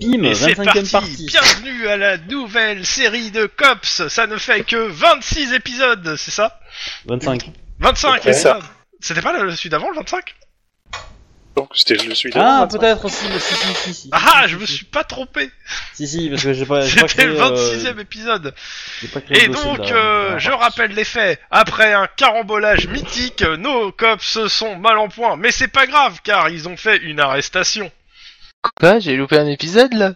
Bim, Et c'est 25 e parti. partie. Bienvenue à la nouvelle série de Cops Ça ne fait que 26 épisodes, c'est ça 25. 25 C'est ça. C'était pas le- celui d'avant, le 25 Donc c'était je suis Ah, là. peut-être aussi, si, si, si, si. Ah, je Si, me si. suis pas trompé Si, si, parce que j'ai pas, j'ai pas C'était créé... le euh, 26 e épisode j'ai pas créé Et le dossier, donc, là. euh, Ah, je rappelle les faits. Après un carambolage mythique, nos Cops se sont mal en point. Mais c'est pas grave, car ils ont fait une arrestation. Quoi J'ai loupé un épisode là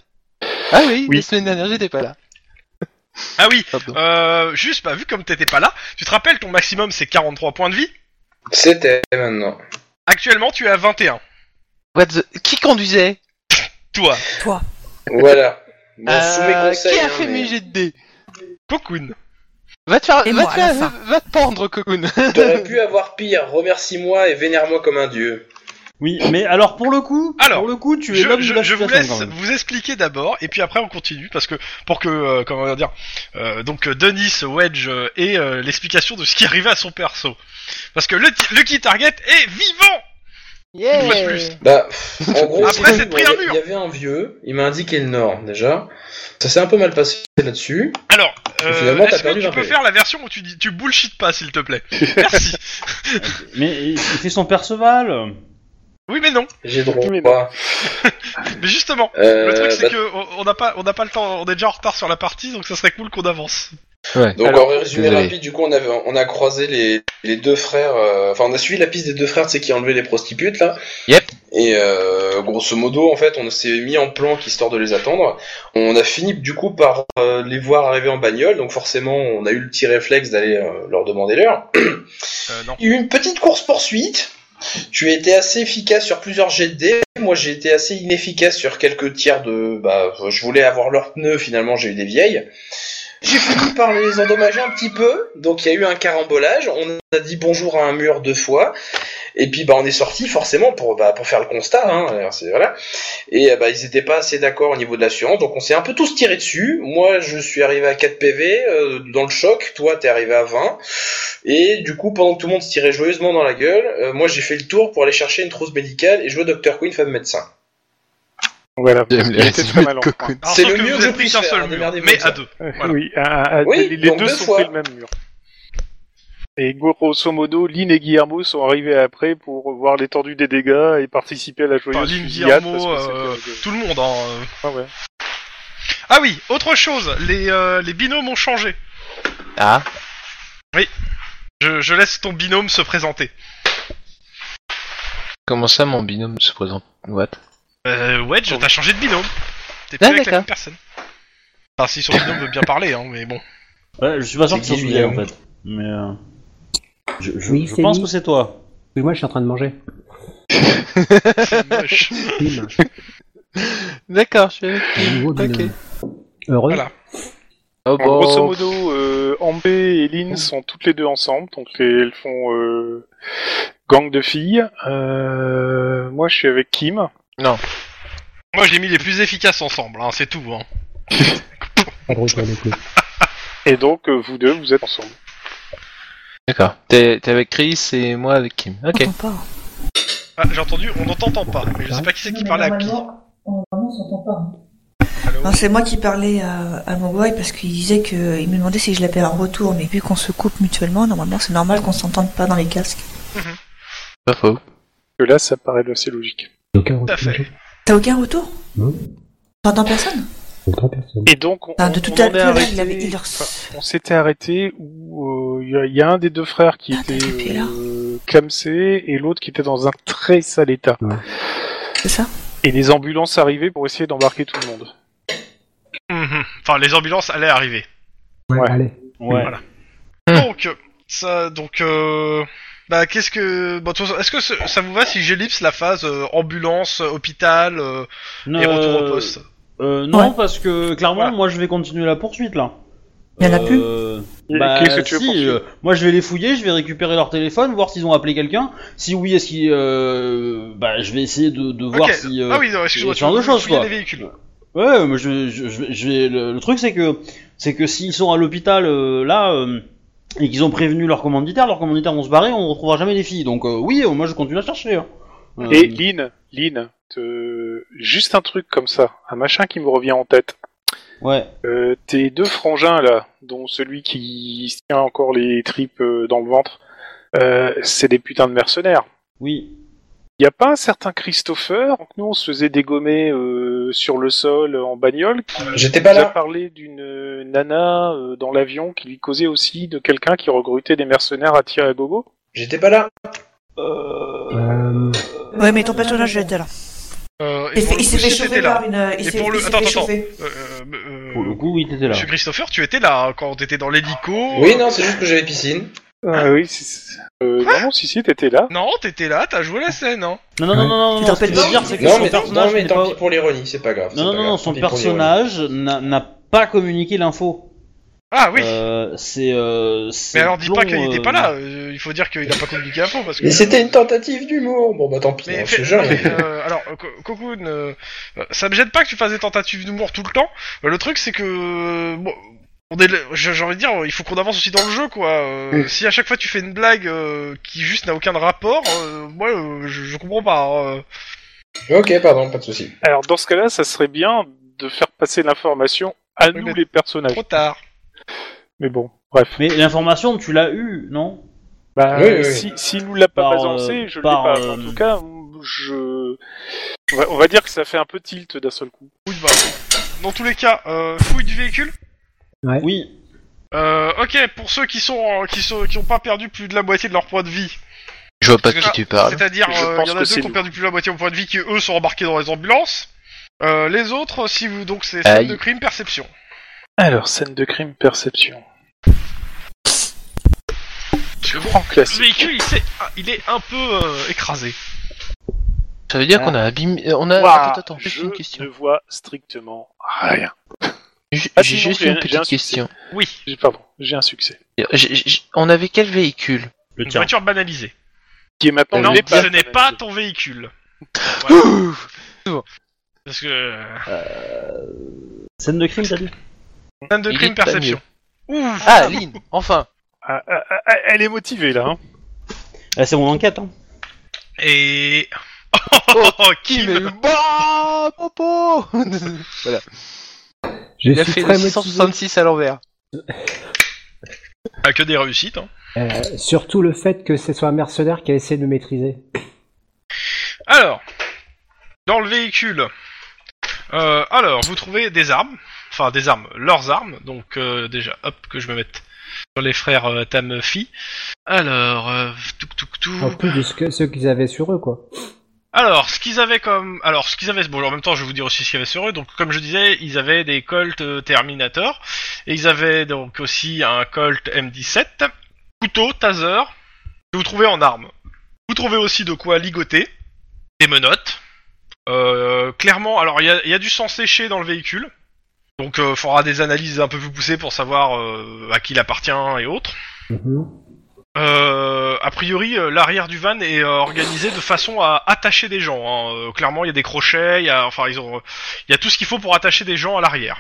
Ah oui, Oui. la semaine dernière j'étais pas là. Ah oui, Pardon. euh, juste, bah vu comme t'étais pas là, tu te rappelles ton maximum c'est 43 points de vie C'était maintenant. Actuellement, tu es à 21. What the- Qui conduisait Toi, Voilà. Bon, sous mes Euh, conseils, Qui a hein, fait mais- mes jets de dés Cocoon. Va te faire, Et va moi, te à la faire- va te pendre, Cocoon. T'aurais pu avoir pire, remercie-moi et vénère-moi comme un dieu. Oui, mais alors pour le coup, Alors, pour le coup, tu es je, l'homme je- de la je vous situation, laisse quand même. vous expliquer d'abord et puis après on continue parce que pour que euh, comment dire euh, donc euh, Denis Wedge euh, ait euh, l'explication de ce qui arrivait à son perso parce que le ti- Lucky Target est vivant Une fois de plus. Bah, pff, en gros, Après, si c'est tu pris veux, un il y- mur. Il y avait un vieux, il m'a indiqué le nord déjà. Ça s'est un peu mal passé là-dessus. alors euh, Finalement, t'as est-ce que perdu tu la peux paix. faire la version où tu dis tu bullshit pas s'il te plaît merci Mais il il fait son Perceval. oui mais non J'ai droit. Mais mais justement Euh, le truc c'est bah, que on on n'a pas on n'a pas le temps on est déjà en retard sur la partie donc ça serait cool qu'on avance Donc Alors, en résumé désolé. rapide, du coup on, avait, on a croisé les, les deux frères, euh, enfin on a suivi la piste des deux frères, c'est qui enlevaient les prostituées là. Yep. Et euh, grosso modo en fait on s'est mis en plan histoire de les attendre. On a fini du coup par euh, les voir arriver en bagnole, donc forcément on a eu le petit réflexe d'aller euh, leur demander l'heure. Euh, non Il y a eu une petite course poursuite. Tu as été assez efficace sur plusieurs jets de dés. Moi, j'ai été assez inefficace sur quelques tiers de. Bah, je voulais avoir leurs pneus. Finalement, j'ai eu des vieilles. J'ai fini par les endommager un petit peu. Donc, il y a eu un carambolage. On a dit bonjour à un mur deux fois. Et puis, bah, on est sorti forcément pour bah, pour faire le constat. Hein. Alors, c'est- voilà. Et euh, bah, ils n'étaient pas assez d'accord au niveau de l'assurance. Donc, on s'est un peu tous tiré dessus. Moi, je suis arrivé à 4 PV euh, dans le choc. Toi, t'es arrivé à 20. Et du coup, pendant que tout le monde se tirait joyeusement dans la gueule, euh, moi j'ai fait le tour pour aller chercher une trousse médicale et jouer Dr. Queen, femme médecin. Voilà. J'aime les Il était très résumés mal en de point. Cocoon. alors, C'est sauf le que mieux vous que je êtes pris puisse qu'un faire, seul mur démerdez-vous mais avec à ça. deux Euh, Voilà. Oui, à- à- Oui, les donc deux deux sont fois. pris le même mur. Et grosso modo, Lynn et Guillermo sont arrivés après pour voir l'étendue des dégâts et participer à la joyeuse Enfin, Lynn, fusillade, Guillermo, parce que c'était- euh, tout le monde hein, euh. Ah ouais. Ah oui, autre chose, les, euh, les binômes ont changé. Ah, Je, je laisse ton binôme se présenter. comment ça mon binôme se présente What Euh, Wedge, t'as changé de binôme. T'es plus Ah, avec la d'accord. même personne. Enfin, si son binôme veut bien parler, hein, mais bon. Ouais, je suis pas sûr C'est qu'il s'en qui, souvienne en Guillaume fait. Mais euh, je, je- hein. Oui, je c'est pense lui. que c'est toi. Oui, moi je suis en train de manger. C'est moche. Bim. D'accord, je suis avec Un nouveau Ok. binôme. Heureux. Voilà. Oh Donc, Grosso bon, modo, euh, Ambe et Lynn sont toutes les deux ensemble, donc les- elles font euh, gang de filles. Euh, moi, je suis avec Kim. Moi, j'ai mis les plus efficaces ensemble, hein, c'est tout. Hein. Pas drôle pour le coup. Et donc, euh, vous deux, vous êtes ensemble. d'accord. T'es t'es avec Chris et moi avec Kim. Ok. J'entends pas. Ah, j'ai entendu, on n'en t'entend pas, mais je sais pas qui c'est qui parlait à qui. Normalement, on s'entend pas. hein. Allô Non, c'est moi qui parlais à, à mon boy parce qu'il disait que il me demandait si je l'avais en retour, mais vu qu'on se coupe mutuellement, normalement c'est normal qu'on s'entende pas dans les casques. Pas faux. Que là, ça paraît assez logique. Ah, Aucun Tout à fait. T'as aucun retour Non. T'entends personne Aucun personne. Et donc, on, Enfin, De on- tout on à en est l'heure, là, arrêté- il avait. Il... enfin, on s'était arrêté où il y, a un des deux frères qui Ah, était t'as tapé, là. euh, clamsé et l'autre qui était dans un très sale état. C'est ça Et les ambulances arrivaient pour essayer d'embarquer tout le monde. Mhm. Enfin, les ambulances allaient arriver. Ouais, Ouais. allez. Ouais. Voilà. Hum. Hmm. Donc, ça, donc, euh, bah, qu'est-ce que, bon, de toute façon, est-ce que ce- ça vous va si j'ellipse la phase euh, ambulance, hôpital euh, et retour au Euh, poste euh, non, Ouais. parce que clairement, Voilà. moi je vais continuer la poursuite là. Il y en a plus Euh, Et Bah, Qu'est-ce que tu veux si, poursuivre euh, moi je vais les fouiller, je vais récupérer leur téléphone, voir s'ils ont appelé quelqu'un. Si oui, est-ce qu'ils. euh, bah, je vais essayer de, de voir Ok. si. euh, Ah oui, non, excuse-moi, ce genre tu- de tu choses, fouillais quoi. les véhicules. Ouais, mais je, je, je vais- je vais. Le, le truc, c'est que. C'est que s'ils sont à l'hôpital euh, là. euh, et qu'ils ont prévenu leur commanditaire, leurs commanditaires vont se barrer, on retrouvera jamais les filles. Donc euh, oui, euh, moi je continue à chercher. hein. Euh, Et Lynn, Lynn, te- juste un truc comme ça, un machin qui me revient en tête. Ouais. Euh, tes deux frangins là, dont celui qui se tient encore les tripes euh, dans le ventre, euh, c'est des putains de mercenaires. Oui. Y a pas un certain Christopher, que nous on se faisait dégommer euh, sur le sol euh, en bagnole, qui J'étais pas nous a là. parlé d'une euh, nana euh, dans l'avion qui lui causait aussi de quelqu'un qui recrutait des mercenaires à tirer à gogo J'étais pas là. Euh, Ouais, mais ton Ah, personnage, je l'étais là. Euh, et Il pour s'est- le il coup, s'est fait si t'étais chauffer là. par une. euh, Et Il s'est pour le- il s'est attends, fait attends, chauffer. Euh, euh, Pour le coup, oui, t'étais là. Monsieur Christopher, tu étais là hein, quand t'étais dans l'hélico. Oui, non, c'est juste que j'avais piscine. Ah oui, c'est- euh, non, non, si, si, t'étais là. Euh, Non, t'étais là, t'as joué la scène, hein. Non, non, non, non, non, Tu te non, rappelles ce que je veux pas dire, c'est que Non, son mais, personnage non, mais n'est tant pas- pis pour l'ironie, c'est pas grave. c'est Non, non, pas non, non, grave, son tant pis pour personnage n'a n'a pas communiqué l'info. Ah oui. Euh, c'est. euh, c'est mais alors dis pas long, qu'il euh, n'était pas là. euh, il faut dire qu'il a pas communiqué l'info parce que. l'ironie. Mais c'était une tentative d'humour. Bon, bah tant pis. Mais, hein, je fais- te jure, non, il y a- mais, euh, alors, euh, Co- Cocoon, euh, euh, ça me gêne pas que tu fasses des tentatives d'humour tout le temps. Euh, le truc, c'est que. euh, bon, on est, le- j'ai j'ai envie de dire, il faut qu'on avance aussi dans le jeu, quoi. Euh, Si à chaque fois tu fais une blague euh, qui juste n'a aucun rapport, euh, moi, euh, je, je comprends pas. hein. Ok, pardon, pas de soucis. Alors dans ce cas-là, ça serait bien de faire passer l'information à Oui, nous mais- les personnages. trop tard. Mais bon, bref. Mais l'information, tu l'as eue, non Bah, Oui, oui, oui. Si, s'il nous l'a pas Par, balancé, euh, je l'ai par, pas. euh, En tout cas, je. On va, on va dire que ça fait un peu tilt d'un seul coup. Oui, bah, dans tous les cas, euh, fouille du véhicule. Oui. Euh, ok, pour ceux qui sont, en- qui sont, qui ont pas perdu plus de la moitié de leur point de vie, Je vois pas de Parce qui que- tu parles. C'est-à-dire, Je euh, il pense y en que a deux c'est qui ont nous. perdu plus de la moitié au point de vie, qui eux sont embarqués dans les ambulances. Euh, les autres, si vous donc c'est scène Aïe. de crime, perception. Alors, scène de crime, perception. que bon, Grand classique. véhicule, il, s'est- ah, il est un peu euh, écrasé. Ça veut dire Ah. qu'on a abîmé. euh, On a. Ouah, attends, attends, juste je une question. ne vois strictement rien. Ju- Ah, J'ai sinon, juste j'ai- une j'ai petite un succès. question. Oui, J'ai- Pardon, j'ai un succès. J'ai- j'ai- On avait quel véhicule Le une tien. voiture banalisée. Qui est Euh, maintenant Non, l'épave. ce n'est pas ton véhicule. Voilà. Ouh Parce que. euh, Scène de crime, t'as dit Scène de Il crime, est pas perception. Ouf Ah, Lynn, enfin Ah, ah, ah, ah, elle est motivée là. hein. Ah, C'est mon enquête, hein. Et. Oh, Kim. Mais- Bah, Popo Voilà. je Il a suis fait le très motivé. 666 à l'envers. Ah, que des réussites. hein. Euh, surtout le fait que ce soit un mercenaire qui a essayé de le maîtriser. Alors, dans le véhicule, euh, alors vous trouvez des armes, enfin des armes, leurs armes. Donc euh, déjà, hop, que je me mette sur les frères euh, Tamfi. Alors, euh, touk touk touk. En plus de ce que, ceux qu'ils avaient sur eux, quoi. Alors, ce qu'ils avaient comme, alors ce qu'ils avaient, bon, en même temps, je vais vous dire aussi ce qu'il y avait sur eux. Donc, comme je disais, ils avaient des Colt euh, Terminator et ils avaient donc aussi un Colt M17, couteau, taser que vous trouvez en armes. Vous trouvez aussi de quoi ligoter, des menottes. Euh, clairement, alors il y a, il y a du sang séché dans le véhicule, donc il faudra des analyses un peu plus poussées pour savoir euh, à qui il appartient et autres. Mhm. Euh, a priori, euh, l'arrière du van est euh, organisé de façon à attacher des gens. hein. Euh, clairement, il y a des crochets, il y a, enfin, ils ont, il y a tout ce qu'il faut pour attacher des gens à l'arrière.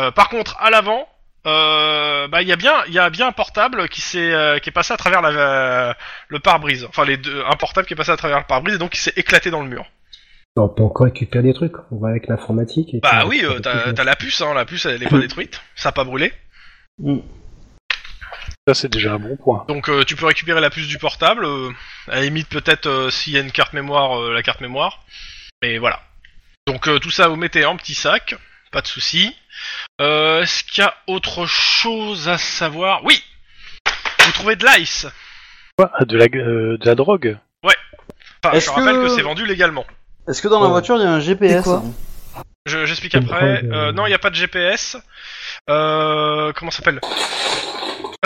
Euh, par contre, à l'avant, euh, bah, il y a bien, il y a bien un portable qui s'est, euh, qui est passé à travers la, euh, le pare-brise. Enfin, les deux, un portable qui est passé à travers le pare-brise et donc qui s'est éclaté dans le mur. On peut encore récupérer des trucs, on va avec l'informatique. et Bah puis- oui, euh, t'as, t'as la puce, hein, la puce, elle est pas détruite, ça a pas brûlé. Ça c'est déjà un bon point. Donc, euh, tu peux récupérer la puce du portable. euh, à la limite, peut-être euh, s'il y a une carte mémoire, euh, la carte mémoire. Mais voilà. Donc euh, tout ça vous mettez en petit sac, pas de souci. Euh, Est-ce qu'il y a autre chose à savoir Oui Vous trouvez de l'ice Quoi Ah, de la, euh, de la drogue Enfin, je Est-ce rappelle que- que, c'est vendu légalement. Est-ce que dans la Ouais. voiture, il y a un C'est GPS quoi hein Je- J'explique Je après. crois que- Euh, non, il n'y a pas de GPS. Euh, comment ça s'appelle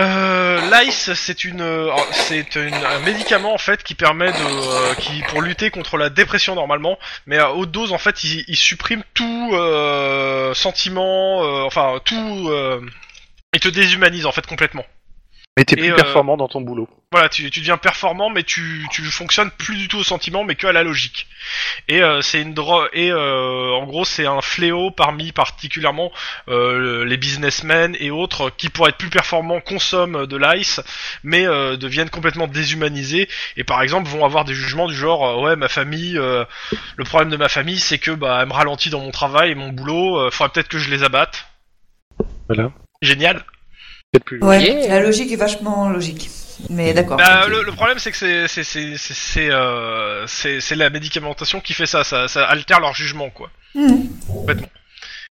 euh, L'ice, c'est une, euh, c'est une- un médicament en fait qui permet de, euh, qui pour lutter contre la dépression normalement, mais à haute dose en fait, il, il supprime tout euh, sentiment, euh, enfin tout, euh, il te déshumanise en fait complètement. Mais t'es plus Et, euh, performant dans ton boulot. Voilà, tu, tu deviens performant, mais tu, tu fonctionnes plus du tout au sentiment, mais que à la logique. Et euh, c'est une drogue. Et euh, en gros, c'est un fléau parmi particulièrement euh, les businessmen et autres qui, pour être plus performants, consomment de l'ice, mais euh, deviennent complètement déshumanisés. Et par exemple, vont avoir des jugements du genre euh, ouais, ma famille, euh, le problème de ma famille, c'est que bah elle me ralentit dans mon travail et mon boulot. euh, faudrait peut-être que je les abatte. Voilà. Génial. Peut-être plus. Ouais, Yeah. la logique est vachement logique. Mais d'accord. Bah, ok. le, le problème, c'est que c'est c'est c'est c'est- c'est euh, c'est c'est la médicamentation qui fait ça, ça, ça altère leur jugement, quoi. Mhm.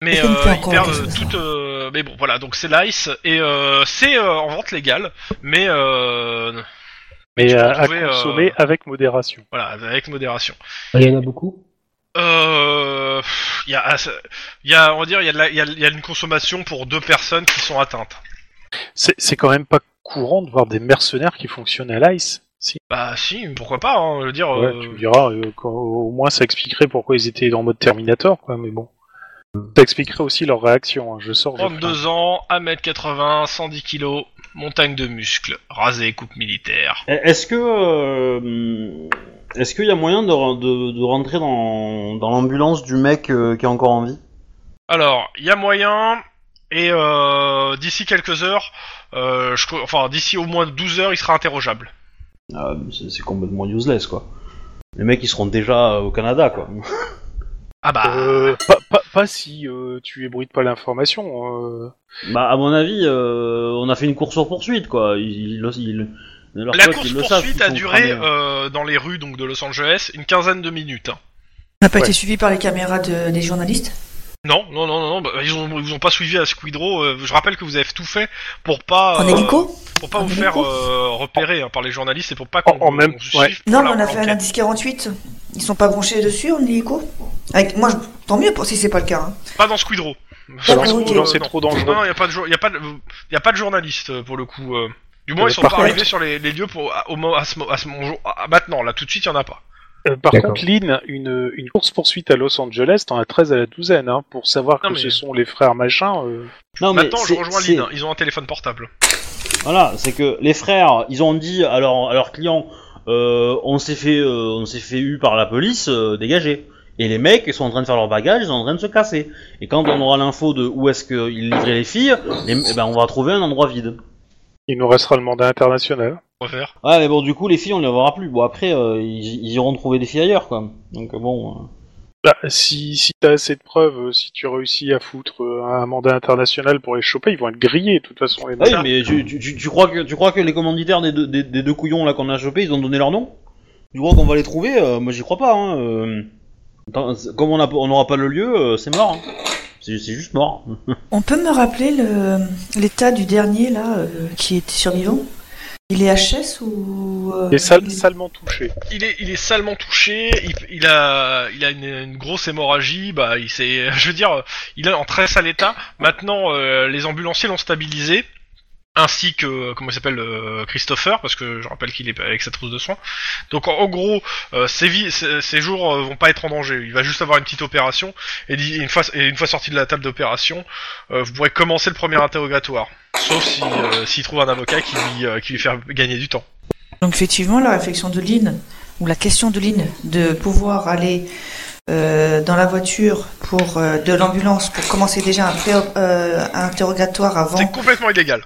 Mais Ça me euh, fait ils encore perdent quelque chose, toute. euh, mais bon, voilà. Donc c'est l'ice et euh, c'est euh, en vente légale, mais euh, Mais à, à retrouver, euh, consommer avec modération. voilà, avec modération. Il y en a beaucoup. Euh, pff, Il y a, il y a, on va dire, il y a, de la- il y a- il y a une consommation pour deux personnes qui sont atteintes. C'est c'est quand même pas courant de voir des mercenaires qui fonctionnent à l'ice. Si. Bah si, pourquoi pas. Hein, je veux dire. Ouais, euh, tu me diras, euh, qu'au- au moins ça expliquerait pourquoi ils étaient en mode Terminator, quoi, mais bon. Ça expliquerait aussi leur réaction, hein. je sors. je fais un- 32 ans, 1m80, 110 kg, montagne de muscles, rasé, coupe militaire. Eh, Est-ce que euh, est-ce qu'il y a moyen de, re- de, de rentrer dans, dans l'ambulance du mec euh, qui est encore en vie Alors, il y a moyen, et euh, d'ici quelques heures, euh, je co- enfin d'ici au moins 12 heures, il sera interrogeable. Ah, C'est c'est complètement useless quoi. Les mecs ils seront déjà euh, au Canada quoi. Ah bah, Euh, pas, pas, pas si euh, tu ébruites pas l'information. euh. Bah à mon avis, euh, on a fait une course aux poursuite quoi. Ils, ils le- ils- leurs la potes, ils course le savent, poursuite qu'ils a sont duré cramés, hein. euh, dans les rues donc de Los Angeles une quinzaine de minutes. hein. On n'a pas été ouais. suivi par les caméras de- des journalistes Non, non, non, non, non, bah, ils, ont, ils vous ont pas suivi à Squidro. euh, je rappelle que vous avez tout fait pour pas En euh, hélico pour pas En vous faire hélico euh, repérer hein, par les journalistes et pour pas En- qu'on en même- qu'on vous ouais. suive pour Non, mais la- on a fait un l'enquête. indice 48. Ils sont pas branchés dessus en hélico Avec... Moi, je... tant mieux pour... si c'est pas le cas. hein. Pas dans Squidro. Pas dans Squidro, euh, c'est non. trop dangereux. Non, non, y a pas de jour- y a pas de, y a pas de journaliste euh, pour le coup. euh. Du moins, Euh, ils sont par pas contre- arrivés sur les, les lieux pour à- au mo- à ce, mo- à ce moment- à- maintenant là tout de suite, y en a pas. Euh, par D'accord. contre, Lynn, une, une course-poursuite à Los Angeles, t'en as 13 à la douzaine, hein, pour savoir Non, que mais- ce sont les frères machin. euh. Non, mais maintenant, je c'est- rejoins c'est- Lynn. hein, Ils ont un téléphone portable. Voilà, c'est que les frères, ils ont dit à leur, à leur client, euh, on s'est fait, euh, on s'est fait eu par la police, euh, dégagez. Et les mecs, ils sont en train de faire leur bagage, ils sont en train de se casser. Et quand on aura l'info de où est-ce qu'ils livraient les filles, les- eh ben, on va trouver un endroit vide. Il nous restera le mandat international. On va faire. Ah, mais bon, du coup, les filles, on ne les verra plus. Bon, après, euh, ils, ils iront trouver des filles ailleurs, quoi. Donc, bon. euh. Bah, si si t'as assez de preuves, euh, si tu réussis à foutre euh, un mandat international pour les choper, ils vont être grillés, de toute façon. Les Ah Oui, nazars. mais tu, tu- tu- tu crois que, tu crois que les commanditaires des deux, des, des deux couillons là qu'on a chopés, ils ont donné leur nom Tu crois qu'on va les trouver Euh, Moi j'y crois pas. Hein. euh. Attends, c'est- comme on a- on n'aura pas le lieu, euh, c'est mort. hein. C'est c'est juste mort. On peut me rappeler le- l'état du dernier, là, euh, qui était survivant Il est HS ou... euh, Il est sale- il est- salement touché. Il est, il est salement touché. Il, il a, il a une, une grosse hémorragie. Bah, il s'est, je veux dire, euh, il est en très sale état. Maintenant, euh, les ambulanciers l'ont stabilisé, ainsi que euh, comment il s'appelle euh, Christopher, parce que je rappelle qu'il est avec sa trousse de soins. Donc, en, en gros, euh, ses, vies, ses, ses jours euh, vont pas être en danger. Il va juste avoir une petite opération. Et di- une fois, et une fois sorti de la table d'opération, euh, vous pourrez commencer le premier interrogatoire. Sauf si, euh, s'il trouve un avocat qui lui, euh, qui lui fait gagner du temps. Donc effectivement, la réflexion de Lynn, ou la question de Lynn, de pouvoir aller euh, dans la voiture pour euh, de l'ambulance pour commencer déjà un, pré- euh, un interrogatoire avant... C'est complètement illégal.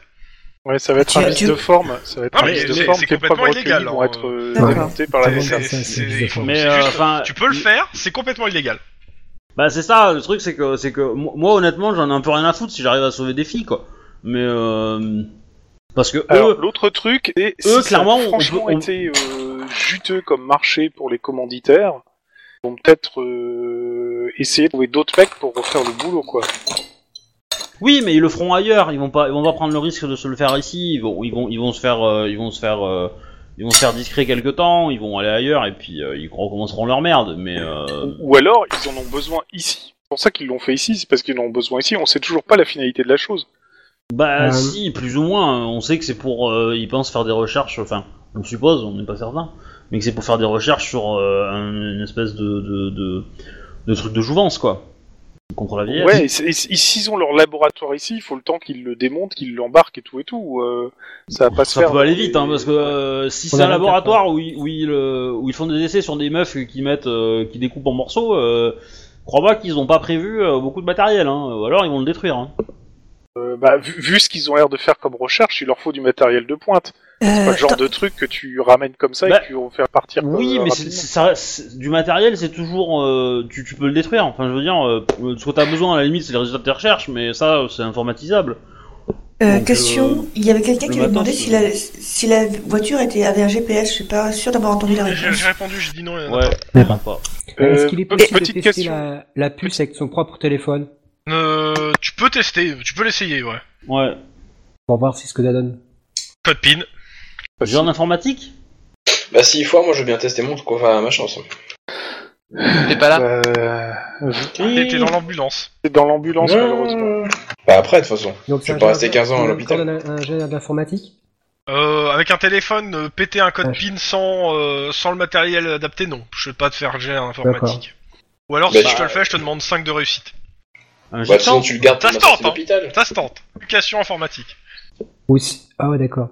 Ouais, ça va être Tu- un vice tu- de forme. Ça va être Ah, un mais vice de c'est- forme. c'est Tes complètement preuves recueillies illégal, vont hein, être euh, D'accord. démontées par la C'est- montagne. ça, c'est- c'est c'est- des affaires. c'est Mais euh, juste- enfin, tu peux le faire, c'est complètement illégal. Bah c'est ça. Le truc c'est que c'est que mo- moi honnêtement j'en ai un peu rien à foutre si j'arrive à sauver des filles quoi. Mais euh, parce que Alors, eux, l'autre truc, et si eux, ça clairement, a on franchement peut- on- été euh, juteux comme marché pour les commanditaires, ils vont peut-être euh, essayer de trouver d'autres mecs pour refaire le boulot, quoi. oui mais ils le feront ailleurs. Ils vont pas, ils vont pas prendre le risque de se le faire ici. Ils vont, ils vont, ils vont se faire, euh, ils vont se faire. euh, ils vont se faire discret quelque temps, ils vont aller ailleurs et puis euh, ils recommenceront leur merde. Mais euh, Ou alors, ils en ont besoin ici. C'est pour ça qu'ils l'ont fait ici, c'est parce qu'ils en ont besoin ici. On sait toujours pas la finalité de la chose. Bah Euh, si, plus ou moins. On sait que c'est pour, euh, ils pensent faire des recherches. Enfin, on suppose, on n'est pas certain, mais que c'est pour faire des recherches sur euh, un- une espèce de de, de de truc de jouvence quoi. contre la vieillesse. Ouais, et c'est- et s- et s'ils ont leur laboratoire ici, il faut le temps qu'ils le démontent, qu'ils l'embarquent et tout et tout. euh, ça va pas se Ça faire. peut dans aller les- vite, hein, parce que euh, si On c'est a un 24 laboratoire où ils, où, ils, euh, où ils font des essais sur des meufs qui mettent, euh, qui découpent en morceaux, euh, crois pas qu'ils ont pas prévu euh, beaucoup de matériel, hein, ou alors ils vont le détruire. Hein. Euh, bah, vu, vu ce qu'ils ont l'air de faire comme recherche, il leur faut du matériel de pointe. C'est pas Euh, le genre de truc que tu ramènes comme ça Bah, et que tu vas faire partir. Oui, euh, mais c'est- rapidement. c'est- ça, c'est- du matériel, c'est toujours, euh, tu, tu peux le détruire. Enfin, je veux dire, euh, ce que t'as besoin à la limite, c'est les résultats de tes recherches, mais ça, c'est informatisable. Euh, Donc, question, euh, il y avait quelqu'un le qui avait matin, demandé c'est- si la, si la voiture était, avait un GPS, je suis pas sûr d'avoir entendu la J'ai réponse. j'ai répondu, j'ai dit non. euh, il y en a Ouais. pas. Mais bon. Pas. Est-ce Euh, qu'il est pe- possible de petite tester question. la, la puce avec son propre téléphone Euh, tu peux tester, tu peux l'essayer, ouais. Ouais. pour voir si ce que ça donne Pas de pin. J'ai en informatique Bah, s'il faut, moi je veux bien tester mon quoi, enfin, ma chance. T'es pas là Euh, T'es t'es Ah, dans l'ambulance. c'est dans l'ambulance, Non. malheureusement. Bah, après, de toute façon. Donc, Je c'est peux un rester ingénieur- 15 ans à un- l'hôpital. Un un ingénieur d'informatique Euh, avec un téléphone, euh, péter un code Ouais. PIN sans, euh, sans le matériel adapté, non. Je vais pas te faire gérer informatique. Ou alors, Bah, si je te bah, le fais, je te demande 5 de réussite. Un Bah, jet de sinon, temps tu le gardes pour Ça ma se tente, sortie hein. d'hôpital. Ça se tente. Éducation informatique. Ou si- Ah ouais, d'accord.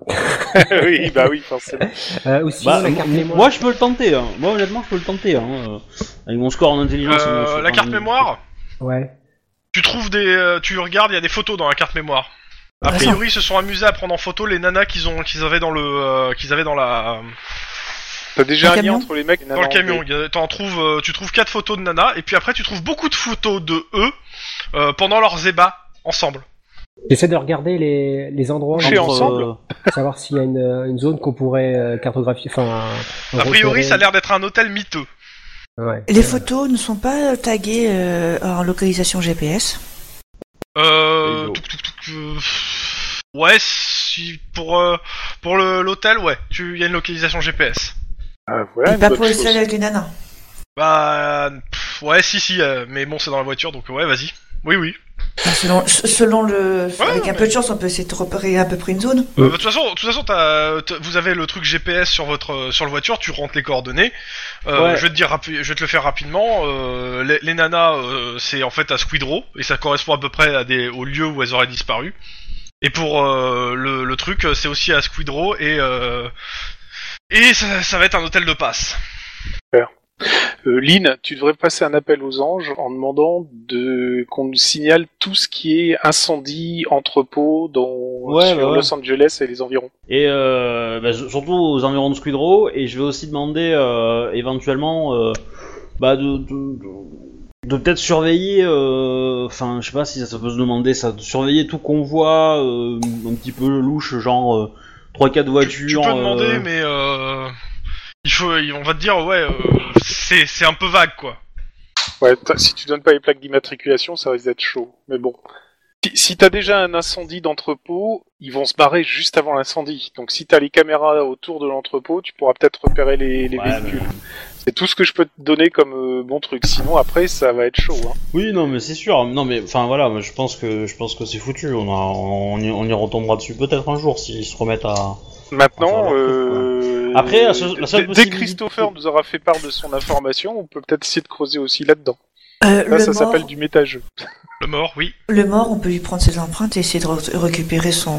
oui, bah oui, forcément. Euh, ou sinon, Bah, la carte m- mémoire. moi je peux le tenter, hein. moi honnêtement je peux le tenter, hein. euh, avec mon score en intelligence. et mon Euh, score la en- carte mémoire, Ouais. tu trouves des. euh, tu regardes, il y a des photos dans la carte mémoire. A Attends. priori, ils se sont amusés à prendre en photo les nanas qu'ils ont, qu'ils avaient dans le, euh, qu'ils avaient dans la, T'as déjà Dans un le lien camion entre les mecs. et les dans le nanas camion. anglais. Il y a- t'en trouves, euh, tu trouves quatre photos de nanas, et puis après tu trouves beaucoup de photos de eux euh, pendant leurs ébats ensemble. J'essaie de regarder les, les endroits, Coucher pour Entre, ensemble. euh, savoir s'il y a une, une zone qu'on pourrait euh, cartographier. Enfin, A priori, ça a l'air d'être un hôtel miteux. Ouais. Les photos ne sont pas taguées euh, en localisation GPS. Euh, Hello. touc, touc, touc, euh, ouais, si pour euh, pour le- l'hôtel, ouais, tu y a une localisation GPS. Ah, voilà, Et une pas bonne pour le chose. seul avec les nanas. Bah pff, ouais, si si, euh, mais bon, c'est dans la voiture, donc ouais, vas-y. Oui oui. Enfin, selon, selon le. Ouais, avec un mais- peu de chance, on peut essayer de repérer à peu près une zone. Euh, De toute façon, de toute façon, t'as- t'as- vous avez le truc GPS sur votre euh, sur le voiture, tu rentres les coordonnées. Euh, Ouais. Je vais te dire, rapi- je vais te le faire rapidement. euh, les, les nanas, euh, c'est en fait à Squidrow et ça correspond à peu près à des au lieu où elles auraient disparu. Et pour euh, le, le truc, c'est aussi à Squidrow et euh, et ça, ça va être un hôtel de passe. Euh, Lynn, tu devrais passer un appel aux anges en demandant de qu'on nous signale tout ce qui est incendie, entrepôt dans Ouais, sur bah ouais. Los Angeles et les environs. Et euh, bah, s- surtout aux environs de Squidrow, et je vais aussi demander euh, éventuellement euh, bah, de, de, de- de peut-être surveiller, euh, enfin je sais pas si ça, ça peut se demander ça, de surveiller tout convoi euh, un petit peu louche, genre euh, 3-4 Tu- voitures. tu, peux euh, demander, mais euh, il faut, on va te dire, ouais, euh, c'est c'est un peu vague quoi. Ouais, t'as- si tu donnes pas les plaques d'immatriculation, ça risque d'être chaud. Mais bon. Si, si t'as déjà un incendie d'entrepôt, ils vont se barrer juste avant l'incendie. Donc si t'as les caméras autour de l'entrepôt, tu pourras peut-être repérer les, les Ouais, véhicules. C'est tout ce que je peux te donner comme euh, bon truc. Sinon après, ça va être chaud. Hein. Oui, non, mais c'est sûr. Non, mais enfin voilà, moi, je pense que je pense que c'est foutu. On, a, on, y, on y retombera dessus peut-être un jour s'ils se remettent à. Maintenant, Enfin, euh, Après, la seule- la seule dès- dès possibilité- Christopher nous aura fait part de son information, on peut peut-être essayer de creuser aussi là-dedans. Euh, Là, le, ça mort, s'appelle du métageux. Le mort, oui. le mort, on peut lui prendre ses empreintes et essayer de re- récupérer son.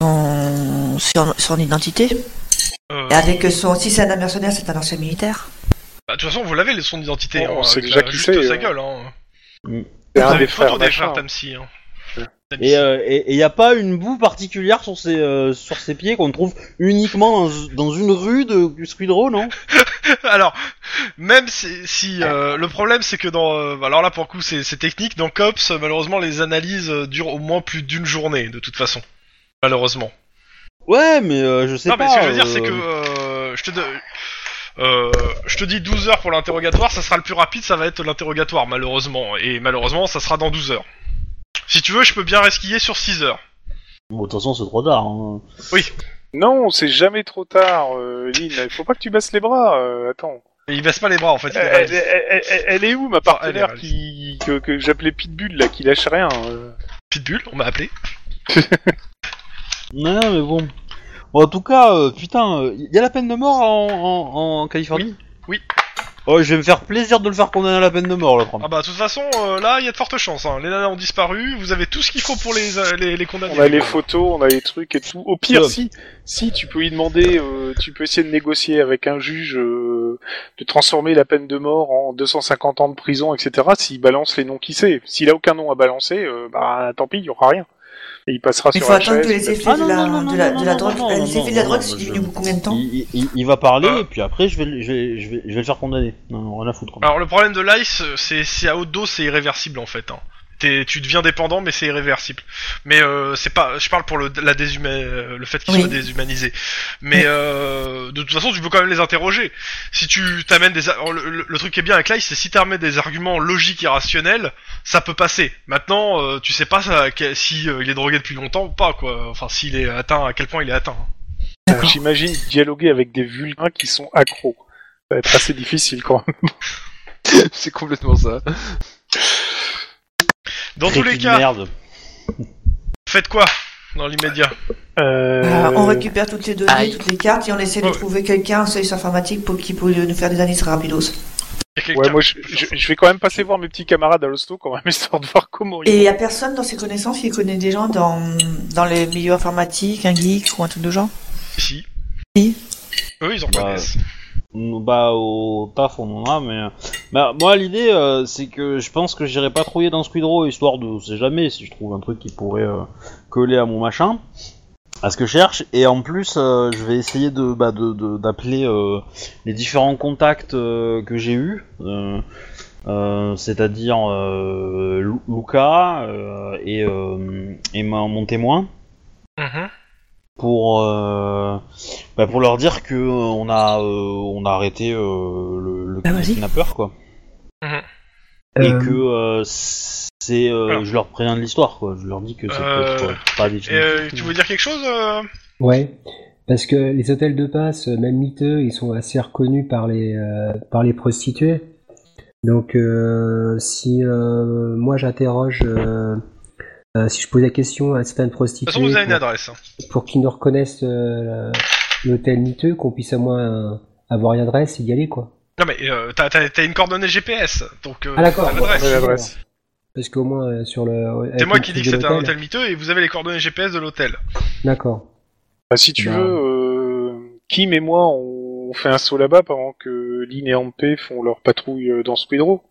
son, son, son identité. Euh, Ah. Et avec son. Si c'est un mercenaire, c'est un ancien militaire. Bah, de toute façon, vous l'avez les sons d'identité. Oh, hein, on sait avec déjà la- qui juste c'est, sa hein. gueule. Hein. C'est Vous un avez des les photos frères des frères machin. Tamsi. Hein. Ouais. Tamsi. Et euh, il n'y a pas une boue particulière sur ses, euh, sur ses pieds qu'on trouve uniquement dans, dans une rue de du Squidrow, non Alors, même si, si, euh, le problème c'est que dans, euh, alors là pour le coup c'est c'est technique, dans Cops euh, malheureusement les analyses euh, durent au moins plus d'une journée de toute façon. Malheureusement. Ouais, mais euh, je sais Non pas. mais ce que je veux dire euh, c'est que euh, je te de- euh, je te dis 12 heures pour l'interrogatoire, ça sera le plus rapide, ça va être l'interrogatoire malheureusement et malheureusement ça sera dans 12 heures. Si tu veux, je peux bien resquiller sur 6 heures. Bon, de toute façon, c'est trop tard. hein. Non, c'est jamais trop tard, euh, Lynn. Il faut pas que tu baisses les bras. euh, attends. Et il baisse pas les bras en fait. il est Euh, Elle, elle- elle- elle- elle est où ma partenaire Ah, elle est- qui, que, que j'appelais Pitbull là, qui lâche rien euh Pitbull, on m'a appelé. Non, non, mais bon. euh, Bon, en tout cas, euh, putain, il y a la peine de mort en, en, en Californie Oui. Oh, je vais me faire plaisir de le faire condamner à la peine de mort, l'autre. Ah bah de toute façon, euh, là, il y a de fortes chances. Hein. Les nanas ont disparu, vous avez tout ce qu'il faut pour les, euh, les, les condamner. On a les photos, on a les trucs et tout. Au pire, Ouais. si, si tu peux lui demander, euh, tu peux essayer de négocier avec un juge euh, de transformer la peine de mort en 250 ans de prison, etc. S'il balance les noms qu'il sait. S'il a aucun nom à balancer, euh, bah tant pis, il y aura rien. Et il passera Il sur faut la attendre que chaise. les effets Ah, de non, la, non, non, de la, non, de la non, drogue, non, non, les effets de la non, drogue non, se je- diminuent pour combien de temps Il, il- il va parler, Ah. et puis après, je vais, le- je, vais, je, vais, je vais le faire condamner. Non, non, rien à foutre. Alors le problème de l'ice, c'est c'est à haute dose, c'est irréversible en fait. Hein. T'es- tu deviens dépendant, mais c'est irréversible. Mais euh, c'est pas, je parle pour le, la déshuma- euh, le fait qu'ils Oui. soient déshumanisés. Mais euh, de toute façon, tu peux quand même les interroger. Si tu t'amènes des, a- alors, le, le- le truc qui est bien avec l'ice, c'est si t'amènes des arguments logiques et rationnels, ça peut passer. Maintenant, euh, tu sais pas ça, que- si euh, il est drogué depuis longtemps ou pas, quoi. Enfin, s'il est atteint, à quel point il est atteint. Euh, J'imagine dialoguer avec des vulgains qui sont accros. Ça va être assez difficile quand même. c'est complètement ça. Dans tous les Crétin de cas, Merde. faites quoi dans l'immédiat Euh, Euh, on récupère toutes les données, aïe. toutes les cartes et on essaie de Ouais. trouver quelqu'un, un service informatique, pour, qui peut nous faire des indices rapidos. Y a quelqu'un Ouais, moi qui je, peut faire je- ça je vais quand même passer voir mes petits camarades à l'hosto quand même, histoire de voir comment Et ils. il n'y a personne dans ses connaissances qui connaît des gens dans, dans les milieux informatiques, un geek ou un truc de genre Si. Si. Eux, ils en Bah, connaissent. Mm, Bah, au taf, on en a, mais. Bah, moi, l'idée, euh, c'est que je pense que j'irai pas trouiller dans Squidrow, histoire de. On sait jamais si je trouve un truc qui pourrait euh, coller à mon machin, à ce que je cherche. Et en plus, euh, je vais essayer de bah, de- de- d'appeler euh, les différents contacts euh, que j'ai eus. euh, euh, C'est-à-dire euh, Lu- Luca euh, et, euh, et ma- mon témoin Mhm. pour euh, bah, pour leur dire que euh, on a euh, on a arrêté euh, le, le Bah, vas-y. kidnappeur quoi Mhm. et que euh, c'est euh, Alors. je leur préviens de l'histoire quoi je leur dis que c'est Euh, peut-être, euh, pas des Et, euh, tu veux dire quelque chose euh Ouais, parce que les hôtels de passe, euh, même miteux, ils sont assez reconnus par les, euh, par les prostituées. Donc, euh, si euh, moi j'interroge, euh, euh, si je pose la question à certaines De prostituées toute façon, vous avez une pour- adresse. hein. pour, qu'ils nous reconnaissent euh, l'hôtel miteux, qu'on puisse au moins euh, avoir une adresse et y aller, quoi. Non, mais euh, t'as- t'as t'as une coordonnée GPS, donc euh, Ah, d'accord, t'as l'adresse. Ouais, l'adresse. Parce qu'au moins, euh, sur le. C'est avec moi le qui dis truc que de c'était un hôtel miteux et vous avez les coordonnées GPS de l'hôtel. D'accord. Bah, si tu Bah. veux, euh, Kim et moi, on fait un saut là-bas pendant que Lynn et Ampé font leur patrouille euh, dans Squidrow.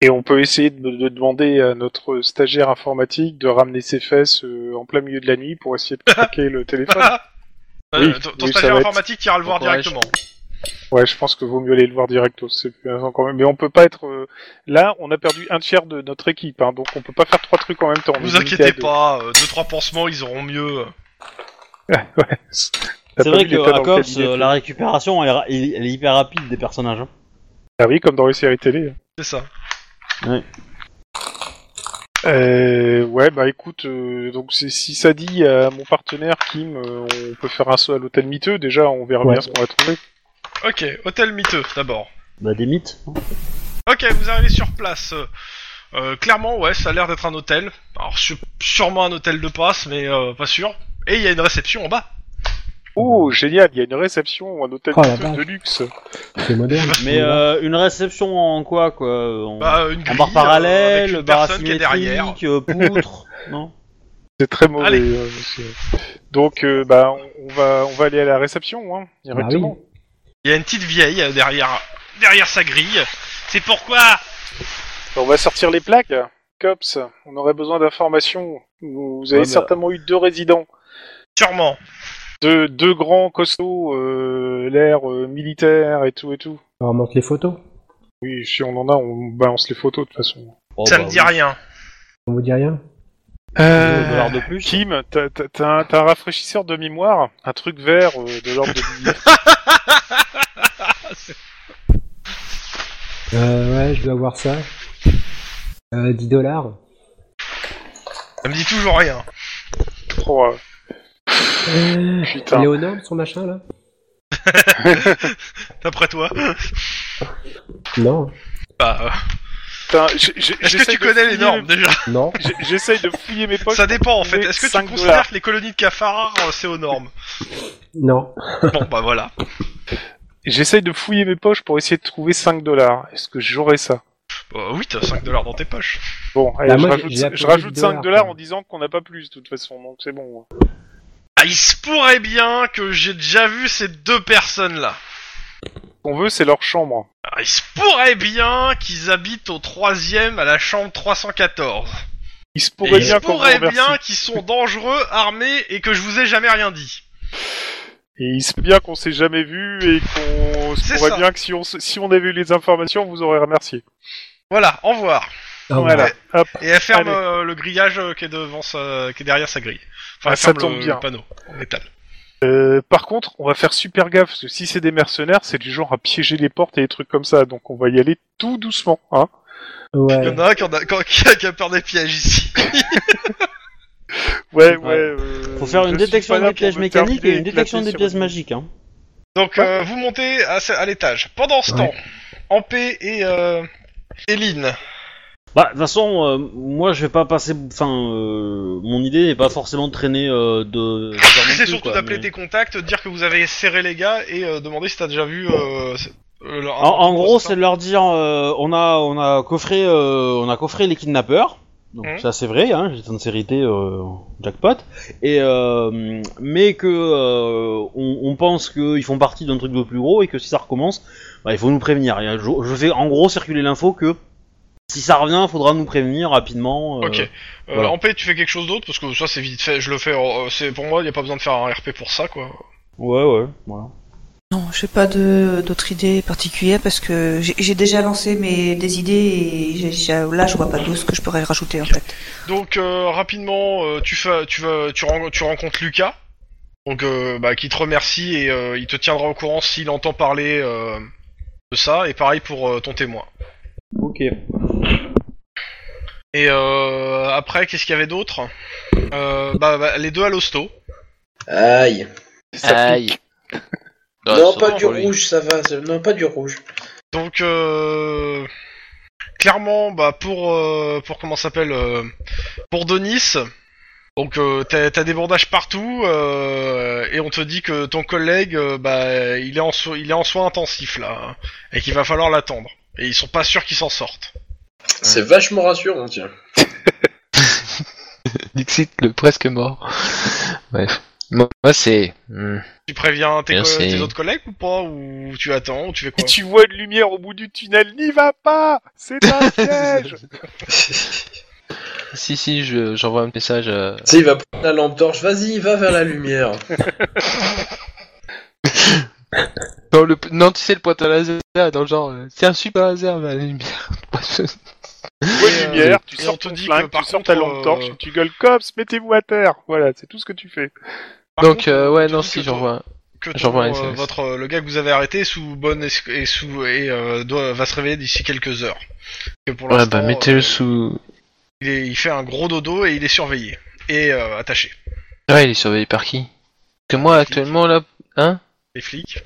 Et on peut essayer de, de demander à notre stagiaire informatique de ramener ses fesses euh, en plein milieu de la nuit pour essayer de craquer le téléphone. Euh, Oui, ton ton oui, ça stagiaire va être- informatique ira le voir Bon courage. directement. Ouais, je pense que vaut mieux aller le voir directo. C'est plus intéressant quand même. Mais on peut pas être euh, là. On a perdu un tiers de notre équipe, hein, donc on peut pas faire trois trucs en même temps. On est Vous limité inquiétez à deux. pas, euh, deux trois pansements, ils auront mieux. T'as c'est pas vrai vu l'état que à dans le Cops, cabinet, euh, toi la récupération elle, est ra- elle- elle est hyper rapide des personnages hein. Ah oui, comme dans les séries télé. C'est ça. Euh, ouais, bah écoute, euh, donc c'est- si ça dit à mon partenaire Kim, euh, on peut faire un saut à l'hôtel miteux. Déjà, on verra Ouais. bien ce qu'on va trouver. Ok, hôtel miteux d'abord. bah des mythes hein. Ok, vous arrivez sur place. Euh, euh, clairement, ouais, ça a l'air d'être un hôtel. Alors, su- sûrement un hôtel de passe, mais euh, pas sûr. Et il y a une réception en bas. Oh, génial, il y a une réception, un hôtel Oh, la miteux vache. de luxe. C'est moderne. mais on y va. euh, une réception en quoi quoi euh, en, Bah, euh, une grille, en barre euh, parallèle avec une barre personne qui est derrière. asymétrique euh, poutre non C'est très mauvais. Allez. euh, monsieur. donc, euh, bah, on, on va, on va aller à la réception, hein, Bah directement. Il y a une petite vieille euh, derrière, derrière sa grille. C'est pourquoi On va sortir les plaques. Cops, on aurait besoin d'informations. Vous Ouais, avez bah- certainement eu deux résidents, Sûrement. deux, deux grands costauds, euh, l'air euh, militaire et tout et tout. On remonte les photos. Oui, si on en a, on balance les photos de toute façon. Oh, ça bah, me dit rien. On vous dit rien deux dollars de plus Euh, Kim, t'as t'as- t'as un, t'as un rafraîchisseur de mémoire, un truc vert euh, de l'ordre de... Euh, ouais, je dois avoir ça. Euh, 10 dollars. Ça me dit toujours rien. Oh, euh, Euh, Putain. il est aux normes, son machin, là D'après toi Non. Bah, euh, Putain, j- est-ce j- que j'essaye tu de connais les fouiller normes déjà Non. mes- j- J'essaye de fouiller mes poches. Ça dépend en fait. trouver Est-ce que tu 5 considères dollars. que les colonies de cafards euh, c'est aux normes Non. Bon bah voilà. J'essaye de fouiller mes poches pour essayer de trouver 5 dollars. Est-ce que j'aurai ça Bah oui, t'as 5 dollars dans tes poches. Bon, allez, Bah, je, moi, rajoute, j'ai- j'ai je appelé rajoute 10 5 dollars, dollars en quoi. disant qu'on n'a pas plus, de toute façon, donc c'est bon. hein. Ah, il se pourrait bien que j'ai déjà vu ces deux personnes-là. Ce qu'on veut, c'est leur chambre. Ah, il se pourrait bien qu'ils habitent au troisième à la chambre 314. Il se Et pourrait il se bien qu'on pourrait renverse. bien qu'ils sont dangereux, armés et que je vous ai jamais rien dit. Et il se peut bien qu'on s'est jamais vu et qu'on se C'est pourrait ça. bien que si on, se- si on avait eu les informations, on vous aurait remercié. Voilà, au revoir. Ah, voilà. ouais. Hop. Et elle ferme Allez. euh, le grillage euh, qui est devant sa... qui est derrière sa grille. Enfin, Ah, elle ça ferme le- tombe le, bien. panneau en métal. Euh, par contre, on va faire super gaffe parce que si c'est des mercenaires, c'est du genre à piéger les portes et des trucs comme ça. Donc on va y aller tout doucement, hein. Ouais. Il y en a un qui, en a... qui a- qui a- qui a peur des pièges ici. Ouais, ouais. Ouais. euh, Faut faire je une suis détection pas là des pour pièges me mécaniques et terminer une détection éclater des sur pièges une- magiques. Hein. Donc euh, vous montez à, à l'étage. Pendant ce Ouais. temps, Ampé et euh, Eline. Bah, de toute façon, euh, moi je vais pas passer. Enfin, euh, mon idée n'est pas forcément de traîner euh, de. de faire non C'est plus, surtout quoi, d'appeler mais- tes contacts, dire que vous avez serré les gars et euh, demander si t'as déjà vu. euh, c'est- euh, leur- En, en gros, c'est c'est de leur dire euh, on a on a coffré euh, on a coffré les kidnappeurs. Donc Mhm. ça c'est vrai, hein, j'ai sincérité euh, jackpot. Et euh, mais que euh, on, on pense qu'ils font partie d'un truc de plus gros et que si ça recommence, bah, il faut nous prévenir. Et Je, je fais en gros circuler l'info que si ça revient, il faudra nous prévenir rapidement. euh, Ok. Euh, voilà. Ampé, tu fais quelque chose d'autre parce que ça c'est vite fait. Je le fais. euh, c'est pour moi, y a pas besoin de faire un RP pour ça quoi. Ouais ouais. Voilà. Non, je n'ai pas de- d'autres idées particulières parce que j'ai- j'ai déjà lancé mes, des idées et j'ai- j'ai- là, je vois pas d'où ce que je pourrais rajouter en fait. Donc euh, rapidement, euh, tu fais, tu vas, tu, ren- tu rencontres Lucas, donc euh, bah, qui te remercie et euh, il te tiendra au courant s'il entend parler euh, de ça. Et pareil pour euh, ton témoin. Ok. Et euh, après, qu'est-ce qu'il y avait d'autre Euh, bah, bah, les deux à l'hosto. hein. Aïe. Ça Aïe. Non, Ouais, ça pas va, du pour lui. rouge, ça va. c'est- Non, pas du rouge. Donc euh, clairement, bah pour euh, pour comment ça s'appelle euh, pour Denis. Donc euh, t'as t'as des bandages partout euh, et on te dit que ton collègue euh, bah il est en so- il est en soins intensifs là hein, et qu'il va falloir l'attendre. Et ils sont pas sûrs qu'ils s'en sortent. C'est vachement rassurant, tiens. Dixit, le presque mort. Bref. Moi, moi, c'est. hmm. Tu préviens tes, co- Merci. tes autres collègues ou pas ou tu attends ou tu fais Si quoi tu vois une lumière au bout du tunnel, n'y va pas C'est un piège Si, si, je- j'envoie un message. euh, Tu sais, il va prendre la lampe torche. Vas-y, va vers la lumière. Non, le... non, tu sais, le pointeur laser, dans le genre. euh, C'est un super laser, mais à la lumière. Tu vois Et, une euh, lumière, tu et on sors te ton dit flingue, que, tu par sors ta contre, lampe torche, euh, et tu gueules cops, mettez-vous à terre Voilà, c'est tout ce que tu fais. Par Donc, contre, euh, on ouais, te non, dit si, que ton- j'envoie un. que ton, J'envoie un euh, SMS. votre euh, le gars que vous avez arrêté sous bonne es- et sous et euh, doit va se réveiller d'ici quelques heures. Que pour Ouais, l'instant, bah, mettez-le euh, sous. il, est- il fait un gros dodo et il est surveillé et euh, attaché. Ouais, Ah, il est surveillé par qui Parce que moi, actuellement, là. Hein Les flics.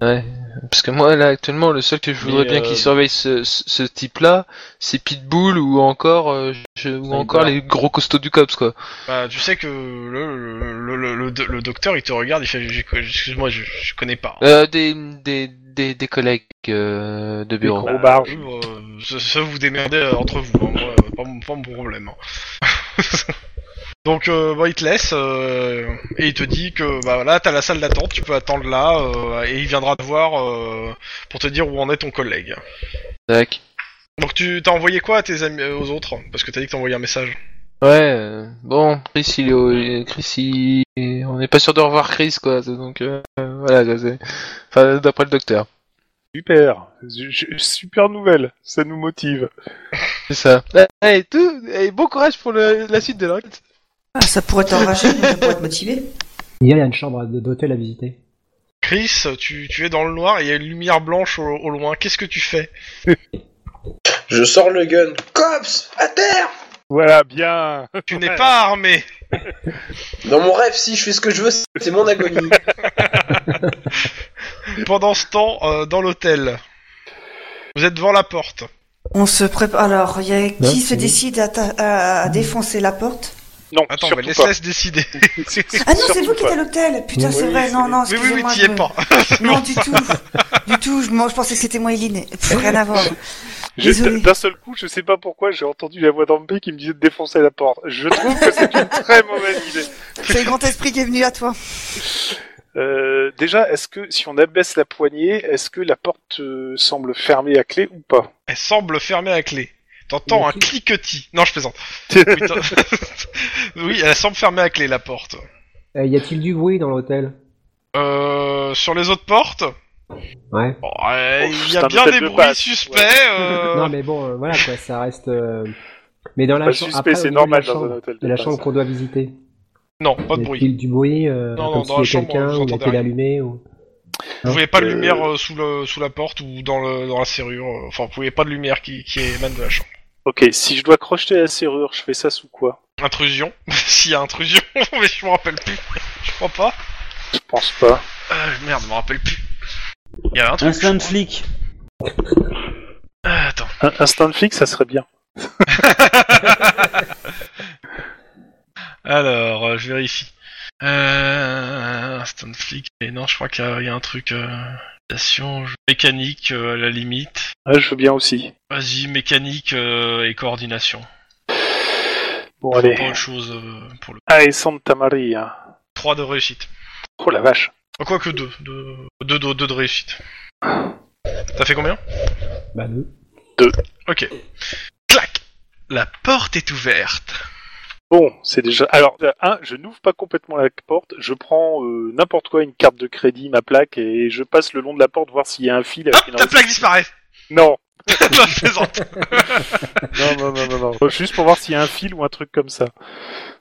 Ouais. Parce que moi, là, actuellement, le seul que je voudrais Mais, bien euh, qu'il surveille ce, ce, ce type-là, c'est Pitbull ou encore, euh, je- ou Sniper. encore les gros costauds du COPS, quoi. Bah, tu sais que le le, le, le, le do- le docteur il te regarde, il fait J'ai- excuse-moi, je, je connais pas. hein. Euh, des, des, des, des collègues euh, de bureau. Gros barge. Eux, euh, ça, ça, vous démerdez euh, entre vous, hein, moi, euh, pas, mon- pas mon problème. hein. Donc euh, bah, il te laisse euh, et il te dit que bah là t'as la salle d'attente, tu peux attendre là euh, et il viendra te voir euh, pour te dire où en est ton collègue. Tac. Donc tu t'as envoyé quoi à tes amis euh, aux autres Parce que t'as dit que t'as envoyé un message. Ouais, euh, bon, Chris, il est au... euh, Chris, il- on n'est pas sûr de revoir Chris, quoi, c'est- donc euh, voilà, quoi, c'est... Enfin, d'après le docteur, Super Je- je- Super nouvelle, ça nous motive. c'est ça. Eh, eh, tout, eh, bon courage pour le- la suite de l'enquête. Ah, ça pourrait t'enrager, mais ça pourrait te motiver. Il y a une chambre de- d'hôtel à visiter. Chris, tu, tu es dans le noir et il y a une lumière blanche au, au loin. Qu'est-ce que tu fais Je sors le gun. Cops, à terre Voilà, bien Tu n'es pas armé. Dans mon rêve, si je fais ce que je veux, c'est mon agonie. Pendant ce temps, euh, dans l'hôtel, vous êtes devant la porte. On se prépare. Alors, il y a qui Ouais, se c'est- décide à, ta- à- à défoncer la porte Non, Attends, surtout mais laisse, pas. laisse décider. Ah non, c'est Surtout vous qui pas. êtes à l'hôtel Putain, Oui, c'est oui, vrai, non, non, oui, oui, oui, excusez-moi. t'y es je- pas. Non, du tout. Du tout, je, moi, je pensais que c'était moi, Eline. Pff, Rien à voir. J'ai- Désolé. D'un seul coup, je sais pas pourquoi, j'ai entendu la voix d'Ampé qui me disait de défoncer la porte. Je trouve que c'est une très mauvaise idée. C'est le grand esprit qui est venu à toi. Euh, déjà, est-ce que si on abaisse la poignée, est-ce que la porte euh, semble fermée à clé ou pas Elle semble fermée à clé. T'entends un Ok. cliquetis. Non, je plaisante. Oui, t'en- oui, elle semble fermée à clé, la porte. Euh, y a-t-il du bruit dans l'hôtel Euh, sur les autres portes, Ouais. bon, euh, Oh, il y c'est a un bien hôtel des de bruits passe, suspects. ouais. euh, Non, mais bon, euh, voilà quoi, ça reste. euh, Mais dans la Pas chambre. suspect, après, au c'est niveau de la normal dans chambre- un hôtel. De la base. chambre qu'on doit visiter. non, pas de y bruit. a-t-il du bruit euh, Non, non, Comme dans la s'il y avait chambre, quelqu'un vous ou entendez était rien. allumé ou... Vous voyez pas de Euh, lumière euh, sous, le, sous la porte ou dans, le, dans la serrure. euh, Enfin, vous voyez pas de lumière qui, qui émane de la chambre. Ok, si je dois crocheter la serrure, je fais ça sous quoi Intrusion. S'il y a intrusion, mais je me rappelle plus. Je crois pas. Je pense pas. Euh, merde, je me rappelle plus. Il y avait un truc. Instant flic. Ah, attends. Un, un stand flic, ça serait bien. Alors, euh, je vérifie. Euh, instant flic. Et non, je crois qu'il y, a- il y a un truc. euh, station, je- mécanique euh, à la limite. Ouais, je veux bien aussi. Vas-y, mécanique euh, et coordination. Bon, Je vois allez. Pas autre chose euh, pour le Allez, Santa Maria. 3 de réussite. Oh la vache. Ah, Quoique 2. 2 deux, deux, deux de réussite. T'as fait combien Bah, deux. Ok. Clac La porte est ouverte. Bon, c'est déjà. Alors, euh, un, je n'ouvre pas complètement la porte. Je prends euh, n'importe quoi, une carte de crédit, ma plaque, et je passe le long de la porte voir s'il y a un fil. Avec une Hop, ta plaque disparaît Non, Non, je plaisante. non, non, non, non, non. Juste pour voir s'il y a un fil ou un truc comme ça.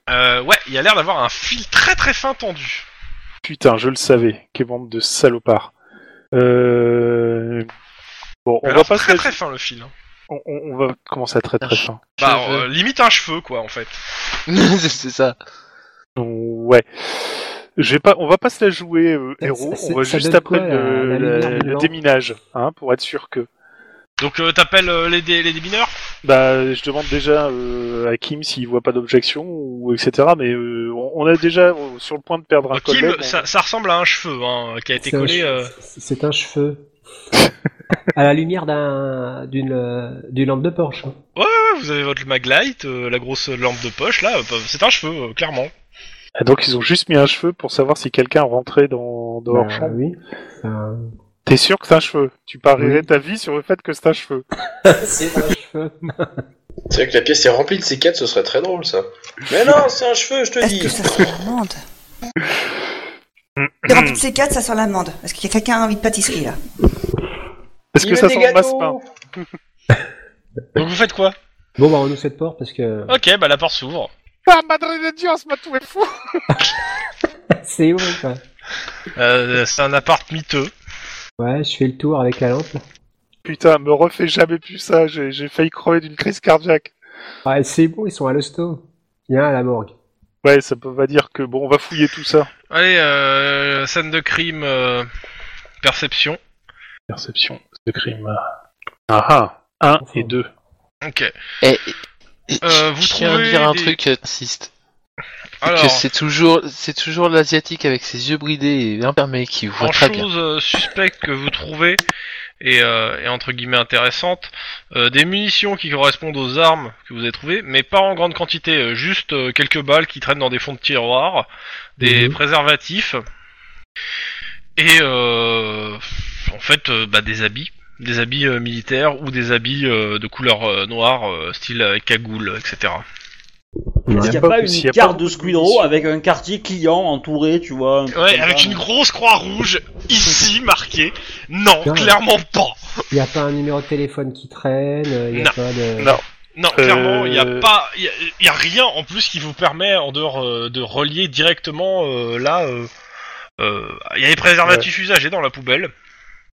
Euh, ouais, il y a l'air d'avoir un fil très très fin tendu. Putain, je le savais. Quel bande de salopards. Euh... Bon, Il on a va l'air pas se très la- très fin le fil. hein. on, on- on va commencer à très très fin. Bah, Cheveux. euh, limite un cheveu quoi en fait. c'est c'est ça. Donc, ouais. Je vais pas, on va pas se la jouer euh, Ça- héros. ça- On va ça juste donne après quoi, euh, le, la- la lumière le- du le blanc déminage, hein, pour être sûr que. Donc euh, t'appelles euh, les, dé- les démineurs Bah, je demande déjà euh, à Kim s'il voit pas d'objection ou etc. Mais euh, on, on est déjà euh, sur le point de perdre un Euh, Kim, collègue. hein. on- ça, ça ressemble à un cheveu hein, qui a été C'est un collé. che- euh, c'est- C'est un cheveu. à la lumière d'un d'une euh, d'une lampe de Porsche. hein. ouais, vous avez votre maglite, euh, la grosse lampe de poche là, euh, c'est un cheveu euh, clairement. Ah, Donc ils ont juste mis un cheveu pour savoir si quelqu'un rentrait dans, dans leur Bah, chambre. oui. Enfin, T'es sûr que c'est un cheveu Tu parierais Oui. ta vie sur le fait que c'est un cheveu. c'est un cheveu. C'est vrai que la pièce est remplie de ces quatre, ce serait très drôle ça. Mais non, c'est un cheveu, je te Est-ce dis. que ça sent l'amande C'est rempli de ces quatre, ça sent l'amande. Est-ce qu'il y a quelqu'un envie de pâtisserie, là Est-ce que Il ça a des sent le hein gâteaux. masse-pain Donc vous faites quoi Bon bah on ouvre cette porte parce que Ok, bah la porte s'ouvre. Ah, madre de Dios, ma tout est fou c'est où quoi. Euh, c'est un appart miteux. Ouais, je fais le tour avec la lampe. Putain, me refais jamais plus ça, j'ai j'ai failli crever d'une crise cardiaque. Ouais, Ah, c'est bon, ils sont à l'hosto. Il y en a à la morgue. Ouais, ça peut pas dire que bon, on va fouiller tout ça. Allez, euh, scène de crime, euh, perception. Perception de crime. Ah ah, 1 et 2. Ok. Et, et- Euh, vous Eh, je tiens à trouvez dire un des- truc, euh, insiste. que Alors, c'est toujours, c'est toujours l'asiatique avec ses yeux bridés et impermés qui voit en très bien. chose euh, suspecte que vous trouvez et, euh, et entre guillemets intéressante, euh, des munitions qui correspondent aux armes que vous avez trouvées, mais pas en grande quantité, euh, juste euh, quelques balles qui traînent dans des fonds de tiroirs, des Mhm. préservatifs et euh, en fait euh, bah, des habits, des habits euh, militaires ou des habits euh, de couleur euh, noire, euh, style euh, cagoule, etc. Est-ce qu'il n'y a pas- pas s'il y a une pas carte beaucoup de de Squidro munitions. avec un quartier client entouré, tu vois un truc Ouais, comme avec ça, une non grosse croix rouge ici marquée. Non, Bien. clairement pas. Il y a pas un numéro de téléphone qui traîne, euh, il y a Non. pas de Non. Non, Euh, clairement, il n'y a pas, il y a- il y, a rien en plus qui vous permet en dehors euh, de relier directement euh, là. euh, euh, Il y a les préservatifs usagés dans la poubelle.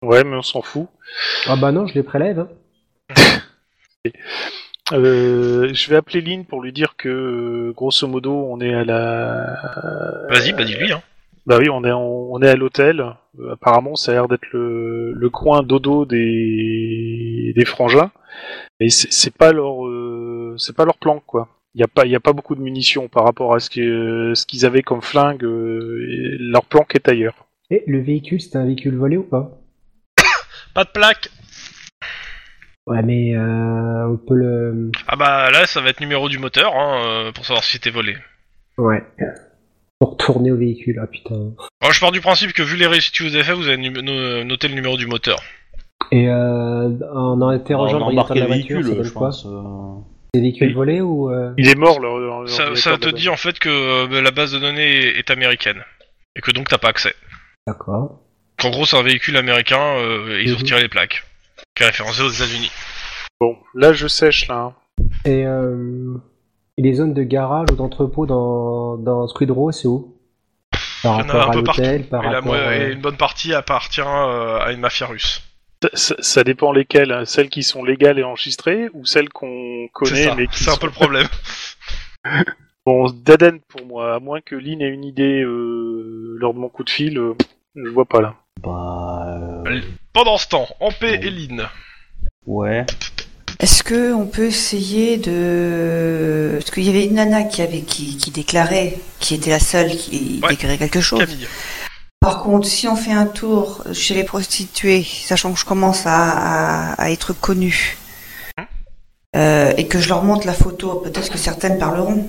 Ouais, mais on s'en fout. Ah bah non, je les prélève. hein. Euh, je vais appeler Lynn pour lui dire que, euh, grosso modo, on est à la. Vas-y, bah dis-lui. Hein. Bah oui, on est, en- on est à l'hôtel. Euh, apparemment, ça a l'air d'être le, le coin dodo des, des frangins. Et c'est c'est pas leur, euh, c'est pas leur plan, quoi. Il n'y a, pas- y a pas beaucoup de munitions par rapport à ce que- ce qu'ils avaient comme flingue. euh, et leur planque est ailleurs. Et le véhicule, c'était un véhicule volé ou pas Pas de plaque. Ouais, mais euh, on peut le. Ah bah là, ça va être numéro du moteur hein, euh, pour savoir si c'était volé. Ouais. Pour tourner au véhicule, ah putain. Bon, je pars du principe que vu les réussites que vous avez fait, vous avez nu- no- noté le numéro du moteur. Et euh, en interrogeant Bah, on a le propriétaire embarqué le de la voiture, véhicule, ça donne je quoi pense. euh. Des véhicules Oui. volés ou. euh, Il est mort. leur- leur- Ça, leur ça te directeur de dit en fait que euh, la base de données est est américaine et que donc t'as pas accès. D'accord. Qu'en gros, c'est un véhicule américain euh, et ils ont Mhm. retiré les plaques. Qui est référencé aux États-Unis. Bon, là je sèche là. hein. Et, euh, et les zones de garage ou d'entrepôt dans, dans Squid Row, c'est où Par Il y en a rapport un à peu partout. l'hôtel, par et, la rapport. mo- euh, et une bonne partie appartient euh, à une mafia russe. Ça, ça- ça dépend lesquelles, hein. celles qui sont légales et enregistrées ou celles qu'on C'est connaît ça. mais qui C'est un sont- peu le problème. Bon, Daden pour moi, à moins que Lynn ait une idée euh, lors de mon coup de fil, euh, je vois pas là. Bah. euh, Pendant ce temps, en paix et Lynn. Ouais. Est-ce que on peut essayer de parce qu'il y avait une nana qui avait qui, qui déclarait, qui était la seule qui Ouais. déclarait quelque chose. Camille. Par contre, si on fait un tour chez les prostituées, sachant que je commence à, à- à être connue, euh, et que je leur montre la photo, peut-être que certaines parleront.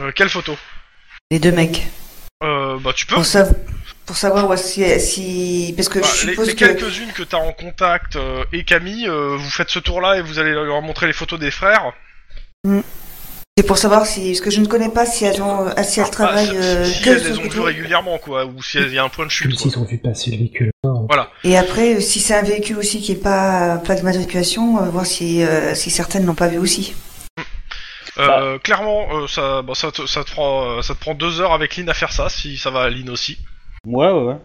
Euh, quelle photo Les deux mecs. euh, Bah tu peux. Pour, sav- pour savoir où est-ce si, si... Parce que Bah, je les suppose les que... quelques-unes que t'as en contact euh, et Camille, euh, vous faites ce tour-là et vous allez leur montrer les photos des frères. C'est pour savoir si... Parce que je ne connais pas si elles, ont, euh, si elles travaillent... Bah, euh, si, si que elles ce les ont que vues tout. régulièrement, quoi, ou si il y a un point de Comme chute. quoi. s'ils ont vu passer le véhicule. mort. Et après, euh, si c'est un véhicule aussi qui n'est pas pas de matriculation, euh, voir si, euh, si certaines n'ont pas vu aussi. Bah. Euh, Clairement, euh, ça, bah, ça, te, ça te prend, euh, ça te prend deux heures avec Lynn à faire ça, si ça va à Lynn aussi. Ouais, ouais, ouais.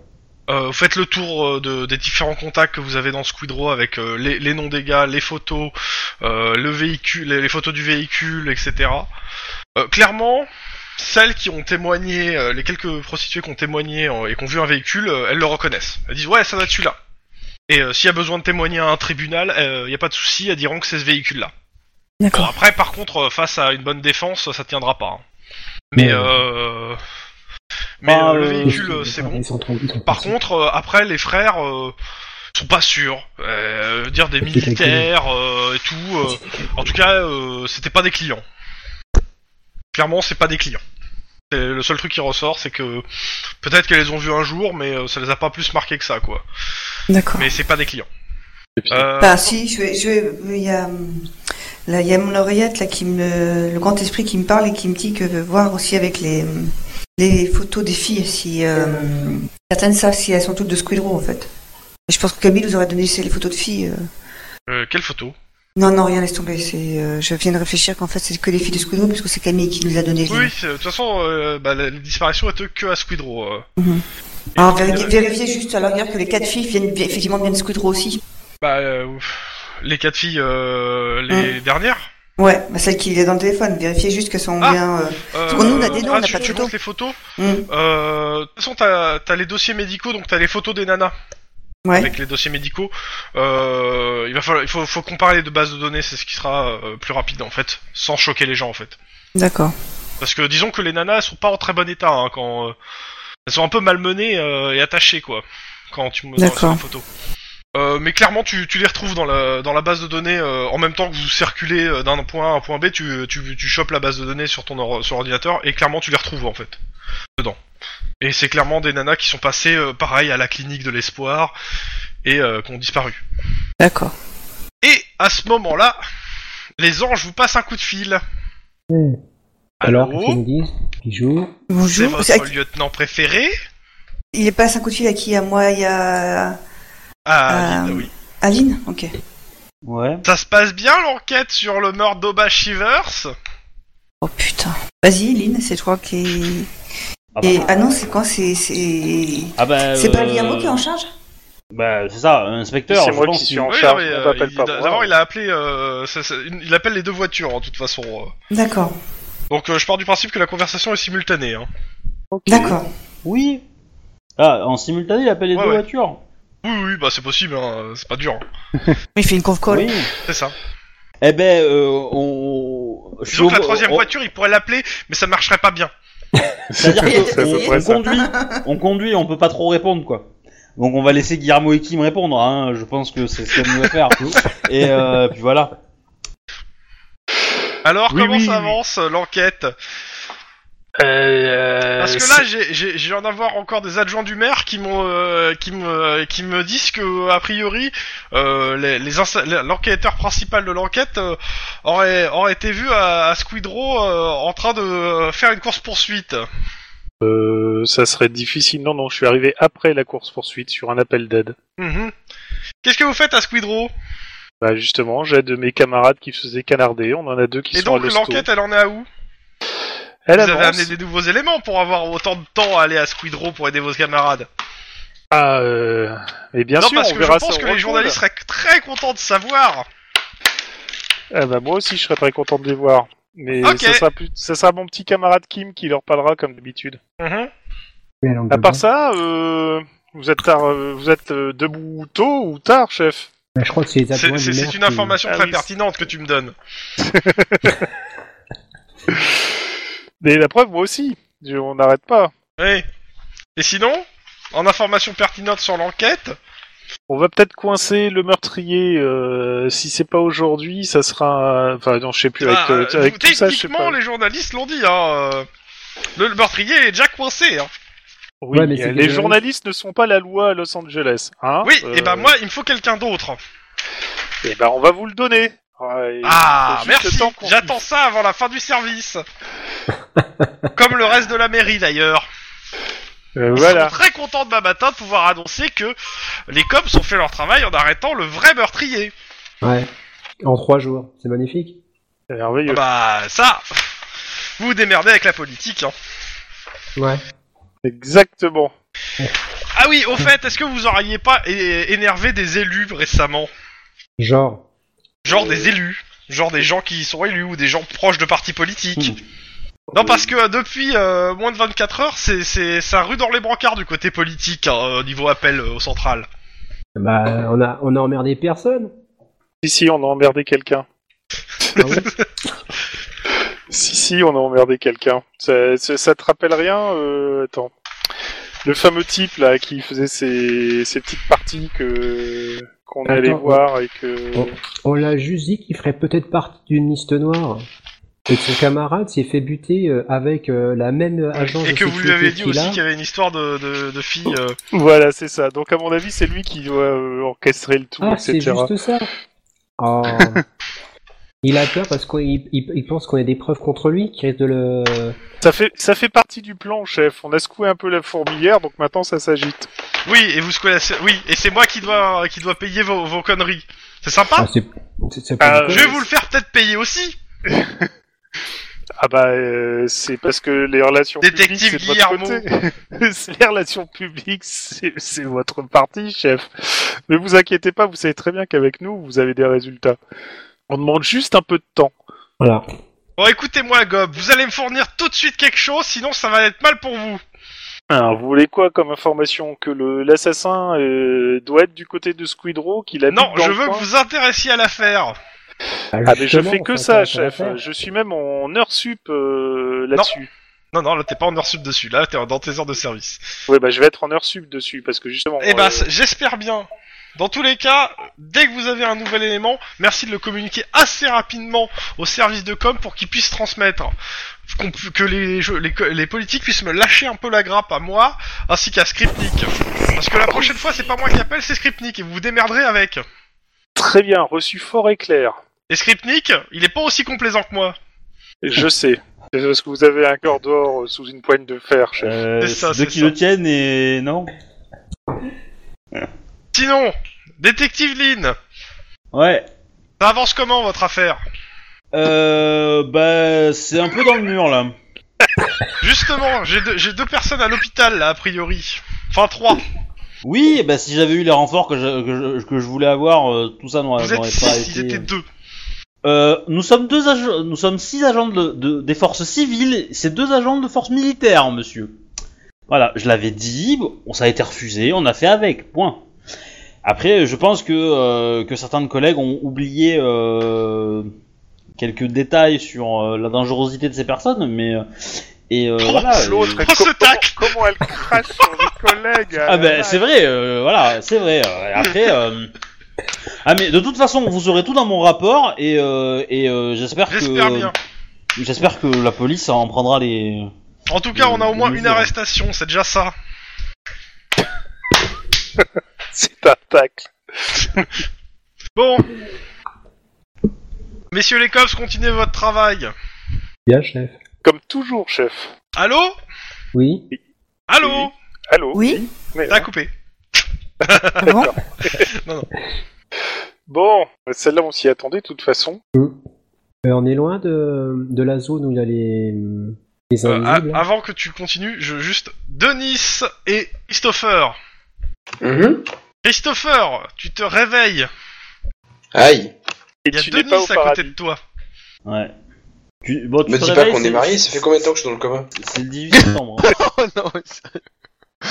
Euh, vous faites le tour euh, de, des différents contacts que vous avez dans Squidro avec euh, les, les noms des gars, les photos, euh, le véhicule, les, les photos du véhicule, etc. Euh, clairement, celles qui ont témoigné, euh, les quelques prostituées qui ont témoigné euh, et qui ont vu un véhicule, euh, elles le reconnaissent. Elles disent ouais, ça doit être celui-là. Et euh, s'il y a besoin de témoigner à un tribunal, euh, il n'y a pas de souci, elles diront que c'est ce véhicule-là. Bon, après, par contre, euh, face à une bonne défense, ça tiendra pas. hein. Mais, Ouais. euh... mais Ah, euh, le euh, véhicule, Ils- euh, c'est ils- bon. Ils sont trompés. ils sont Par trompés. contre, euh, après, les frères euh, sont pas sûrs. Euh, dire des Parce que t'as militaires euh, et tout. euh, en tout cas, euh, c'était pas des clients. Clairement, c'est pas des clients. C'est le seul truc qui ressort, c'est que peut-être qu'elles les ont vus un jour, mais euh, ça les a pas plus marqués que ça, quoi. D'accord. Mais c'est pas des clients. Et puis- Euh, Bah si, je vais, je vais- il y a, hum, là, il y a mon oreillette là qui me, le grand esprit qui me parle et qui me dit que euh, voir aussi avec les, hum, les photos des filles si euh, certaines savent si elles sont toutes de Squidrow en fait. Et je pense que Camille vous aurait donné c'est les photos de filles. euh. euh, quelle photo Non non rien laisse tomber. C'est, euh, je viens de réfléchir qu'en fait c'est que les filles de Squidrow parce que c'est Camille qui nous a donné. les- Oui, c'est- de toute façon, euh, bah, la, la disparition était que à Squidro. euh. Mhm. Alors vérifier, vérifier juste à leur dire que les quatre filles viennent vi- effectivement viennent de Squidrow aussi. Bah, euh, ouf. les quatre filles, euh, les dernières. Ouais, bah, celle qui est dans le téléphone. Vérifier juste qu'elles sont Ah. bien. euh, Euh, Parce que nous, on a des noms, on n'a tu- pas de tu photos. montres les photos. hum, Euh, de toute façon, t'as as les dossiers médicaux, donc t'as les photos des nanas ouais. avec les dossiers médicaux. Euh, il va falloir, il faut, faut comparer les deux bases de données, c'est ce qui sera euh, plus rapide en fait, sans choquer les gens en fait. D'accord. Parce que disons que les nanas elles sont pas en très bon état hein, quand euh, elles sont un peu malmenées euh, et attachées quoi quand tu me D'accord. sur la photo. Euh, mais clairement, tu, tu les retrouves dans la, dans la base de données euh, en même temps que vous circulez euh, d'un point A à un point B, tu, tu, tu chopes la base de données sur ton or- sur ordinateur et clairement tu les retrouves en fait dedans. Et c'est clairement des nanas qui sont passées euh, pareil à la clinique de l'espoir et euh, qui ont disparu. D'accord. Et à ce moment-là, les anges vous passent un coup de fil. Hmm. Alors, Allô qu'est-ce qu'ils nous disent Bijou. C'est Bonjour. C'est à votre qui- lieutenant préféré Il est passé un coup de fil à qui À moi et à Ah, Euh, Lynn, oui. Aline Ok. Ouais. Ça se passe bien l'enquête sur le meurtre d'Oba Shivers Oh putain. Vas-y, Lynn, c'est toi qui. Ah bah, Et... Ah non, c'est quoi C'est. C'est ah bah, c'est pas euh, Guillermo qui est en charge Bah, c'est ça, un inspecteur, C'est je moi pense. qui qu'il- suis en Oui, charge, non, mais, on euh, t'appelle il- pas moi. D'abord, il a appelé. euh, ça- ça- il appelle les deux voitures, en toute façon. euh. D'accord. Donc, euh, je pars du principe que la conversation est simultanée. Hein. D'accord. Oui. Ah, en simultané, il appelle les Ouais, deux ouais. voitures. Oui, oui, bah c'est possible. hein, euh, C'est pas dur. hein. Mais il fait une conf call. Oui. C'est ça. Eh ben, euh, on... je suis Disons que la au- troisième au- voiture, il pourrait l'appeler, mais ça marcherait pas bien. C'est-à-dire C'est à peu qu'on près on ça. conduit, on conduit, on peut pas trop répondre, quoi. Donc on va laisser Guillermo et Kim répondre, hein. je pense que c'est ce qu'elle nous va faire. Et euh, puis voilà. Alors, Oui, comment oui, ça oui. avance euh, l'enquête Euh, Parce que c'est- là, j'ai- j'ai j'ai en avoir encore des adjoints du maire qui m'ont, euh, qui me, qui me disent que a priori, euh, les- les insta- l'enquêteur principal de l'enquête euh, aurait, aurait été vu à, à Squidrow euh, en train de faire une course poursuite. Euh, ça serait difficile. Non, non, je suis arrivé après la course poursuite sur un appel d'aide. Mhm. Qu'est-ce que vous faites à Squidrow Bah justement, j'ai de mes camarades qui se faisaient canarder. On en a deux qui Et sont donc à l'hosto. l'enquête, elle en est à où Elle Vous avez avance. amené des nouveaux éléments pour avoir autant de temps à aller à Squidrow pour aider vos camarades. Ah, euh... mais bien non, sûr, parce on que je verra ça pense au que les retour. journalistes seraient très contents de savoir. Ah bah moi aussi, je serais très content de les voir. Mais Ok. ça, sera plus... ça sera mon petit camarade Kim qui leur parlera comme d'habitude. Mhm. Oui, alors, À part je- ça, euh... vous êtes tard, euh, vous êtes euh, debout tôt ou tard, chef bah, je crois que c'est les adjoints C'est du c'est- maire c'est une qui- information Ah très oui. pertinente que tu me donnes. Mais la preuve, moi aussi. Je- On n'arrête pas. Oui. Et sinon, en information pertinente sur l'enquête, On va peut-être coincer le meurtrier. euh, si c'est pas aujourd'hui, ça sera. un- Enfin non, je sais plus avec, bah, euh, euh, avec tout ça. Je sais techniquement, pas. les journalistes l'ont dit. Hein, euh, le, le meurtrier est déjà coincé. Hein. Oui, Ouais, mais euh, c'est les que- journalistes ne sont pas la loi à Los Angeles. Hein oui, Euh, et ben moi, il me faut quelqu'un d'autre. Eh ben on va vous le donner. Ouais, et- Ah, c'est juste merci. le temps qu'on- J'attends ça avant la fin du service. Comme le reste de la mairie d'ailleurs. Euh, Ils voilà. sont très contents demain matin de pouvoir annoncer que les cops ont fait leur travail en arrêtant le vrai meurtrier. Ouais. En trois jours, c'est magnifique. C'est merveilleux. Ah Bah ça, vous vous démerdez avec la politique. Hein. Ouais. Exactement. Ah oui, au fait, est-ce que vous auriez pas é- énervé des élus récemment Genre. Genre des élus, genre des gens qui sont élus ou des gens proches de partis politiques. Non, parce que euh, depuis euh, moins de 24 heures, c'est c'est ça rue dans les brancards du côté politique hein, au niveau appel euh, au central. Bah, on a, on a emmerdé personne. Si si, on a emmerdé quelqu'un. Ah ouais Si si, on a emmerdé quelqu'un. Ça, ça, ça te rappelle rien euh, Attends. Le fameux type là qui faisait ses, ses petites parties que qu'on Attends, Oh. allait on- voir et que. on- On l'a juste dit qu'il ferait peut-être partie d'une liste noire. Et que son camarade s'est fait buter euh, avec euh, la même agence Et de que vous lui sécurité avez dit qu'il aussi a. qu'il y avait une histoire de, de, de fille. euh, Voilà, c'est ça. Donc à mon avis, c'est lui qui doit euh, orchestrer le tout, Ah, c'est etc. juste ça. Oh. il a peur parce qu'il il- il pense qu'on a des preuves contre lui qui risque de le. Ça fait ça fait partie du plan, chef. On a secoué un peu la fourmilière, donc maintenant ça s'agite. Oui, et vous se connaissez. Oui, et c'est moi qui dois qui dois payer vos, vos conneries. C'est sympa. Ah, c'est- c'est- c'est pas Ah, du tout. Je vais vous le faire peut-être payer aussi, Ah bah euh, c'est parce que les relations Détective publiques c'est de votre Guillermo. côté. C'est les relations publiques, c'est c'est votre partie, chef. Mais vous inquiétez pas, vous savez très bien qu'avec nous, vous avez des résultats. On demande juste un peu de temps. Voilà. Bon, écoutez-moi, Gob, vous allez me fournir tout de suite quelque chose, sinon ça va être mal pour vous. Alors, vous voulez quoi comme information que le l'assassin euh, doit être du côté de Squidrow, qu'il a Non, je veux que vous intéressiez à l'affaire. Ah mais je justement, fais que enfin, ça, ça va chef. faire. Je suis même en heure sup euh, là-dessus. Non, non, là t'es pas en heure sub dessus, là t'es dans tes heures de service. Ouais, bah je vais être en heure sup dessus parce que justement. Eh ben, euh, c'est- j'espère bien. Dans tous les cas, dès que vous avez un nouvel élément, merci de le communiquer assez rapidement au service de com pour qu'ils puissent transmettre. Qu'on pu- que les, jeux- les, co- les politiques puissent me lâcher un peu la grappe à moi, ainsi qu'à Scriptnik. Parce que la prochaine fois, c'est pas moi qui appelle, c'est Scriptnik, et vous vous démerderez avec. très bien, reçu fort et clair. Et Scriptnik, il est pas aussi complaisant que moi. Je sais. C'est parce que vous avez un cœur d'or euh, sous une poigne de fer, chef. Euh, C'est ça, ceux c'est qui ça. le tiennent et non. Sinon, détective Lynn, Ouais. ça avance comment votre affaire Euh, bah, c'est un peu dans le mur là. Justement, j'ai deux, j'ai deux personnes à l'hôpital, là, a priori. Enfin, trois. Oui, bah si j'avais eu les renforts que je, que je, que je voulais avoir, euh, tout ça n'aurait Vous êtes n'aurait pas six, ils été. étaient deux. Euh, nous sommes deux agents, nous sommes six agents de, de- des forces civiles, c'est deux agents de forces militaires, monsieur. Voilà, je l'avais dit, bon, ça a été refusé, on a fait avec, point. Après, je pense que, euh, que certains de collègues ont oublié euh, quelques détails sur euh, la dangerosité de ces personnes, mais euh, et euh, voilà. et- L'autre, elle Oh, ce co- tac comment, comment elle crache sur les collègues Ah ben c'est vrai, euh, voilà, c'est vrai. euh, et après, euh, ah mais de toute façon, vous aurez tout dans mon rapport et euh, et euh, j'espère que J'espère bien. j'espère que la police en prendra les. En tout cas, on a au moins Mesure. une arrestation, c'est déjà ça. C'est un tacle. Bon. Messieurs les cops, continuez votre travail. Bien, chef. Comme toujours, chef. Allô Oui. Allô Allô Oui. Mais, T'as coupé. Ah bon Bon, euh, celle-là, on s'y attendait, de toute façon. Euh, on est loin de, de la zone où il y a les, les Euh, ah, a- invisibles. là. avant que tu continues, je juste Denis et Christopher. Mhm. Christopher, tu te réveilles. Aïe. Et Il y a tu n'es pas Denis au à côté paradis. de toi. Ouais. Tu, bon, tu Me te dis pas réveilles, qu'on c'est- est mariés, ça fait combien de temps que je suis dans le coma C'est le 18 septembre. hein. Oh non, mais ça-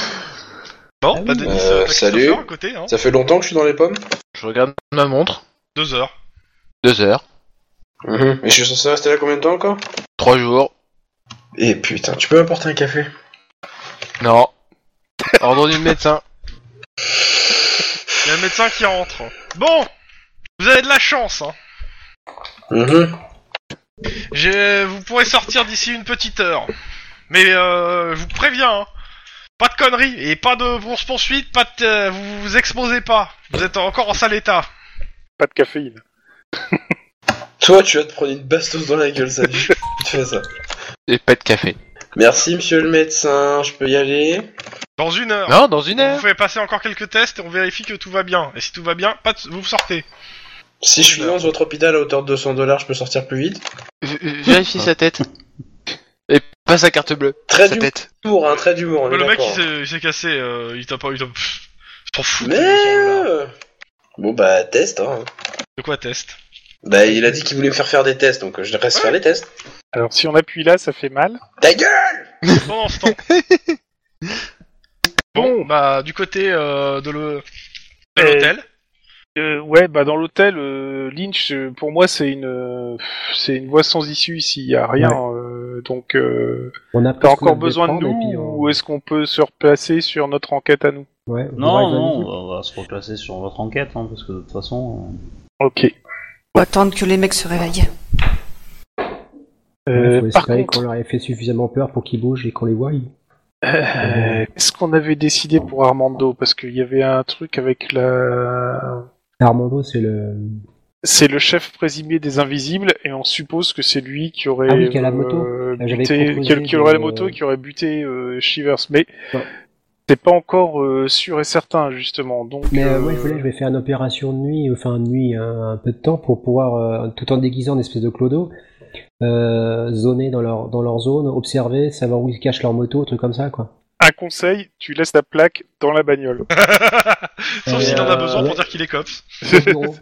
Bon, Ah oui. bah Denis, Euh, t'as Christopher salut. à côté, hein. Ça fait longtemps que je suis dans les pommes je regarde ma montre. Deux heures. Deux heures. Mhm. Et je suis censé rester là combien de temps encore Trois jours. Eh putain, tu peux m'apporter un café Non. Ordre du médecin. Il y a le médecin qui rentre. Bon, vous avez de la chance. Hein. Mhm. J'ai- Vous pourrez sortir d'ici une petite heure. Mais euh, je vous préviens, hein, pas de conneries et pas de bourse poursuite, pas de... euh, vous vous exposez pas. Vous êtes encore en sale état. Pas de caféine. Toi, tu vas te prendre une bastos dans la gueule, salut. tu fais ça. Et pas de café. Merci, monsieur le médecin, je peux y aller Dans une heure. Non, dans une Vous heure. pouvez passer encore quelques tests et on vérifie que tout va bien. Et si tout va bien, pas de- vous sortez. Si je suis dans votre hôpital à hauteur de 200 dollars, je peux sortir plus vite V- Vérifie sa tête. Et pas sa carte bleue. Très sa d'humour, tête. hein, très d'humour, on le est mec d'accord. il s'est- il s'est cassé, euh, il t'a pas eu de... Je t'en fous. Mais... euh, Bon bah, test, hein. De quoi test Bah, il a dit qu'il voulait me faire faire des tests, donc euh, je reste faire les tests. Alors, si on appuie là, ça fait mal. Ta gueule Pendant ce temps. bon, bah du côté euh, de le- de Euh, l'hôtel. Euh, ouais, bah dans l'hôtel, euh, Lynch, euh, pour moi, c'est une, euh, pff, c'est une voie sans issue ici. Il y a rien, euh, donc euh, On a t'as pris ce qu'on encore devait besoin de prendre, et nous puis on- ou est-ce qu'on peut se replacer sur notre enquête à nous Ouais, on Non, pourra non, euh, on évaluer. va, on va se reclasser sur votre enquête, hein, parce que de toute façon. euh, Ok. Faut attendre que les mecs se réveillent. Euh, Il faut par espérer contre, qu'on leur ait fait suffisamment peur pour qu'ils bougent et qu'on les voie. euh, qu'est-ce qu'on avait décidé pour Armando Parce qu'il y avait un truc avec la. Armando, c'est le. C'est le chef présumé des Invisibles et on suppose que c'est lui qui aurait Ah oui, qui a la euh, moto. Ah, j'avais buté, proposé qui, qui aurait de- la moto et qui aurait buté euh, Shivers. Mais Ouais. c'est pas encore euh, sûr et certain justement. Donc. Mais euh, euh, ouais, je voulais, je vais faire une opération de nuit, enfin de nuit, hein, un peu de temps pour pouvoir, euh, tout en déguisant en espèce de clodo, euh, zoner dans leur dans leur zone, observer, savoir où ils cachent leur moto, trucs comme ça quoi. Un conseil, tu laisses la plaque dans la bagnole. Sauf Euh, si t'en as besoin pour ouais. dire qu'il est cops. Au bureau.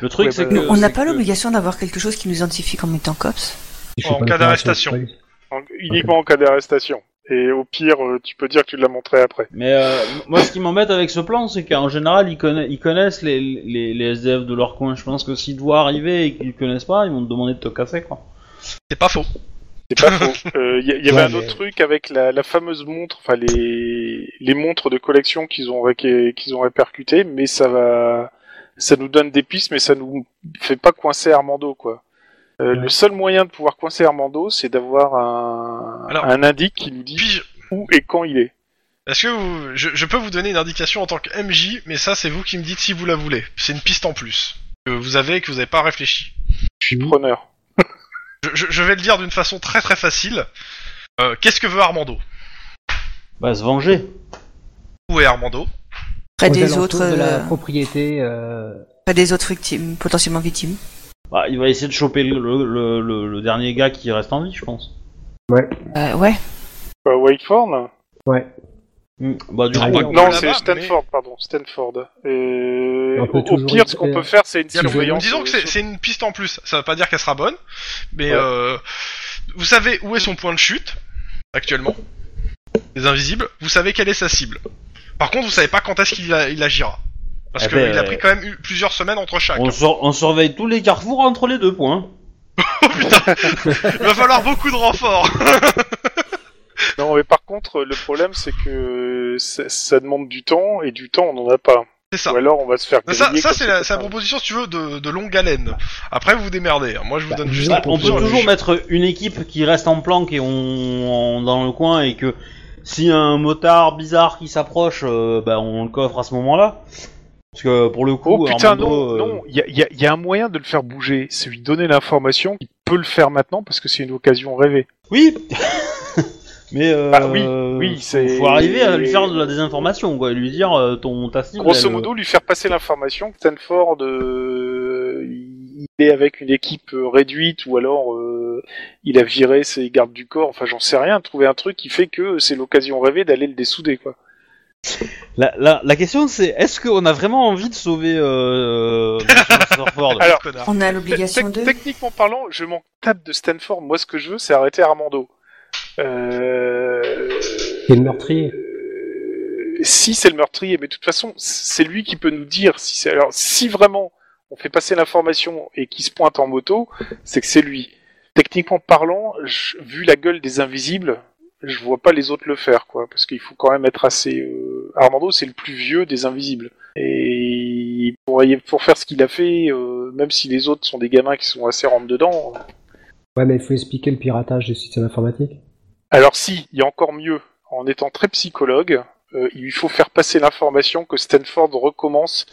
Le truc, Ouais, c'est bah, que. Euh, On n'a c'est pas que- l'obligation d'avoir quelque chose qui nous identifie comme étant cops. Je En fais pas cas l'opération, d'arrestation. je sais pas. Donc, uniquement en cas d'arrestation. Et au pire, euh, tu peux dire que tu l'as montré après. Mais euh, moi, ce qui m'embête avec ce plan, c'est qu'en général, ils, conna- ils connaissent les, les, les SDF de leur coin. Je pense que s'ils doivent arriver et qu'ils connaissent pas, ils vont te demander de te casser, quoi. C'est pas faux. C'est pas faux. Il Euh, y, y avait Ouais, un mais- autre truc avec la, la fameuse montre, enfin les, les montres de collection qu'ils ont, ré- qu'ils ont répercutées, mais ça va, ça nous donne des pistes, mais ça nous fait pas coincer Armando, quoi. Euh, Le seul moyen de pouvoir coincer Armando, c'est d'avoir un, Alors- un indice qui nous dit Puis-je- où et quand il est. Est-ce que vous... je, je peux vous donner une indication en tant que MJ, mais ça c'est vous qui me dites si vous la voulez. C'est une piste en plus que vous avez et que vous n'avez pas réfléchi. Preneur. Je, je- je vais le dire d'une façon très très facile. Euh, Qu'est-ce que veut Armando Bah, se venger. Où est Armando Près Aux des alentours autres, de la euh, propriété. euh, près des autres victimes, potentiellement victimes. Bah, il va essayer de choper le, le, le- le- le dernier gars qui reste en vie, je pense. Euh, ouais. Euh, Wakeford Ouais. Hmm. Bah, du Ah, coup, oui. on- Là-bas, Non, c'est Stanford, pardon, Stanford. Et On peut au- au toujours pire, ce qu'on peut espérer. faire, c'est une Y a- surveillance. Disons que c'est c'est une piste en plus. Ça veut pas dire qu'elle sera bonne, mais Ouais. euh, vous savez où est son point de chute actuellement. Les invisibles. Vous savez quelle est sa cible. Par contre, vous savez pas quand est-ce qu'il a- il agira. Parce Eh qu'il ben, a euh, pris quand même eu plusieurs semaines entre chaque. hein. on, sur- on surveille tous les carrefours entre les deux points. Oh putain Il va falloir beaucoup de renforts Non, mais par contre, le problème, c'est que ça, ça demande du temps, et du temps, on n'en a pas. C'est ça. Ou alors, on va se faire Mais Ah. ça, griller ça comme c'est la, ça. c'est la proposition, si tu veux, de, de longue haleine. Après, vous vous démerdez. hein. Moi, je vous Bah, donne juste disons la Ah, on peut proposition. toujours Je- mettre une équipe qui reste en planque et on, on- dans le coin et que si un motard bizarre qui s'approche, euh, bah, on le coffre à ce moment-là. Parce que pour le coup, Oh putain, Armando, non, euh, non, il y a, il y a- il y a un moyen de le faire bouger, c'est lui donner l'information, il peut le faire maintenant parce que c'est une occasion rêvée. Oui. Mais euh, Bah oui, oui, c'est- Faut arriver à lui faire de la désinformation, quoi, et lui dire euh, ton ta cible, Grosso elle, euh, modo, lui faire passer l'information que Stanford, euh, il est avec une équipe euh, réduite ou alors euh, il a viré ses gardes du corps, enfin j'en sais rien, trouver un truc qui fait que c'est l'occasion rêvée d'aller le dessouder, quoi. La, la, la question c'est est-ce qu'on a vraiment envie de sauver euh, Monsieur Rutherford Alors, Connard. On a Ah. Tec- l'obligation de. Techniquement parlant, je m'en tape de Stanford, moi ce que je veux c'est arrêter Armando. Euh... Et le meurtrier. Euh, si c'est le meurtrier, mais de toute façon, c'est lui qui peut nous dire si c'est. Alors, si vraiment on fait passer l'information et qu'il se pointe en moto, c'est que c'est lui. Techniquement parlant, je- vu la gueule des invisibles, je vois pas les autres le faire, quoi, parce qu'il faut quand même être assez. euh, Armando, c'est le plus vieux des invisibles, et pour, pour faire ce qu'il a fait, euh, même si les autres sont des gamins qui sont assez rentre dedans. Ouais, mais il faut expliquer le piratage du système informatique. Alors si, il y a encore mieux. En étant très psychologue, euh, il lui faut faire passer l'information que Stanford recommence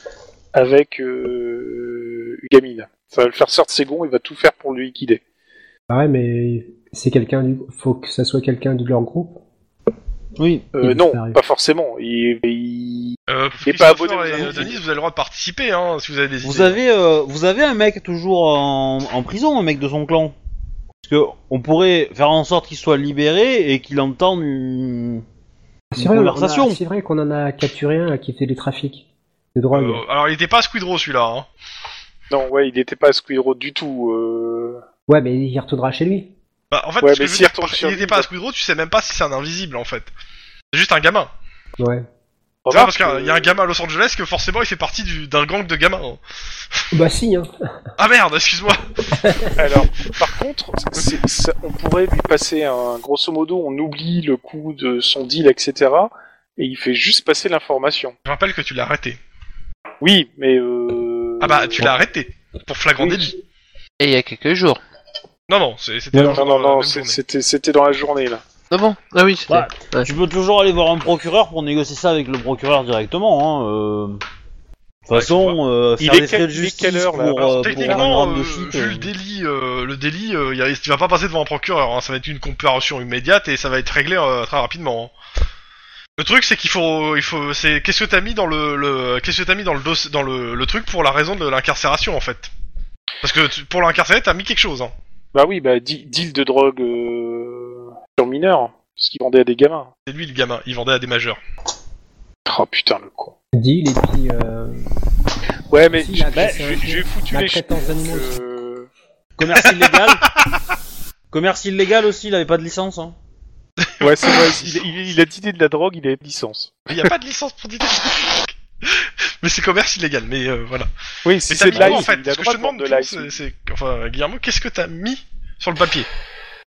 avec euh, une gamine. Ça va le faire sortir de ses gonds, il va tout faire pour le liquider. Ouais, mais c'est quelqu'un du. Faut que ça soit quelqu'un de leur groupe. Oui. Euh, Il non, disparaît. pas forcément. Il, il- Euh, Il est pas abonné Christopher aux et infos. Denis, vous avez le droit de participer, hein, si vous avez des idées. Vous avez euh, vous avez un mec toujours en, en prison, un mec de son clan. Parce que on pourrait faire en sorte qu'il soit libéré et qu'il entende une, une C'est vrai, on a- conversation. c'est vrai qu'on en a capturé un qui faisait des trafics de drogue. Euh, alors, il était pas Squidro, celui-là. Hein. Non, ouais, il n'était pas à Squidro du tout. euh. Ouais, mais il retournera chez lui. Bah, en fait, Ouais, ce que mais je veux s'il dire, retourne par- sur il lui, était pas à bah- Squidro, tu sais même pas si c'est un invisible, en fait. C'est juste un gamin. Ouais. C'est pas parce Remarque, qu'il y a un euh, gamin à Los Angeles que forcément il fait partie du- d'un gang de gamins. hein. Bah si, hein. Ah merde, excuse-moi. Alors, par contre, c'est- ça- on pourrait lui passer un grosso modo, on oublie le coup de son deal, etc. Et il fait juste passer l'information. Je rappelle que tu l'as arrêté. Oui, mais euh... Ah bah, tu l'as arrêté. Pour flagrant Oui. délit. Et il y a quelques jours. Non, non, c'est- c'était dans- Non, Non, dans non, la non, même c'est- journée. c'était c'était dans la journée là. Ah bon Ah oui, c'était. Ouais. Tu peux toujours aller voir un procureur pour négocier ça avec le procureur directement. Hein, euh. De toute Ouais, façon, euh, Il faire est des quel- frais de il est justice quelle heure, là pour, Alors, euh, pour un Techniquement, drame de euh, shit, vu euh, le délit, euh, le délit, euh, y a- tu vas pas passer devant un procureur. hein. Ça va être une comparution immédiate et ça va être réglé euh, très rapidement. hein. Le truc, c'est qu'il faut, il faut, c'est qu'est-ce que t'as mis dans le, le- qu'est-ce que t'as mis dans le dossi- dans le, le truc pour la raison de l'incarcération en fait. Parce que tu- pour l'incarcérer, t'as mis quelque chose. Hein. Bah oui, bah de- deal de drogue euh, sur mineur, parce qu'il vendait à des gamins. C'est lui le gamin. Il vendait à des majeurs. Oh putain le con. Deal et puis. Euh... Ouais mais Si, j'ai la- hein. bah, j'ai- j'ai foutu la les traitance d'animaux. Euh, Commerce illégal. Commerce illégal aussi, il avait pas de licence. Hein. Ouais c'est vrai, il, il- il a dealé de la drogue, il a une licence. Il y a pas de licence pour dire. Mais c'est commerce illégal. Mais euh, voilà. Oui, Mais si t'as c'est mis de quoi l'ice, en fait il a Ce que le je droit te de vendre demande, de du coup, l'ice. c'est, c'est- enfin, Guillermo, qu'est-ce que t'as mis sur le papier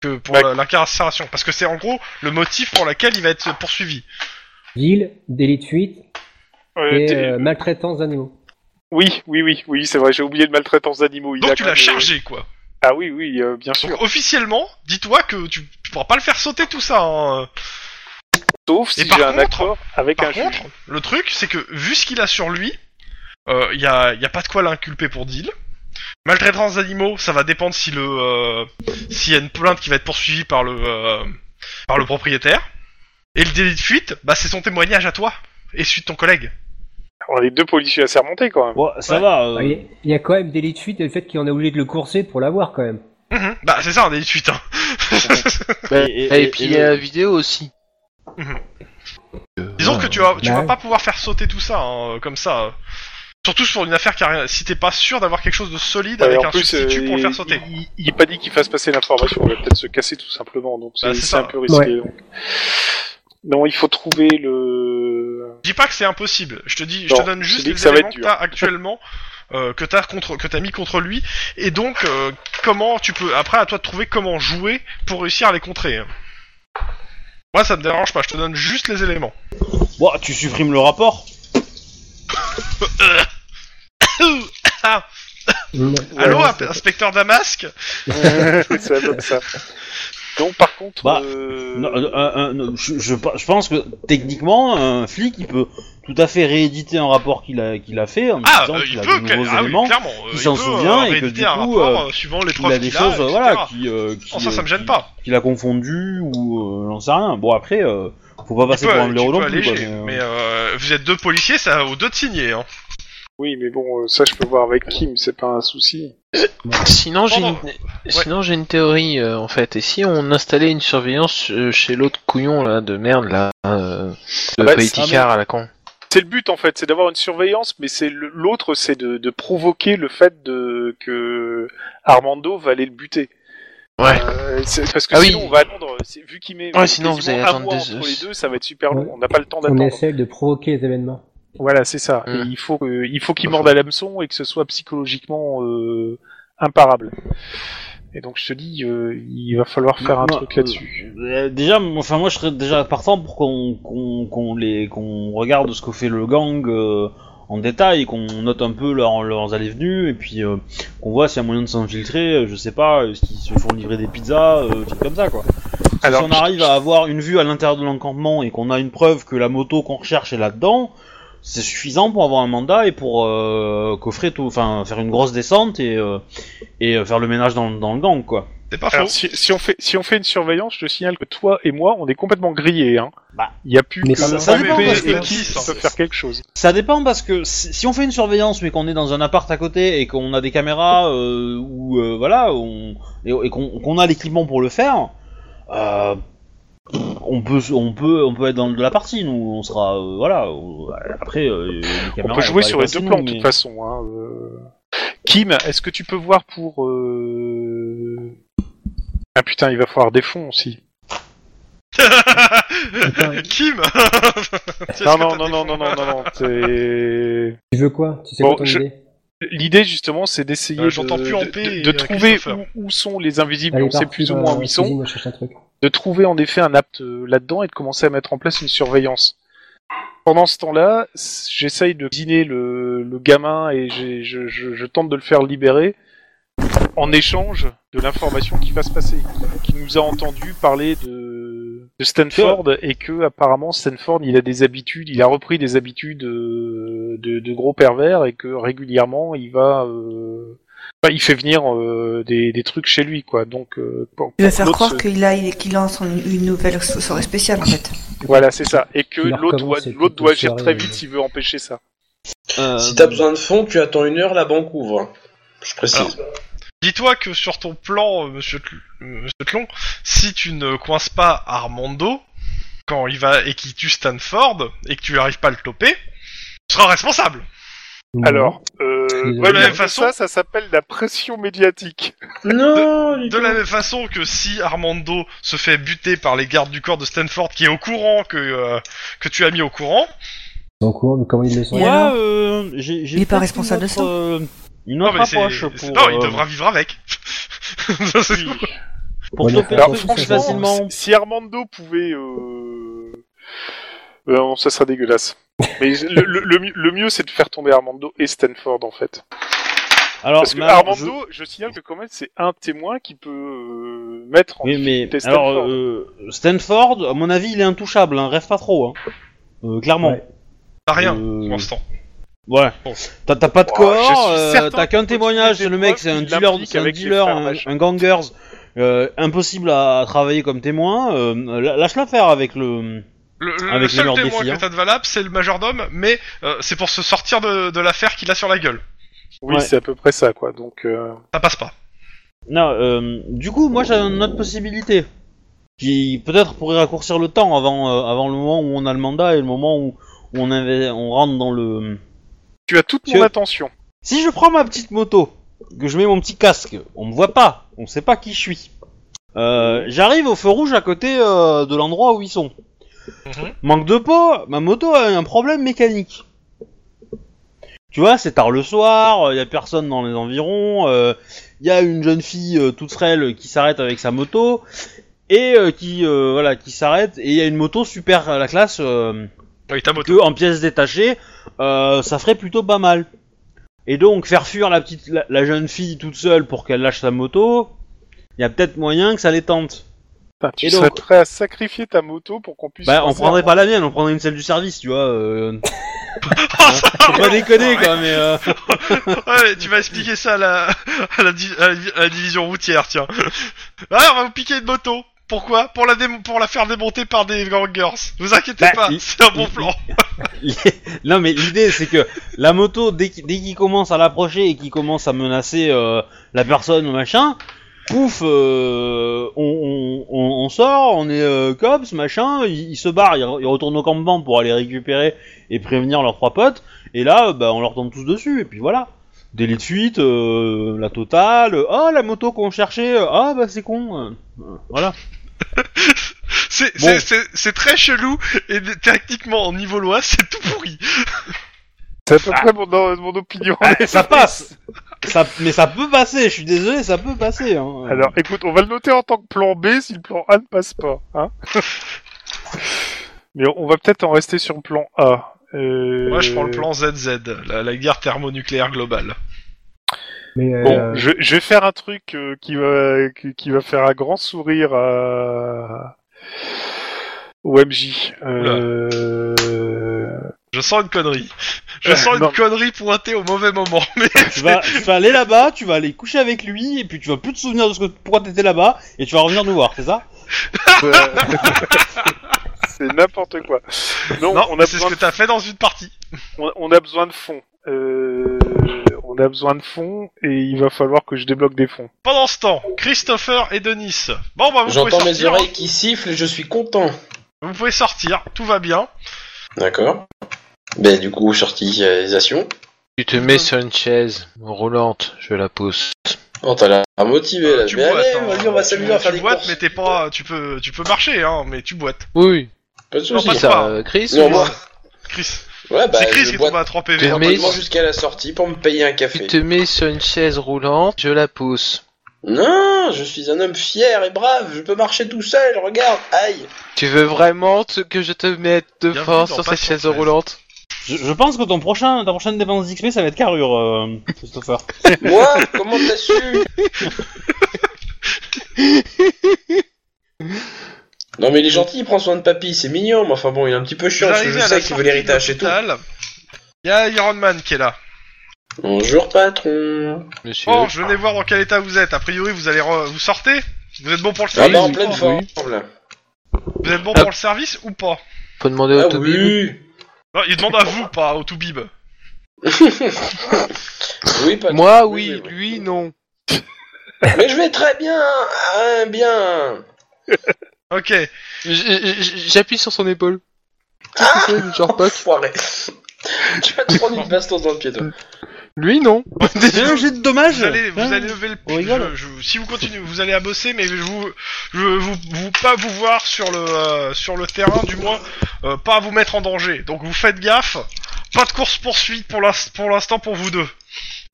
que pour Bah, la- l'incarcération Parce que c'est en gros le motif pour lequel il va être poursuivi. Deal, délit de fuite Euh, et t'es- euh, maltraitance d'animaux. Oui, oui, oui, oui, c'est vrai, j'ai oublié de maltraitance d'animaux. il Donc a tu quand l'as même, euh, chargé, quoi. Ah oui, oui, euh, bien sûr. Donc officiellement, dis-toi que tu, tu pourras pas le faire sauter tout ça. hein. Sauf si par j'ai un contre- accord avec Par un contre, juge. le truc, c'est que vu ce qu'il a sur lui, euh, y, a, y a pas de quoi l'inculper pour deal. Maltraitance d'animaux, ça va dépendre si le euh, s'il y a une plainte qui va être poursuivie par le euh, par le propriétaire. Et le délit de fuite, bah c'est son témoignage à toi et celui de ton collègue. Alors, les deux policiers assermentés quand même. Ouais, ça va. euh, Bah, Il y a- il y a quand même délit de fuite et le fait qu'il en a oublié de le courser pour l'avoir quand même. Mhm. Bah c'est ça un délit de fuite. Hein. et- Et, et- puis et il y a le- la vidéo aussi. Disons que tu vas tu bah vas ouais. pas pouvoir faire sauter tout ça hein, comme ça. euh. Surtout sur une affaire qui a rien- si t'es pas sûr d'avoir quelque chose de solide Ouais, avec en un plus, substitut euh, pour le faire il- sauter. Il, il est pas dit qu'il fasse passer l'information, il va peut-être se casser tout simplement, donc c'est Bah, c'est c'est ça. un peu risqué. donc. Non, il faut trouver le. Je dis pas que c'est impossible. Je te dis, je Non, te donne je juste dis les que ça va éléments être que dur. t'as actuellement euh, que t'as contre, que t'as mis contre lui, et donc euh, comment tu peux. Après, à toi de trouver comment jouer pour réussir à les contrer. Moi, ça me dérange pas. Je te donne juste les éléments. Bon, tu supprimes le rapport. Mm. Allô, Ouais, inspecteur Damasque. c'est la bonne, ça. Donc, par contre, Bah, euh, Non, euh, euh, non, je, je- je pense que techniquement, un flic, il peut tout à fait rééditer un rapport qu'il a, qu'il a fait en Ah, disant euh, qu'il il a peut, de que- nouveaux ah oui, éléments, clairement. euh, il s'en peut, souvient euh, et que rééditer du un coup, rapport, euh, euh, suivant les qu'il preuves a des qu'il a, choses, euh, etc. voilà, qui, euh, qui, Oh, ça, ça euh, me gêne qui- pas. qu'il a confondu ou euh, j'en sais rien. Bon après, euh, faut pas passer Tu peux- pour un tu blaireau peux non plus. quoi, alléger, mais, euh, mais euh, vous êtes deux policiers, ça aux deux de signer. Hein. oui, mais bon, euh, ça, je peux voir avec Kim, c'est pas un souci. Sinon, j'ai une... Pendant- sinon j'ai une théorie euh, en fait. Et si on installait une surveillance euh, chez l'autre couillon là de merde là, euh, Ah le bah, politicard à la con. C'est le but, en fait, c'est d'avoir une surveillance, mais c'est le- l'autre, c'est de, de provoquer le fait de que Armando va aller le buter. Ouais. Euh, c'est- parce que Ah oui. sinon, on va à Londres. c'est- Vu qu'il met Ouais, sinon, vous quasiment allez un attendre mois des- entre les deux, ça va être super long. Ouais. On n'a pas le temps On d'attendre. essaie de provoquer les événements. Voilà, c'est ça. Mm. Et il faut que- il faut qu'il morde à l'hameçon et que ce soit psychologiquement euh, imparable. Et donc je te dis, euh, il va falloir faire un moi, euh, truc là-dessus. euh, déjà, moi- enfin moi je serais déjà partant pour qu'on qu'on qu'on les qu'on regarde ce que fait le gang euh, en détail, qu'on note un peu leur- leurs allées venues et puis euh, qu'on voit s'il y a moyen de s'infiltrer. euh, Je sais pas, euh, s'ils se font livrer des pizzas, euh, des trucs comme ça quoi. Parce que Alors, si on arrive à avoir une vue à l'intérieur de l'encampement et qu'on a une preuve que la moto qu'on recherche est là-dedans. C'est suffisant pour avoir un mandat et pour euh, coffrer tout, enfin faire une grosse descente et, euh, et euh, faire le ménage dans, dans le gang quoi. C'est pas faux. Alors, si, si on fait si on fait une surveillance, je te signale que toi et moi, on est complètement grillés. Hein. Bah. il y a plus Mais que ça- moi ça et dépend, Pépé parce que- et qui peuvent faire quelque chose. Ça dépend parce que si si on fait une surveillance mais qu'on est dans un appart à côté et qu'on a des caméras euh, ou euh, voilà on- et, et qu'on qu'on a l'équipement pour le faire, euh, on peut on peut on peut être dans de la partie nous on sera euh, voilà euh, après euh, les caméras, on peut jouer va sur pas les deux passer, plans nous, de mais- toute façon. Hein, euh. Kim, est-ce que tu peux voir pour euh... ah putain, il va falloir des fonds aussi. Kim Non non non non non non non non. t'es- Tu veux quoi Tu sais Bon, quoi ton je- idée L'idée justement, c'est d'essayer Euh, de, j'entends plus en de- paix, de- euh, de trouver Christopher. où, où sont les invisibles, Allez, on sait partir, plus ou moins euh, où ils sont, cuisine, je cherche un truc. de trouver en effet un apte euh, là-dedans et de commencer à mettre en place une surveillance. Pendant ce temps-là, s- j'essaye de dîner le, le gamin et j'ai- je, je- je tente de le faire libérer en échange de l'information qui va se passer, qui nous a entendu parler de, de Stanford et que apparemment Stanford il a des habitudes, il a repris des habitudes euh, de, de gros pervers et que régulièrement il va, euh, enfin, il fait venir euh, des, des trucs chez lui quoi. Donc euh, pour- Tu vas faire l'autre croire se- qu'il a, il- qu'il lance une, une nouvelle so- soirée spéciale en fait. Voilà, c'est ça. Et que Il leur l'autre doit, recommence et l'autre tout doit le agir soir, très il- vite s'il veut empêcher ça. Euh, Si t'as besoin de fonds, tu attends une heure, la banque ouvre. Je précise. Dis-toi que sur ton plan, euh, monsieur, Tl- euh, monsieur Tlon, si tu ne coinces pas Armando quand il va et qu'il tue Stanford et que tu n'arrives pas à le toper, tu seras responsable. Mhm. Alors, euh, Désolé. voilà, De la même façon- ça, ça s'appelle la pression médiatique. Non, du De tout. la même façon que si Armando se fait buter par les gardes du corps de Stanford qui est au courant que, euh, que tu as mis au courant, Son cours, mais comment ils le sont Et Moi, alors euh, j'ai j'ai Il est pas peut-être responsable une de ça. autre, euh, une non, autre mais c'est- approche c'est- pour non, il euh, devra vivre avec. Ça, c'est tout. pour Ouais, mais choper faut- le Alors truc plus franchement, facilement. si si Armando pouvait... Euh... euh, non, ça serait dégueulasse. Mais le, le- le mieux- le mieux, c'est de faire tomber Armando et Stanford, en fait. Alors Parce que maintenant, je- Armando, je... signale que quand même, c'est un témoin qui peut euh, mettre en Oui, mais difficulté Stanford. alors euh, Stanford, à mon avis, il est intouchable. Hein, rêve pas trop, hein. Euh, clairement. Ouais. Pas rien, Euh, pour l'instant. Voilà. Bon. T'as t'as pas de Oh, je corps, suis euh, certain t'as qu'un que témoignage. toutes les Le mec, épreuves c'est un qui dealer, l'impliquent c'est un avec les dealer, frères un, Machin. un gangers, euh, impossible à, à travailler comme témoin. euh, la- Lâche l'affaire avec le. Le, le Avec les seul murs des témoin filles, que hein. t'as de valable, c'est le majordome, mais euh, c'est pour se sortir de, de l'affaire qu'il a sur la gueule. Oui, ouais. c'est à peu près ça, quoi. Donc, euh, Ça passe pas. Non, euh, du coup, moi j'ai une autre possibilité qui peut-être pourrait raccourcir le temps avant, euh, avant le moment où on a le mandat et le moment où, où on, inve- on rentre dans le. tu as toute mon Monsieur- attention. Si je prends ma petite moto, que je mets mon petit casque, on me voit pas, on sait pas qui je suis. Euh, J'arrive au feu rouge à côté euh, de l'endroit où ils sont. Mhm. Manque de peau, ma moto a un problème mécanique. Tu vois, c'est tard le soir, il y a personne dans les environs, euh, il y a une jeune fille euh, toute frêle qui s'arrête avec sa moto et euh, qui euh, voilà, qui s'arrête et il y a une moto super à la classe euh, Ah Oui, ta moto. que en pièces détachées, euh, ça ferait plutôt pas mal. Et donc faire fuir la petite la, la jeune fille toute seule pour qu'elle lâche sa moto, il y a peut-être moyen que ça les tente. Putain, tu Et serais donc- prêt à sacrifier ta moto pour qu'on puisse. Bah on passer prendrait un- pas la mienne, on prendrait une celle du service, tu vois. Euh... Oh, ça faut pas déconner quoi, mais euh, Ouais, tu vas expliquer ça à la, à la, di- à la di- à la division routière, tiens. Ah, on va vous piquer une moto. Pourquoi pour la, démo- pour la faire démonter par des gangers. Vous inquiétez Bah, pas, il- c'est un bon il- plan. non mais l'idée c'est que la moto dès qu'il dès qu'il commence à l'approcher et qu'il commence à menacer euh, la personne ou machin, pouf, euh, on, on- on- on sort, on est euh, cops machin, ils, ils se barrent, ils, re- ils retournent au campement pour aller récupérer et prévenir leurs trois potes et là euh, bah, on leur tombe tous dessus et puis voilà. Délit de fuite, euh, la totale, euh, oh la moto qu'on cherchait, euh, ah bah c'est con, euh, euh, voilà. C'est Bon. c'est- c'est- c'est très chelou et d- techniquement, en niveau loi, c'est tout pourri. C'est à peu près mon, dans- mon opinion. Ah, ça passe, ça, mais ça peut passer, je suis désolé, ça peut passer. Hein. Alors, écoute, on va le noter en tant que plan B si le plan A ne passe pas, hein. Mais on va peut-être en rester sur le plan A. Euh, Moi, je prends le plan ZZ, la, la guerre thermonucléaire globale. Mais euh, Bon, je, je vais faire un truc euh, qui va qui, qui va faire un grand sourire à au MJ. Euh... Je sens une connerie. Je Euh, sens une non. connerie pointée au mauvais moment. Mais tu vas, tu vas aller là-bas, tu vas aller coucher avec lui, et puis tu vas plus te souvenir de ce que, pourquoi t'étais là-bas, et tu vas revenir nous voir, c'est ça euh, C'est n'importe quoi. Non, non, on, a c'est ce besoin que de, t'as fait dans une partie. on, on a besoin de fonds. Euh, on a besoin de fonds et il va falloir que je débloque des fonds. Pendant ce temps, Christopher et Denis. Bon, bah, vous pouvez J'entends mes sortir. oreilles qui sifflent et je suis content. Vous pouvez sortir, tout va bien. D'accord. Ben du coup, sortisation. Tu te mets sur une chaise roulante, je la pousse. Oh, t'as l'air motivé là. tu Mais boites, allez, hein. vas-y, on va Tu- s'amuser à tu faire des boites, courses. mais t'es pas, tu peux, tu peux marcher, hein, mais tu boites. Oui, Pas de Non, qui soucis. passe ça, pas. euh, Chris Non, ou- moi, Chris, ouais, bah, c'est Chris je qui bois tombe à 3 PV. T'es hein, mais- tranquillement jusqu'à la sortie pour me payer un Tu café. te mets sur une chaise roulante, je la pousse. Non, je suis un homme fier et brave, je peux marcher tout seul, regarde, aïe. Tu veux vraiment te- que je te mette de Bienvenue force dans sur cette Passion chaise Presse. roulante je, je pense que ton prochain, ta prochaine dépense d'XP, ça va être carrure, euh, Christopher. Moi, comment t'as su Non mais il est gentil, il prend soin de papy, c'est mignon, mais enfin bon, il est un petit peu Vous chiant parce que arrivez je à la sais qu'il veut sortie l'héritage de c'est tout. l'hôpital. Y a Iron Man qui est là. Bonjour patron. Monsieur, Oh. Bon, je venais voir dans quel état vous êtes. A priori, vous allez, re- vous sortez. Vous êtes bon pour le Ah service. bah en ou pleine pas forme. là. Vous êtes bon pour le service ou pas faut demander au Ah Toby. oui. Non, Il demande à vous, pas au Toubib. Oui patron. Moi, oui, oui, oui. lui, non. Mais je vais très bien, hein, bien. Ok. J- j- j- J'appuie sur son épaule. Qu'est-ce Ah. que c'est, genre Puck Enfoiré. tu vas te prendre une baston dans le pied toi. Lui, non. J'ai un jet de dommage Vous allez, vous hein. allez lever le on rigole. je- je- si vous continuez, vous allez à bosser, mais je vous, je vous, vous- pas vous voir sur le, euh, sur le terrain, du moins, euh, pas vous mettre en danger. Donc vous faites gaffe. Pas de course poursuite pour l'ins- pour l'instant pour vous deux.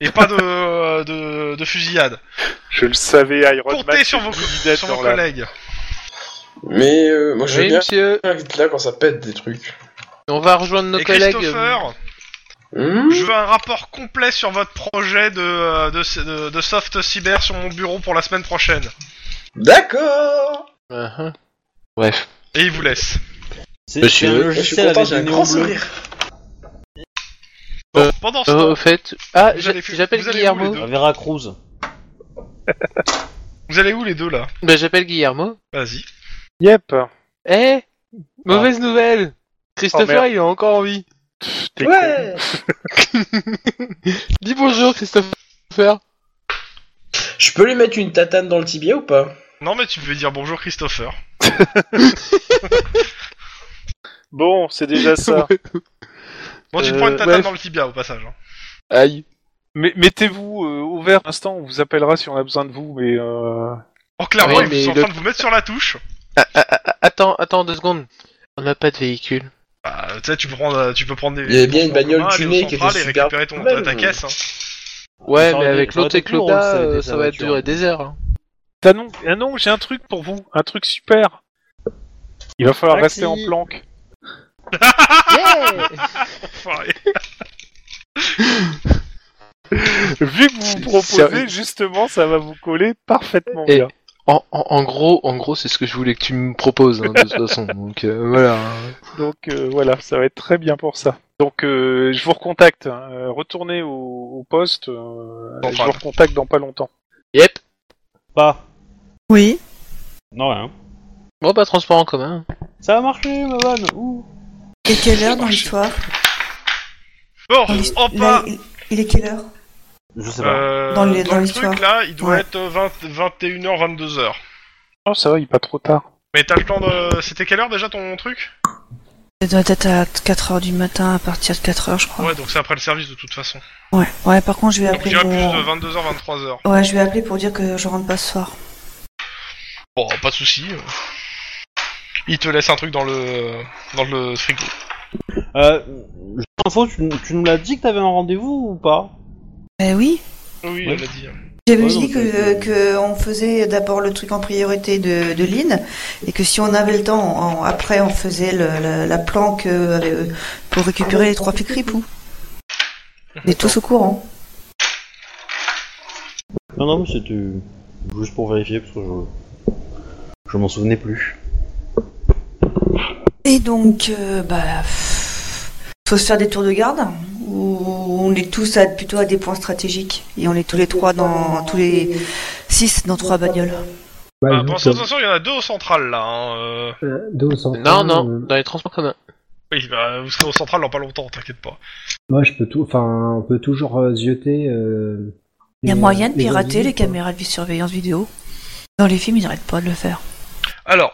Et pas de, euh, de, de fusillade. Je le savais, Iron Man. Comptez sur vos, bidette sur dans vos la- collègues. Mais euh, moi je veux Oui, bien monsieur. être là quand ça pète des trucs. On va rejoindre nos Et collègues. euh, Christopher, euh, Hmm je veux un rapport complet sur votre projet de, euh, de, de, de soft cyber sur mon bureau pour la semaine prochaine. D'accord. Euh, hein. Bref. Et il vous laisse. C'est Monsieur. c'est un Je suis logiciel content, avec j'ai des un néons grand bleus. sourire. Bon, pendant ce Euh, temps, au fait. Ah, Vous j'a- allez- j'appelle vous allez où, les Guillermo. deux À Veracruz. vous allez où les deux là Bah, j'appelle Guillermo. Vas-y. Yep. Eh Mauvaise nouvelle Oh, Christopher, merde. il est encore en vie. Pff, t'es con. Ouais. Dis bonjour, Christopher. Je peux lui mettre une tatane dans le tibia ou pas Non, mais tu peux dire bonjour Christopher. Bon, c'est déjà ça. Bon, tu te Euh, prends une tatane ouais. dans le tibia au passage. hein. Aïe. Mais mettez-vous euh, ouvert un instant, on vous appellera si on a besoin de vous, mais euh... Oh, clairement, Ouais, ils mais sont en le- train de vous mettre sur la touche. Ah, ah, ah, attends, attends deux secondes. On n'a pas de véhicule. Bah, tu sais, tu peux prendre, tu peux prendre des. Il y avait bien une transports en bagnole commun, aller au tunée qui central était et super récupérer ton, ta, problème. ta caisse. hein. Ouais, Ça mais aurait- avec ça aurait l'autre et été plus drôle, Clopin, ça, euh, avec ça la va voiture. durer des heures. hein. Ah non, ah non j'ai un truc pour vous, un truc super. Il va falloir Taxi. rester en planque. Enfoiré. Vu que vous C'est- me proposez, sérieux. justement, ça va vous coller parfaitement Et- bien. En, en, en gros, en gros, c'est ce que je voulais que tu me proposes, hein, de toute façon. Donc euh, voilà. Donc euh, voilà, ça va être très bien pour ça. Donc euh, je vous recontacte. hein. Euh, Retournez au, au poste. euh, je Central. vous recontacte dans pas longtemps. Yep. Pas. Oui. Non, rien. Bon, bah transport en commun. Ça a marché, ma vanne. ouh. Et quelle heure Oh, dans l'histoire Bon, Dans l'his- en là, bas. il, il est quelle heure Je sais pas. Euh, Dans les- dans le l'histoire. truc là, il doit Ouais. être 20, 21h, 22h. Non, ça va, il est pas trop tard. Mais t'as le temps de. C'était quelle heure déjà ton truc Ça doit être à 4h du matin, à partir de 4h, je crois. Ouais, donc c'est après le service de toute façon. Ouais. Ouais, par contre, je vais Donc appeler j'irai plus pour... euh, de 22h, 23h. Ouais, je vais appeler pour dire que je rentre pas ce soir. Bon, pas de soucis. euh. Il te laisse un truc dans le. dans le frigo. Euh, juste info, tu, tu nous l'as dit que t'avais un rendez-vous ou pas Eh oui Oui, Ouais. elle a dit. hein. J'avais Ouais, dit donc, que, euh, que on faisait d'abord le truc en priorité de, de Lynn et que si on avait le temps, on- après on faisait le- la, la planque euh, avec- pour récupérer les trois pics ripoux. On est tous au courant. Non, non, mais c'était juste pour vérifier parce que je, je m'en souvenais plus. Et donc, euh, bah, pff, faut se faire des tours de garde ou on est tous à, plutôt à des points stratégiques et on est tous les trois dans tous les six dans trois bagnoles. Bah, Ah, vu bon, que- attention, il y en a deux au central là. hein, euh. euh, dos sans Non, pain, non, euh, dans les transports en commun. Oui, bah, vous serez au central dans pas longtemps, t'inquiète pas. Moi, je peux tout. Enfin, on peut toujours euh, zioter. euh, Il y a les- moyen de pirater individus, les quoi. caméras de surveillance vidéo. Dans les films, ils n'arrêtent pas de le faire. Alors,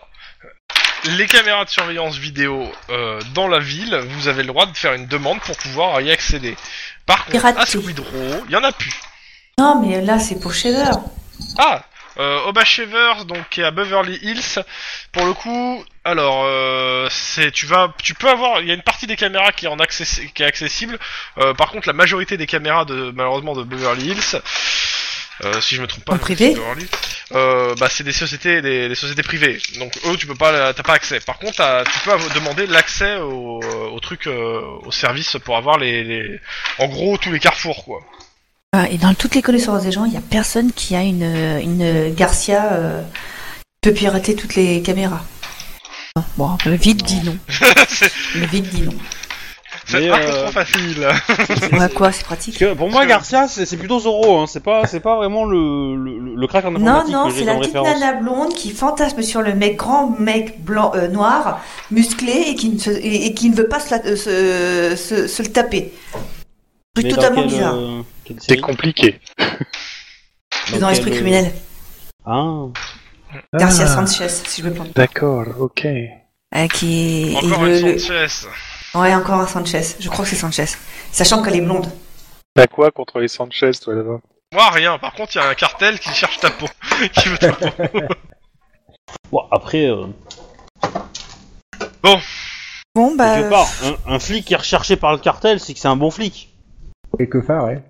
les caméras de surveillance vidéo euh, dans la ville, vous avez le droit de faire une demande pour pouvoir y accéder. Par contre, Pirater. à Squidrow, il y en a plus. Non, mais là, c'est pour Shaver. Ah euh, Oba Shavers, donc qui est à Beverly Hills, pour le coup, alors euh, c'est tu vas, tu peux avoir, il y a une partie des caméras qui est en access- qui est accessible. Euh, par contre, la majorité des caméras de malheureusement de Beverly Hills, euh, si je me trompe pas, En privé Beverly, euh, bah c'est des sociétés, des, des sociétés privées. Donc eux, tu peux pas, t'as pas accès. Par contre, t'as- tu peux avoir- demander l'accès au, au truc, euh, au service pour avoir les, les, en gros tous les carrefours quoi. Ah, Et dans toutes les connaissances des gens, il n'y a personne qui a une, une Garcia euh, qui peut pirater toutes les caméras. Non, Bon, le vide dit non. c'est Le vide dit non. c'est Mais, un peu euh, trop facile. Ouais, quoi, c'est pratique. Parce que pour moi, Parce que- Garcia, c'est c'est plutôt Zoro. Hein. C'est pas, c'est pas vraiment le, le, le- le crack en Non, informatique non, que j'ai c'est la comme petite référence. nana blonde qui fantasme sur le mec grand, mec blanc, euh, noir, musclé et qui ne, se- et, et qui ne veut pas se, la- euh, se, se- se le taper. Mais Truc dans totalement quelle, bizarre. euh, quelle C'est série compliqué. C'est dans l'esprit quelle, euh, criminel. Ah. Garcia Ah, Sanchez, si je me plante. D'accord, ok. Euh, qui est- et Encore le- une le- Sanchez. Ouais, encore un Sanchez. Je crois que c'est Sanchez. Sachant qu'elle est blonde. T'as quoi contre les Sanchez, toi, là-bas Moi rien, par contre il y a un cartel qui cherche ta peau, qui veut ta peau. Bon, après, euh, Bon, bah. quelque part, un, un flic qui est recherché par le cartel, c'est que c'est un bon flic. Quelque part, ouais.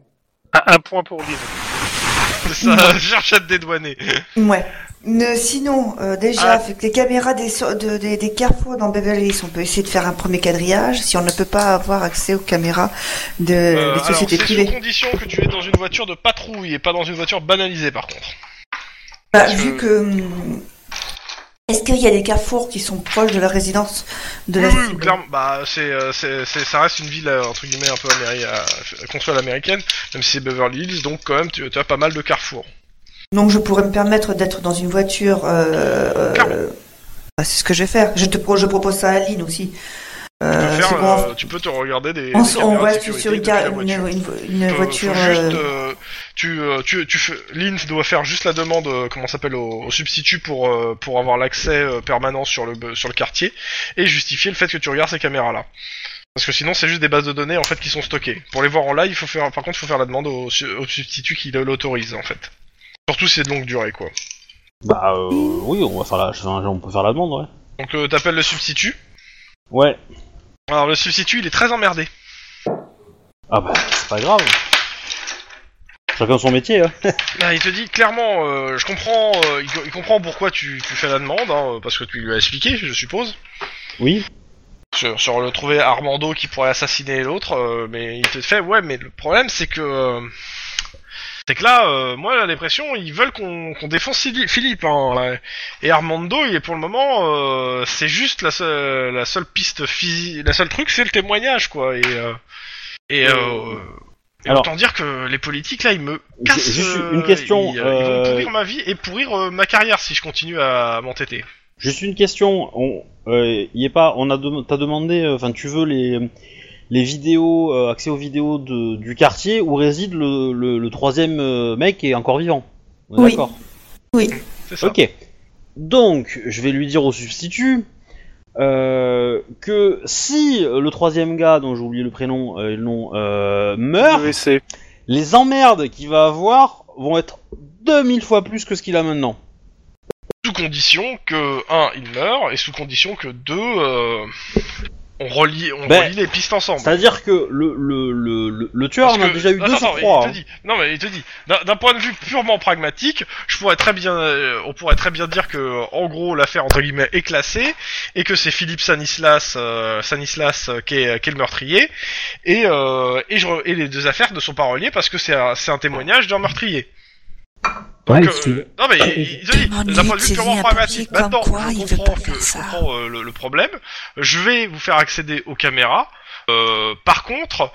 Ah, Un point pour Lynn. Ça cherche à te dédouaner. Ouais. Ne- sinon, euh, déjà, Ah. avec les caméras des, so- de- des, des carrefours dans Beverly Hills, on peut essayer de faire un premier quadrillage si on ne peut pas avoir accès aux caméras de, Euh, des alors, sociétés c'est sous privées. condition que tu es dans une voiture de patrouille et pas dans une voiture banalisée par contre. Bah, parce vu que- que. hum, Est-ce qu'il y a des carrefours qui sont proches de la résidence de Oui, la oui, cible clairement, bah c'est, euh, c'est, c'est- ça reste une ville euh, entre guillemets un peu améri- euh, console américaine, même si c'est Beverly Hills, donc quand même tu, tu as pas mal de carrefours. Donc, je pourrais me permettre d'être dans une voiture. euh, euh, Clairement. bah, c'est ce que je vais faire. Je, te pro- je propose ça à Aline aussi. Tu, peux Euh, faire, c'est bon, euh, tu peux te regarder des, On, des s- caméras on de reste sécurité sur une, depuis la car- une, voiture. une- une Faut- faut voiture. juste, euh, euh, tu, euh, tu, tu fais- Lynn doit faire juste la demande, euh, comment ça s'appelle, au, au substitut pour, euh, pour avoir l'accès euh, permanent sur le, be- sur le quartier et justifier le fait que tu regardes ces caméras-là. Parce que sinon, c'est juste des bases de données en fait qui sont stockées. Pour les voir en live, il faut faire, par contre, il faut faire la demande au, su- au substitut qui l'autorise en fait. Surtout si c'est de longue durée quoi. Bah, euh, oui, on va faire la, on peut faire la demande, ouais. Donc euh, t'appelles le substitut Ouais. Alors le substitut, il est très emmerdé. Ah bah, c'est pas grave. Chacun son métier, hein. Bah, il te dit clairement, euh, je comprends, euh, il, co- il comprend pourquoi tu, tu fais la demande, hein, parce que tu lui as expliqué, je suppose, Oui. sur, sur le trouver Armando qui pourrait assassiner l'autre, euh, mais il te fait, ouais, mais le problème c'est que, euh, c'est que là, euh, moi la dépression, ils veulent qu'on qu'on défonce Sili- Philippe, hein, là. et Armando, il est pour le moment, euh, c'est juste la seule, la seule piste physique, la seule truc, c'est le témoignage, quoi, et, euh, et, euh, et Alors- autant dire que les politiques là, ils me J'ai- casse, juste euh, une question, Ils, euh, ils vont euh, pourrir ma vie et pourrir euh, ma carrière si je continue à m'entêter. Juste une question. On, euh, y est pas. On a dem- t'as demandé. euh, Enfin, tu veux les les vidéos, euh, accès aux vidéos de, du quartier où réside le, le, le troisième euh, mec qui est encore vivant. On est Oui. D'accord. C'est ça. Ok. Donc, je vais lui dire au substitut euh, que si le troisième gars, dont j'ai oublié le prénom euh, et le nom, euh, Ah meurt, WC. les emmerdes qu'il va avoir vont être 2000 fois plus que ce qu'il a maintenant. Sous condition que un, il meurt et sous condition que deux, euh, on relie, on Ben, relie les pistes ensemble. C'est-à-dire que le, le, le, le, le tueur Parce en a que- déjà eu Attends, deux attends, sur trois. hein. il te dit- Non mais il te dit, d'un d'un point de vue purement pragmatique, je pourrais très bien, euh, on pourrait très bien dire que en gros l'affaire entre guillemets est classée et que c'est Philippe Sanislas, euh, Stanislas, euh, qui, est, qui est le meurtrier et euh, et, je re- et les deux affaires ne sont pas reliées parce que c'est un, c'est un témoignage d'un meurtrier. Ouais, Que- si tu veux. non Ah, mais il, il te dit, Demande-lui d'un point de de vue purement venir à pragmatique, Paris, comme maintenant quoi, je il veut comprends, pas que, je faire ça. comprends, euh, le, le problème, je vais vous faire accéder aux caméras, Euh, par contre,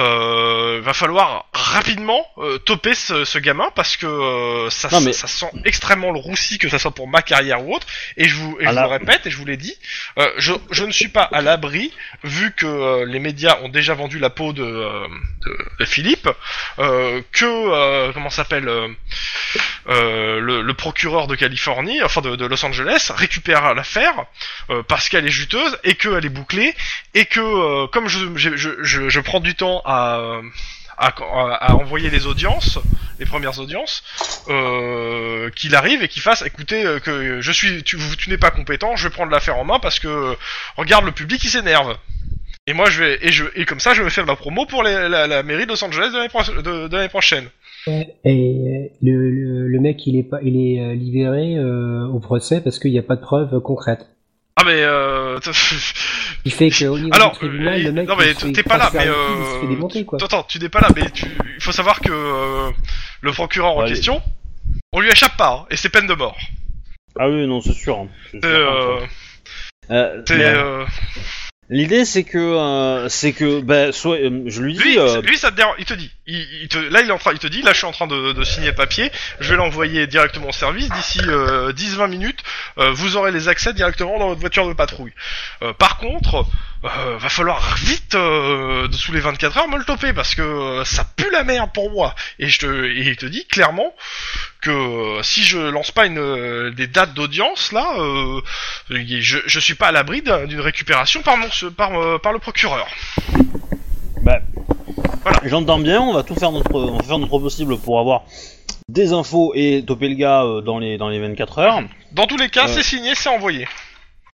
euh, va falloir rapidement euh, toper ce, ce gamin parce que euh, ça, Non, mais- ça sent extrêmement le roussi que ça soit pour ma carrière ou autre, et je vous, et Ah je là. vous répète, et je vous l'ai dit, euh, je, je ne suis pas à l'abri, vu que euh, les médias ont déjà vendu la peau de, euh, de, de Philippe, euh, que, euh, comment s'appelle, euh, euh, le, le procureur de Californie, enfin de, de Los Angeles, récupère l'affaire, euh, parce qu'elle est juteuse, et qu'elle est bouclée, et que, euh, comme je, je, je, je, je prends du temps à, euh, à, à envoyer les audiences, les premières audiences, euh, qu'il arrive et qu'il fasse écoutez euh, que je suis tu, vous- tu n'es pas compétent, je vais prendre l'affaire en main parce que euh, regarde le public il s'énerve. Et moi je vais et je et comme ça je vais faire ma promo pour les- la, la mairie de Los Angeles de l'année pro- de- de l'année prochaine. Et le, le, le mec, il est pas, il est euh, libéré euh, au procès parce qu'il n'y a pas de preuves concrètes. Ah mais euh, t- Il fait qu'au niveau Alors, du tribunal, euh, le mec, non, mais il se fait- t'es il pas là, croit se faire mais, un coup, il se euh, fait démonter, quoi. attends tu n'es pas là mais tu, il faut savoir que euh, le procureur en Allez. question on lui échappe pas hein, et c'est peine de mort. Ah oui, non, c'est sûr. C'est C'est, sûr, euh, hein, ça. Euh, c'est, mais, euh, euh, L'idée, c'est que, euh, c'est que, ben, soit, euh, je lui Lui, dis, euh, lui, ça te dérange. Il te dit, il, il te, là, il est en train, il te dit, là, je suis en train de, de signer le papier. Je vais l'envoyer directement au service. D'ici euh, 10-20 minutes, euh, vous aurez les accès directement dans votre voiture de patrouille. Euh, par contre, euh, va falloir vite, euh, de- sous les 24 heures, me le toper parce que euh, ça pue la merde pour moi. Et je te, et il te dit clairement que euh, si je lance pas une euh, des dates d'audience là, euh, je, je suis pas à l'abri d'un- d'une récupération par mon par euh, par le procureur. j'entends bien, on va tout faire notre, on va faire notre possible pour avoir des infos et toper le gars euh, dans les, dans les 24 heures. Dans tous les cas, Ouais. c'est signé, c'est envoyé.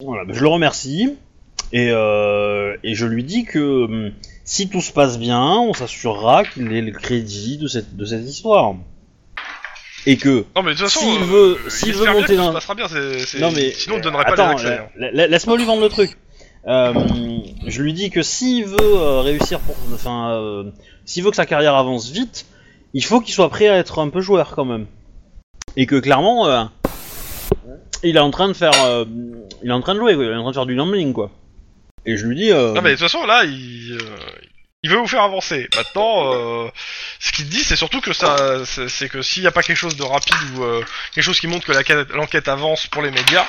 Voilà, ben, je le remercie. Et, euh, et je lui dis que hum, si tout se passe bien, on s'assurera qu'il ait le crédit de cette, de cette histoire. Et que, Non mais de toute façon, S'il euh, veut- il s'il espère veut bien monter que dans- ça se passera bien. c'est- c'est- Non mais sinon on euh, ne donnera attends, pas les accès. hein. la- la- laisse-moi lui vendre le truc. Euh, je lui dis que s'il veut euh, réussir pour, enfin, euh, s'il veut que sa carrière avance vite, il faut qu'il soit prêt à être un peu joueur quand même. Et que clairement, euh, il est en train de faire, euh, il est en train de jouer, quoi. il est en train de faire du gambling quoi. Et je lui dis, euh, Non mais de toute façon là, il, euh, il veut vous faire avancer. Maintenant, euh, ce qu'il dit, c'est surtout que ça, c'est c'est que s'il n'y a pas quelque chose de rapide ou euh, quelque chose qui montre que la ca- l'enquête avance pour les médias,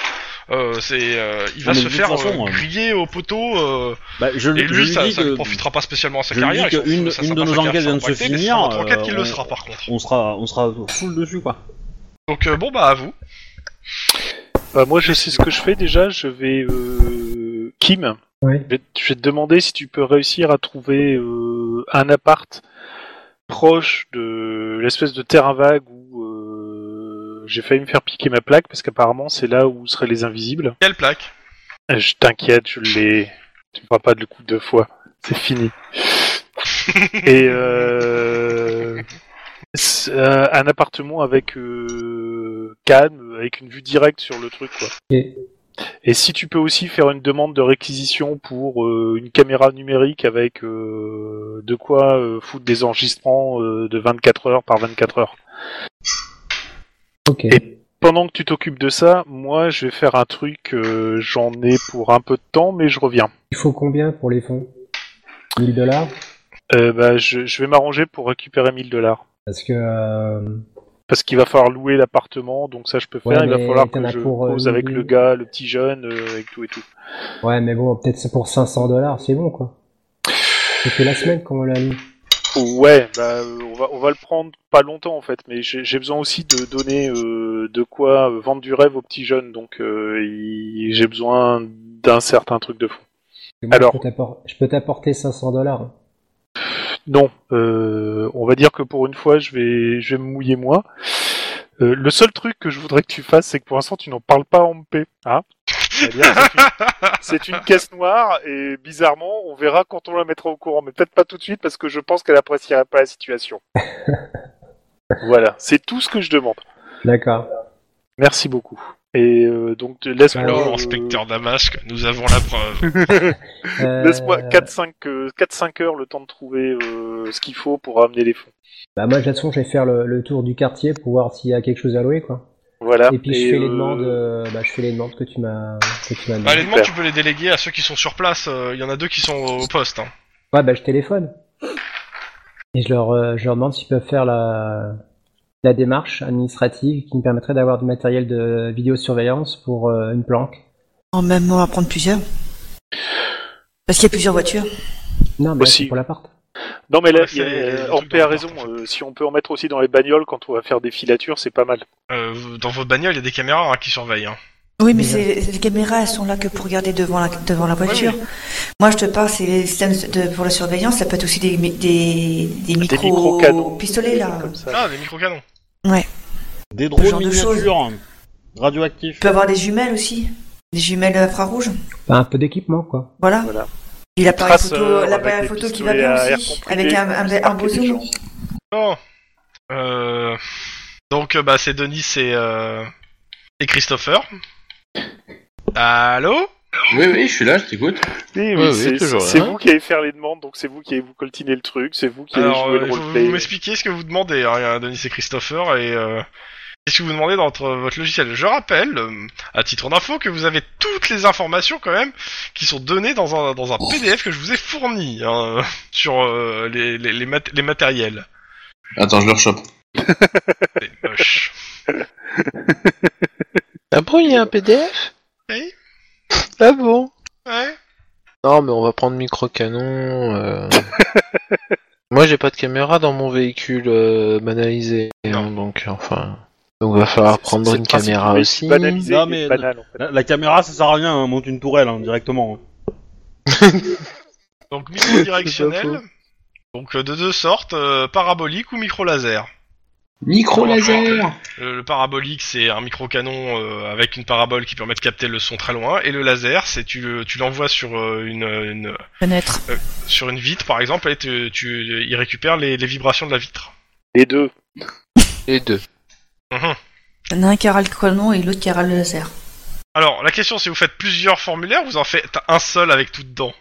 euh, c'est, euh, il va Non, mais se de toute faire façon, euh, hein. griller au poteau. euh, bah, je, et lui- je lui, lui ça, dis ça ne que profitera pas spécialement à sa je lui carrière. dis et que une- ça une de sera pas nos sa carrière, enquêtes ça vient de se sera impacté, mais c'est finir, notre enquête qui euh, le on- sera par contre. on sera, on sera full dessus quoi. Donc euh, bon bah à vous. Bah, moi, je sais ce que je fais déjà. Je vais. euh, Kim, Ouais. je vais, te- je vais te demander si tu peux réussir à trouver euh, un appart proche de l'espèce de terrain vague où euh, j'ai failli me faire piquer ma plaque parce qu'apparemment, c'est là où seraient les invisibles. Quelle plaque Euh, Je t'inquiète, je l'ai. Tu ne feras pas de le coup deux fois. C'est fini. Et euh, c'est un un appartement avec euh, calme, avec une vue directe sur le truc, quoi. Ok. Et si tu peux aussi faire une demande de réquisition pour euh, une caméra numérique avec euh, de quoi euh, foutre des enregistrements euh, de 24 heures par 24 heures. Ok. Et- Pendant que tu t'occupes de ça, moi je vais faire un truc, euh, j'en ai pour un peu de temps, mais je reviens. Il faut combien pour les fonds 1000 dollars Euh, bah, je, je vais m'arranger pour récupérer 1000 dollars. Parce que. euh, Parce qu'il va falloir louer l'appartement, donc ça je peux faire. Ouais, Il va mais falloir t'en que as je pour, euh, cause avec mille- le gars, le petit jeune, euh, et tout et tout. Ouais, mais bon, peut-être c'est pour 500 dollars, c'est bon quoi. Ça fait la semaine qu'on l'a mis. Ouais, bah, euh, on, va, on va le prendre pas longtemps en fait, mais j'ai j'ai besoin aussi de donner euh, de quoi euh, vendre du rêve aux petits jeunes, donc euh, il- j'ai besoin d'un certain truc de fond. Et moi, Alors. je peux t'appor- Je peux t'apporter 500 dollars. Non, euh, on va dire que pour une fois, je vais, je vais me mouiller moi. Euh, le seul truc que je voudrais que tu fasses, c'est que pour l'instant, tu n'en parles pas en MP. Hein C'est-à-dire, c'est une- c'est une, caisse noire et bizarrement, on verra quand on la mettra au courant, mais peut-être pas tout de suite parce que je pense qu'elle appréciera pas la situation. voilà, c'est tout ce que je demande. D'accord. Merci beaucoup. Et euh, donc, te- laisse-moi. Alors, euh, inspecteur Damasque, nous avons la preuve. Euh, Laisse-moi 4-5 euh, 4-5 heures le temps de trouver euh, ce qu'il faut pour amener les fonds. Bah, moi, de toute façon, je vais faire le, le tour du quartier pour voir s'il y a quelque chose à louer quoi. Voilà. Et puis, je fais les euh, demandes. euh, Bah, je fais les demandes que tu m'as. Que tu m'as bah, les demandées. demandes, tu peux les déléguer à ceux qui sont sur place. euh, Il y en a deux qui sont au poste. Hein. Ouais, bah, je téléphone. Et je leur, euh, je leur demande s'ils peuvent faire la, la démarche administrative qui me permettrait d'avoir du matériel de vidéosurveillance pour euh, une planque. En même on va prendre plusieurs. Parce qu'il y a plusieurs voitures. Non, mais là, Aussi. c'est pour l'appart. Non, mais là, Ouais, il y a- c'est- il y a des trucs Orpé a dans le raison. parc, en fait. euh, si on peut en mettre aussi dans les bagnoles quand on va faire des filatures, c'est pas mal. Euh, dans votre bagnole, il y a des caméras hein, qui surveillent. Hein. Oui, mais Déjà. euh, c'est- les caméras, elles sont là que pour regarder devant la, devant la voiture. Moi, je te parle, c'est les systèmes de, pour la surveillance, ça peut être aussi des, mi- des, des Des micros micro-canons. pistolets, des là. trucs comme ça. Ah, des micro-canons. Des Ce drones genre de miniatures hein. radioactifs. Tu peux avoir des jumelles aussi. Des jumelles infrarouges. Bah, un peu d'équipement, quoi. Voilà. Voilà. Il l'appareil Traceur photo, euh, avec l'appareil des photo qui va pistolets bien à air aussi. comprimé Avec un, pour un, marquer un, beau les zoom. gens. Bon. Oh. Euh... Donc, euh, bah, c'est Denis et, euh... et Christopher. Allô Oui, oui, je suis là, je t'écoute. Oui, oui, Ouais, oui, c'est- toujours c'est là. vous qui allez faire les demandes, donc c'est vous qui allez vous coltiner le truc, c'est vous qui allez Alors, jouer euh, le il faut roleplay. vous m'expliquer ce que vous demandez, hein, Denis et Christopher, et euh, qu'est-ce que vous demandez dans votre, votre logiciel. Je rappelle, euh, à titre d'info, que vous avez toutes les informations quand même qui sont données dans un, dans un PDF que je vous ai fourni hein, sur euh, les, les, les, mat- les matériels. Attends, je le rechoppe. C'est moche. Ah bon, il y a un PDF Oui. Ah bon Ouais. Non, mais on va prendre micro-canon. euh. Moi, j'ai pas de caméra dans mon véhicule euh, banalisé. Non. Donc, enfin. Donc, va falloir C'est- c'est prendre le une principe caméra du- aussi. Banalisé, Non, il est mais- banal, en fait. La, la caméra, ça sert à rien, hein, monte une tourelle hein, directement. Donc, C'est pas micro-directionnel. Donc, euh, de deux sortes, euh, parabolique ou micro-laser. Micro laser Euh, le parabolique, c'est un micro-canon euh, avec une parabole qui permet de capter le son très loin, et le laser, c'est tu, le- tu l'envoies sur euh, une, une- euh, Fenêtre. sur une vitre, par exemple, et tu, tu- il récupère les, les vibrations de la vitre. Les deux. Les deux. Mhm. Il y en a un qui aura le canon et l'autre qui aura le laser. Alors, la question, c'est vous faites plusieurs formulaires, ou vous en faites un seul avec tout dedans.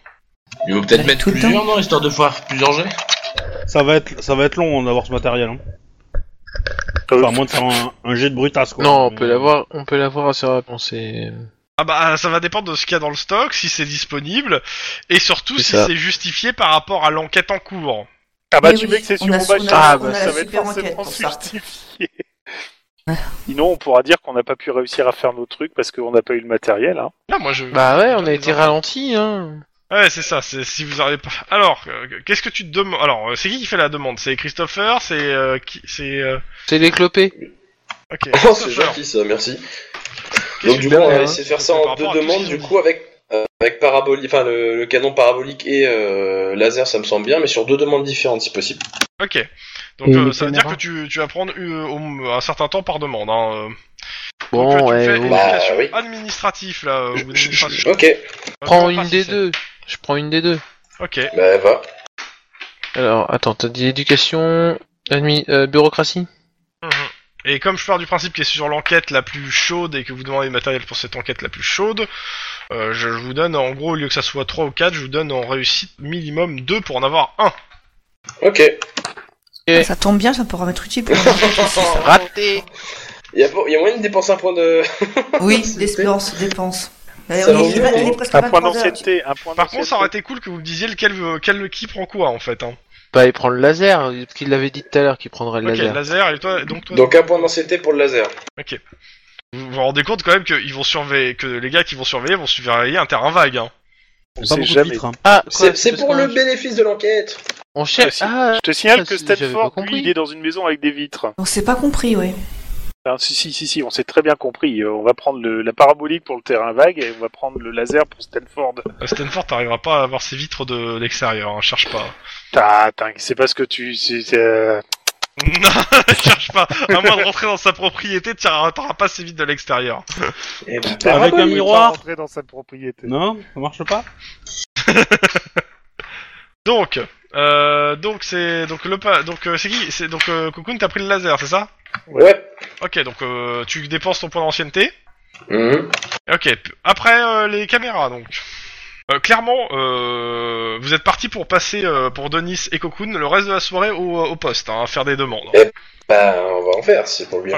Il faut peut-être Avec mettre tout le temps. plusieurs, non, histoire de faire plusieurs jets Ça va être, ça va être long hein, d'avoir ce matériel. Hein. Enfin, à moins de faire un, un jet de brutasse. Quoi. Euh, non, on Mais- peut l'avoir, on peut l'avoir assez rapidement. C'est. Ah bah, ça va dépendre de ce qu'il y a dans le stock, si c'est disponible, et surtout C'est si ça. c'est justifié par rapport à l'enquête en cours. Ah bah Mais tu oui, mets que c'est on sur a- mon badge, on a- ça on a la va être super enquête forcément pour ça. justifié. Ouais. Sinon, on pourra dire qu'on n'a pas pu réussir à faire nos trucs parce qu'on n'a pas eu le matériel. Hein. Là, moi, je... Bah ouais, on a Des été infos. ralenti, hein. Ouais, c'est ça, c'est si vous arrivez pas. Alors, euh, qu'est-ce que tu te demandes Alors, euh, c'est qui qui fait la demande C'est Christopher C'est. euh, qui... C'est. euh, C'est les clopés. Ok. Oh, c'est Christopher. gentil ça, merci. Qu'est-ce Donc que du tu coup, on fais, va hein essayer de faire ça Par en deux rapport à tout demandes, ce du qu'on coup, avec, euh, avec parabolique, enfin le, le canon parabolique et euh, laser, ça me semble bien, mais sur deux demandes différentes si possible. Ok. Donc, Et euh, les ça veut dire caméras que tu, tu vas prendre euh, au- un certain temps par demande. Hein. euh. Bon, Donc, euh, ouais, tu fais bon. eh, Bah, éducation oui. administrative, là. euh, ou Je- je- administration. je- ok, Euh, je prends sais pas une si des c'est- deux. Je prends une des deux. Ok. Bah, va. Alors, attends, t'as dit éducation, admis, euh, bureaucratie Mhm. Et comme je pars du principe qu'il est sur l'enquête la plus chaude et que vous demandez le matériel pour cette enquête la plus chaude, euh, je, je vous donne en gros, au lieu que ça soit 3 ou 4, je vous donne en réussite minimum 2 pour en avoir 1. Ok. Et- Ça tombe bien, ça pourra m'être utile pour moi. Raté Il y, a po- y a moyen de dépenser un point de. Oui, S'il te plaît. d'espérance, dépense. Allez, Ça on vaut est- il mieux, est- il est hein. presque Un point 23 heures. d'ancienneté, un point Par contre, ça aurait d'ancienneté. été cool que vous me disiez lequel, euh, quel qui prend quoi en fait. Hein. Bah, il prend le laser, parce qu'il l'avait dit tout à l'heure qu'il prendrait le Ok, laser. laser, et toi, donc toi. Donc un point d'ancienneté pour le laser. Ok. Vous vous rendez compte quand même que, ils vont surveiller, que les gars qui vont surveiller vont surveiller un terrain vague. Hein. On Pas sait beaucoup de jamais. titres, hein. Ah, C'est quoi, c'est parce pour qu'on- le bénéfice de l'enquête. On cherche. Ah, Ah, Je te signale Ah, que si, j'avais Stanford, pas lui, compris. il est dans une maison avec des vitres. On s'est pas compris, oui. Ah, si, si, si, si, on s'est très bien compris. Euh, On va prendre le- la parabolique pour le terrain vague et on va prendre le laser pour Stanford. À Stanford, t'arriveras pas à avoir ses vitres de l'extérieur, hein, cherche pas. T'as, t'inqui- c'est pas ce que tu. c'est- c'est, euh, Non, cherche pas. À moins de rentrer dans sa propriété, t'auras t'auras pas ses vitres de l'extérieur. Eh Et ben, bah, Avec un il est miroir. pas rentré dans sa propriété. Non, ça marche pas. Donc, euh, donc c'est donc le pas. Donc euh, c'est qui C'est donc euh, Cocoon, t'as pris le laser, c'est ça ouais. Ok, donc euh, tu dépenses ton point d'ancienneté. Mhm. Ok. p- Après euh, les caméras, donc. Euh, clairement, euh, vous êtes parti pour passer euh, pour Denis et Cocoon le reste de la soirée au, au poste, hein, à faire des demandes. Eh, Bah, on va en faire, c'est pour le bien.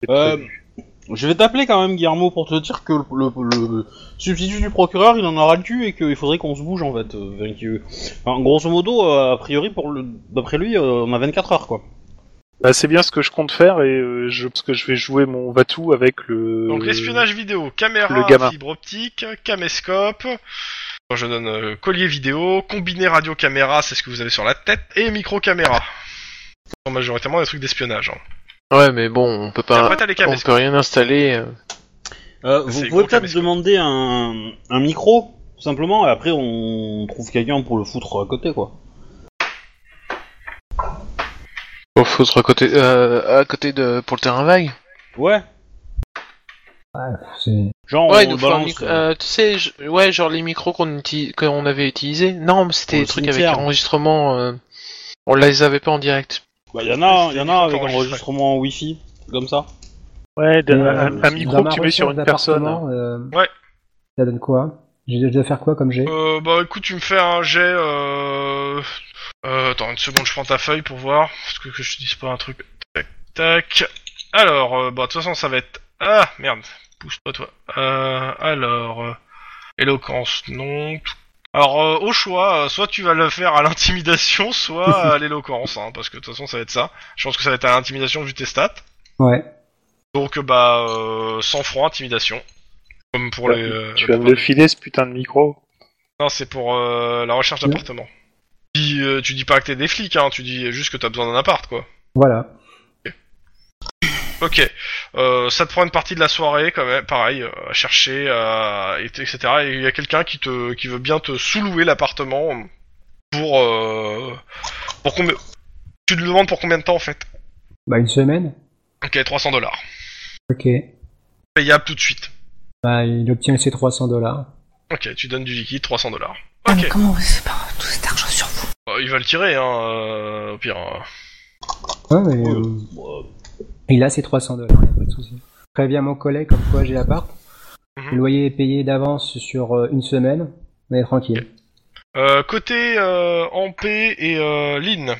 C'est Euh, prévu. je vais t'appeler quand même, Guillermo, pour te dire que le, le- le substitut du procureur, il en aura le cul et qu'il faudrait qu'on se bouge en fait. euh, enfin, que- enfin, grosso modo, euh, a priori, pour le... d'après lui, euh, on a 24 heures quoi. Bah, c'est bien ce que je compte faire et euh, je, parce que je vais jouer mon Vatou avec le. Donc l'espionnage vidéo, caméra, euh, le gamin. fibre optique, caméscope. Bon, Je donne euh, collier vidéo, combiné radio caméra, c'est ce que vous avez sur la tête, et micro caméra. Ce sont majoritairement des trucs d'espionnage. hein. Ouais, mais bon, on peut Et pas. après t'as les On caméscopes. peut rien installer. euh. Euh, C'est vous gros pouvez peut-être caméscope. demander un, un micro, tout simplement, et après on trouve quelqu'un pour le foutre à côté quoi. Pour foutre à côté, euh, à côté de, pour le terrain vague. Ouais, C'est- genre ouais, il Oh, on nous faut un balance. micro. euh, euh, tu sais, je- ouais, genre les micros qu'on uti- qu'on avait utilisés. Non, mais c'était Pour le des trucs cimetière. avec enregistrement. euh, On les avait pas en direct. bah, y en a, y en a C'est avec des micros enregistrement wifi, comme ça. Ouais, d'un- Euh, un, un dans micro ma que tu mets sur recherche une personne. hein. d'appartement, euh, Ouais. Ça donne quoi Je dois- je dois faire quoi comme j'ai Euh, bah écoute, tu me fais un jet. Euh... euh, attends une seconde, je prends ta feuille pour voir. Parce que, que je te dise pas un truc. Tac, tac. Alors, euh, bah de toute façon, ça va être. Ah merde, pousse-toi toi. Euh, alors, euh, éloquence, non. Alors, euh, au choix, euh, soit tu vas le faire à l'intimidation, soit à l'éloquence, hein, parce que de toute façon, ça va être ça. Je pense que ça va être à l'intimidation vu tes stats. Ouais. Donc, euh, bah, euh, sans franc, intimidation. Comme pour Ouais, les. Bah, euh, Tu vas me le filer ce putain de micro. Non, c'est pour euh, la recherche Non. d'appartement. Tu, dis, euh, tu dis pas que t'es des flics, hein, tu dis juste que t'as besoin d'un appart, quoi. Voilà. Ok, euh, ça te prend une partie de la soirée, quand même, pareil, euh, à chercher, à- et- etc. Et il y a quelqu'un qui te, qui veut bien te sous-louer l'appartement pour, euh, pour combien... Tu le demandes pour combien de temps, en fait Bah une semaine. Ok, 300 dollars. Ok. Payable tout de suite. Bah il obtient ses 300 dollars. Ok, tu donnes du liquide, 300 dollars. Ah, Ok, mais comment c'est pas tout cet argent sur vous Bah, il va le tirer, hein, euh, au pire. hein. Ouais, mais, Ouais. euh, Il a ses 300 dollars, y a pas de souci. Préviens mon collègue comme quoi j'ai l'appart. Mhm. Le loyer est payé d'avance sur euh, une semaine. On est tranquille. Euh, côté euh, Ampé et euh, Lynn,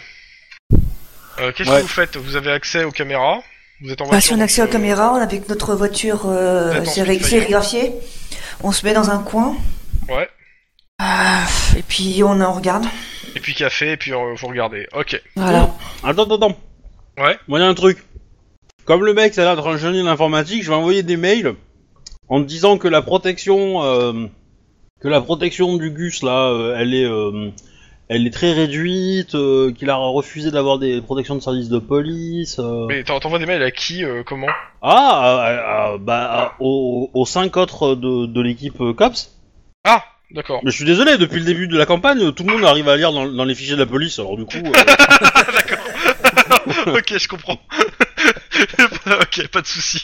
euh, qu'est-ce Ouais. que vous faites Vous avez accès aux caméras Vous êtes en Bah, voiture Si on a accès aux donc, euh, caméras, on avec notre voiture euh, Attends, je vais séri- sérigraphiée. On se met dans un coin. Ouais. Ah, et puis on en regarde. Et puis café, et puis euh, vous regardez. Ok. Voilà. Attends, attends, attends. Ouais. Moi, y a un truc. Comme le mec, ça a l'air d'être un génie de l'informatique, je vais envoyer des mails en te disant que la protection, euh, que la protection du Gus là, euh, elle est, euh, elle est très réduite, euh, qu'il a refusé d'avoir des protections de services de police. euh. Mais t'en- t'envoies des mails à qui euh, Comment Ah, à- à- à- bah, à- aux, aux cinq autres de, de l'équipe euh, cops. Ah D'accord. Mais je suis désolé, depuis le début de la campagne, tout le monde arrive à lire dans, dans les fichiers de la police. Alors du coup, euh, D'accord. ok, je comprends. ok, pas de souci.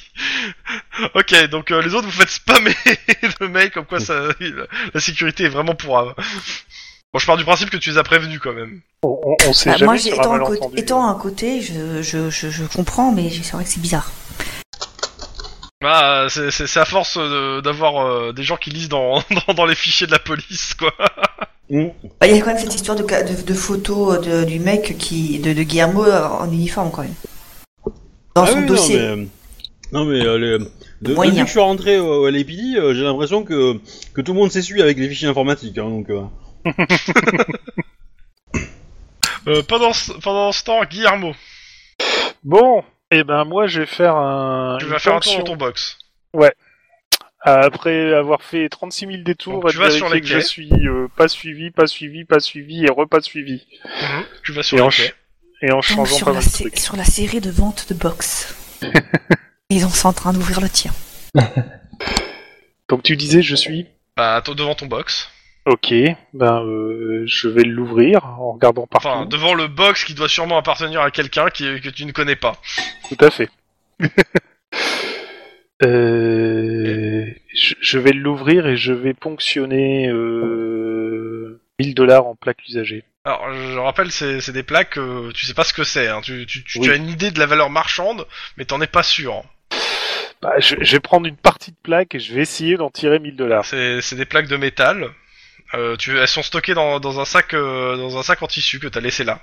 Ok, donc euh, les autres vous faites spammer de mails comme quoi ça, la sécurité est vraiment pourrave. Bon, je pars du principe que tu les as prévenus quand même. On, on, on sait Bah, jamais moi, j'ai- sur un étant, un côté- malentendu. hein. étant un côté, je, je, je, je comprends, mais c'est vrai que c'est bizarre. Bah, c'est- c'est c'est à force euh, d'avoir euh, des gens qui lisent dans, dans, dans les fichiers de la police, quoi. Mmh. Bah, Il y a quand même cette histoire de, ca- de, de photos euh, de- du mec qui de, de Guillermo euh, en uniforme quand même. Dans Ah son oui, dossier. Non mais, non, mais, euh, les- de- Moyen. depuis que je suis rentré au, à l'APD, euh, j'ai l'impression que, que tout le monde s'essuie avec les fichiers informatiques. hein, donc, euh. Euh, pendant, ce- pendant ce temps, Guillermo, Bon, et ben moi je vais faire un. tu une vas faire un tour ponction. dans ton box. Après avoir fait 36 000 détours, Donc, tu et vas vérifier sur les que quais. je suis euh, pas suivi, pas suivi, pas suivi et repas suivi. Tu vas sur Et le en, quai. ch- et en Donc, changeant Ah, sur, pas la mal de sé- trucs. sur la série de ventes de box. Ils en sont en train d'ouvrir le tien. Donc tu disais je suis. Bah, attends, devant ton box. Ok, ben euh, je vais l'ouvrir en regardant partout. Enfin, devant le box qui doit sûrement appartenir à quelqu'un qui, que tu ne connais pas. Tout à fait. Euh, je, je vais l'ouvrir et je vais ponctionner euh, 1000 dollars en plaques usagées. Alors, je rappelle, c'est c'est des plaques, euh, tu sais pas ce que c'est. Hein. Tu, tu, tu, Oui. tu as une idée de la valeur marchande, mais t'en es pas sûr. Bah, je, je vais prendre une partie de plaque et je vais essayer d'en tirer 1000 dollars. C'est c'est des plaques de métal. Euh, tu, elles sont stockées dans, dans un sac euh, dans un sac en tissu que t'as laissé là.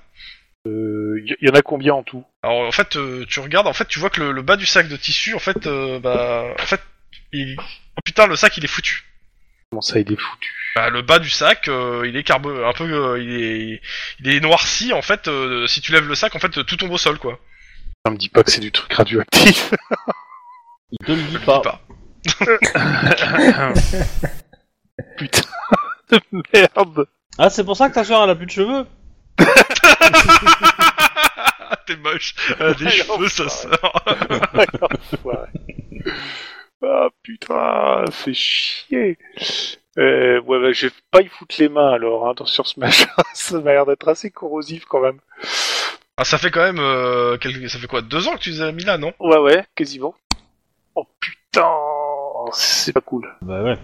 Il Euh, y, y en a combien en tout Alors en fait, euh, tu regardes, en fait, tu vois que le, le bas du sac de tissu, en fait, euh, bah, en fait, il... oh, putain, le sac il est foutu. Comment ça, il est foutu Bah, le bas du sac, euh, il est carbo, un peu, euh, il est, il est noirci en fait. euh, si tu lèves le sac, en fait, tout tombe au sol quoi. Ça me dit pas que c'est du truc radioactif. Il te le dit Je pas. dis pas. Putain de merde. Ah, c'est pour ça que ta soeur elle a plus de cheveux T'es moche. Euh, des Alors, cheveux, ça sort. Enfoiré. Ah putain, fait chier. Euh, ouais, bah, je vais pas y foutre les mains alors hein, dans- sur ce machin. Ça m'a l'air d'être assez corrosif quand même. Ah, ça fait quand même, euh, quelques- ça fait quoi, deux ans que tu les as mis là, non Ouais, ouais, quasiment. Oh putain, c'est pas cool. Bah ouais.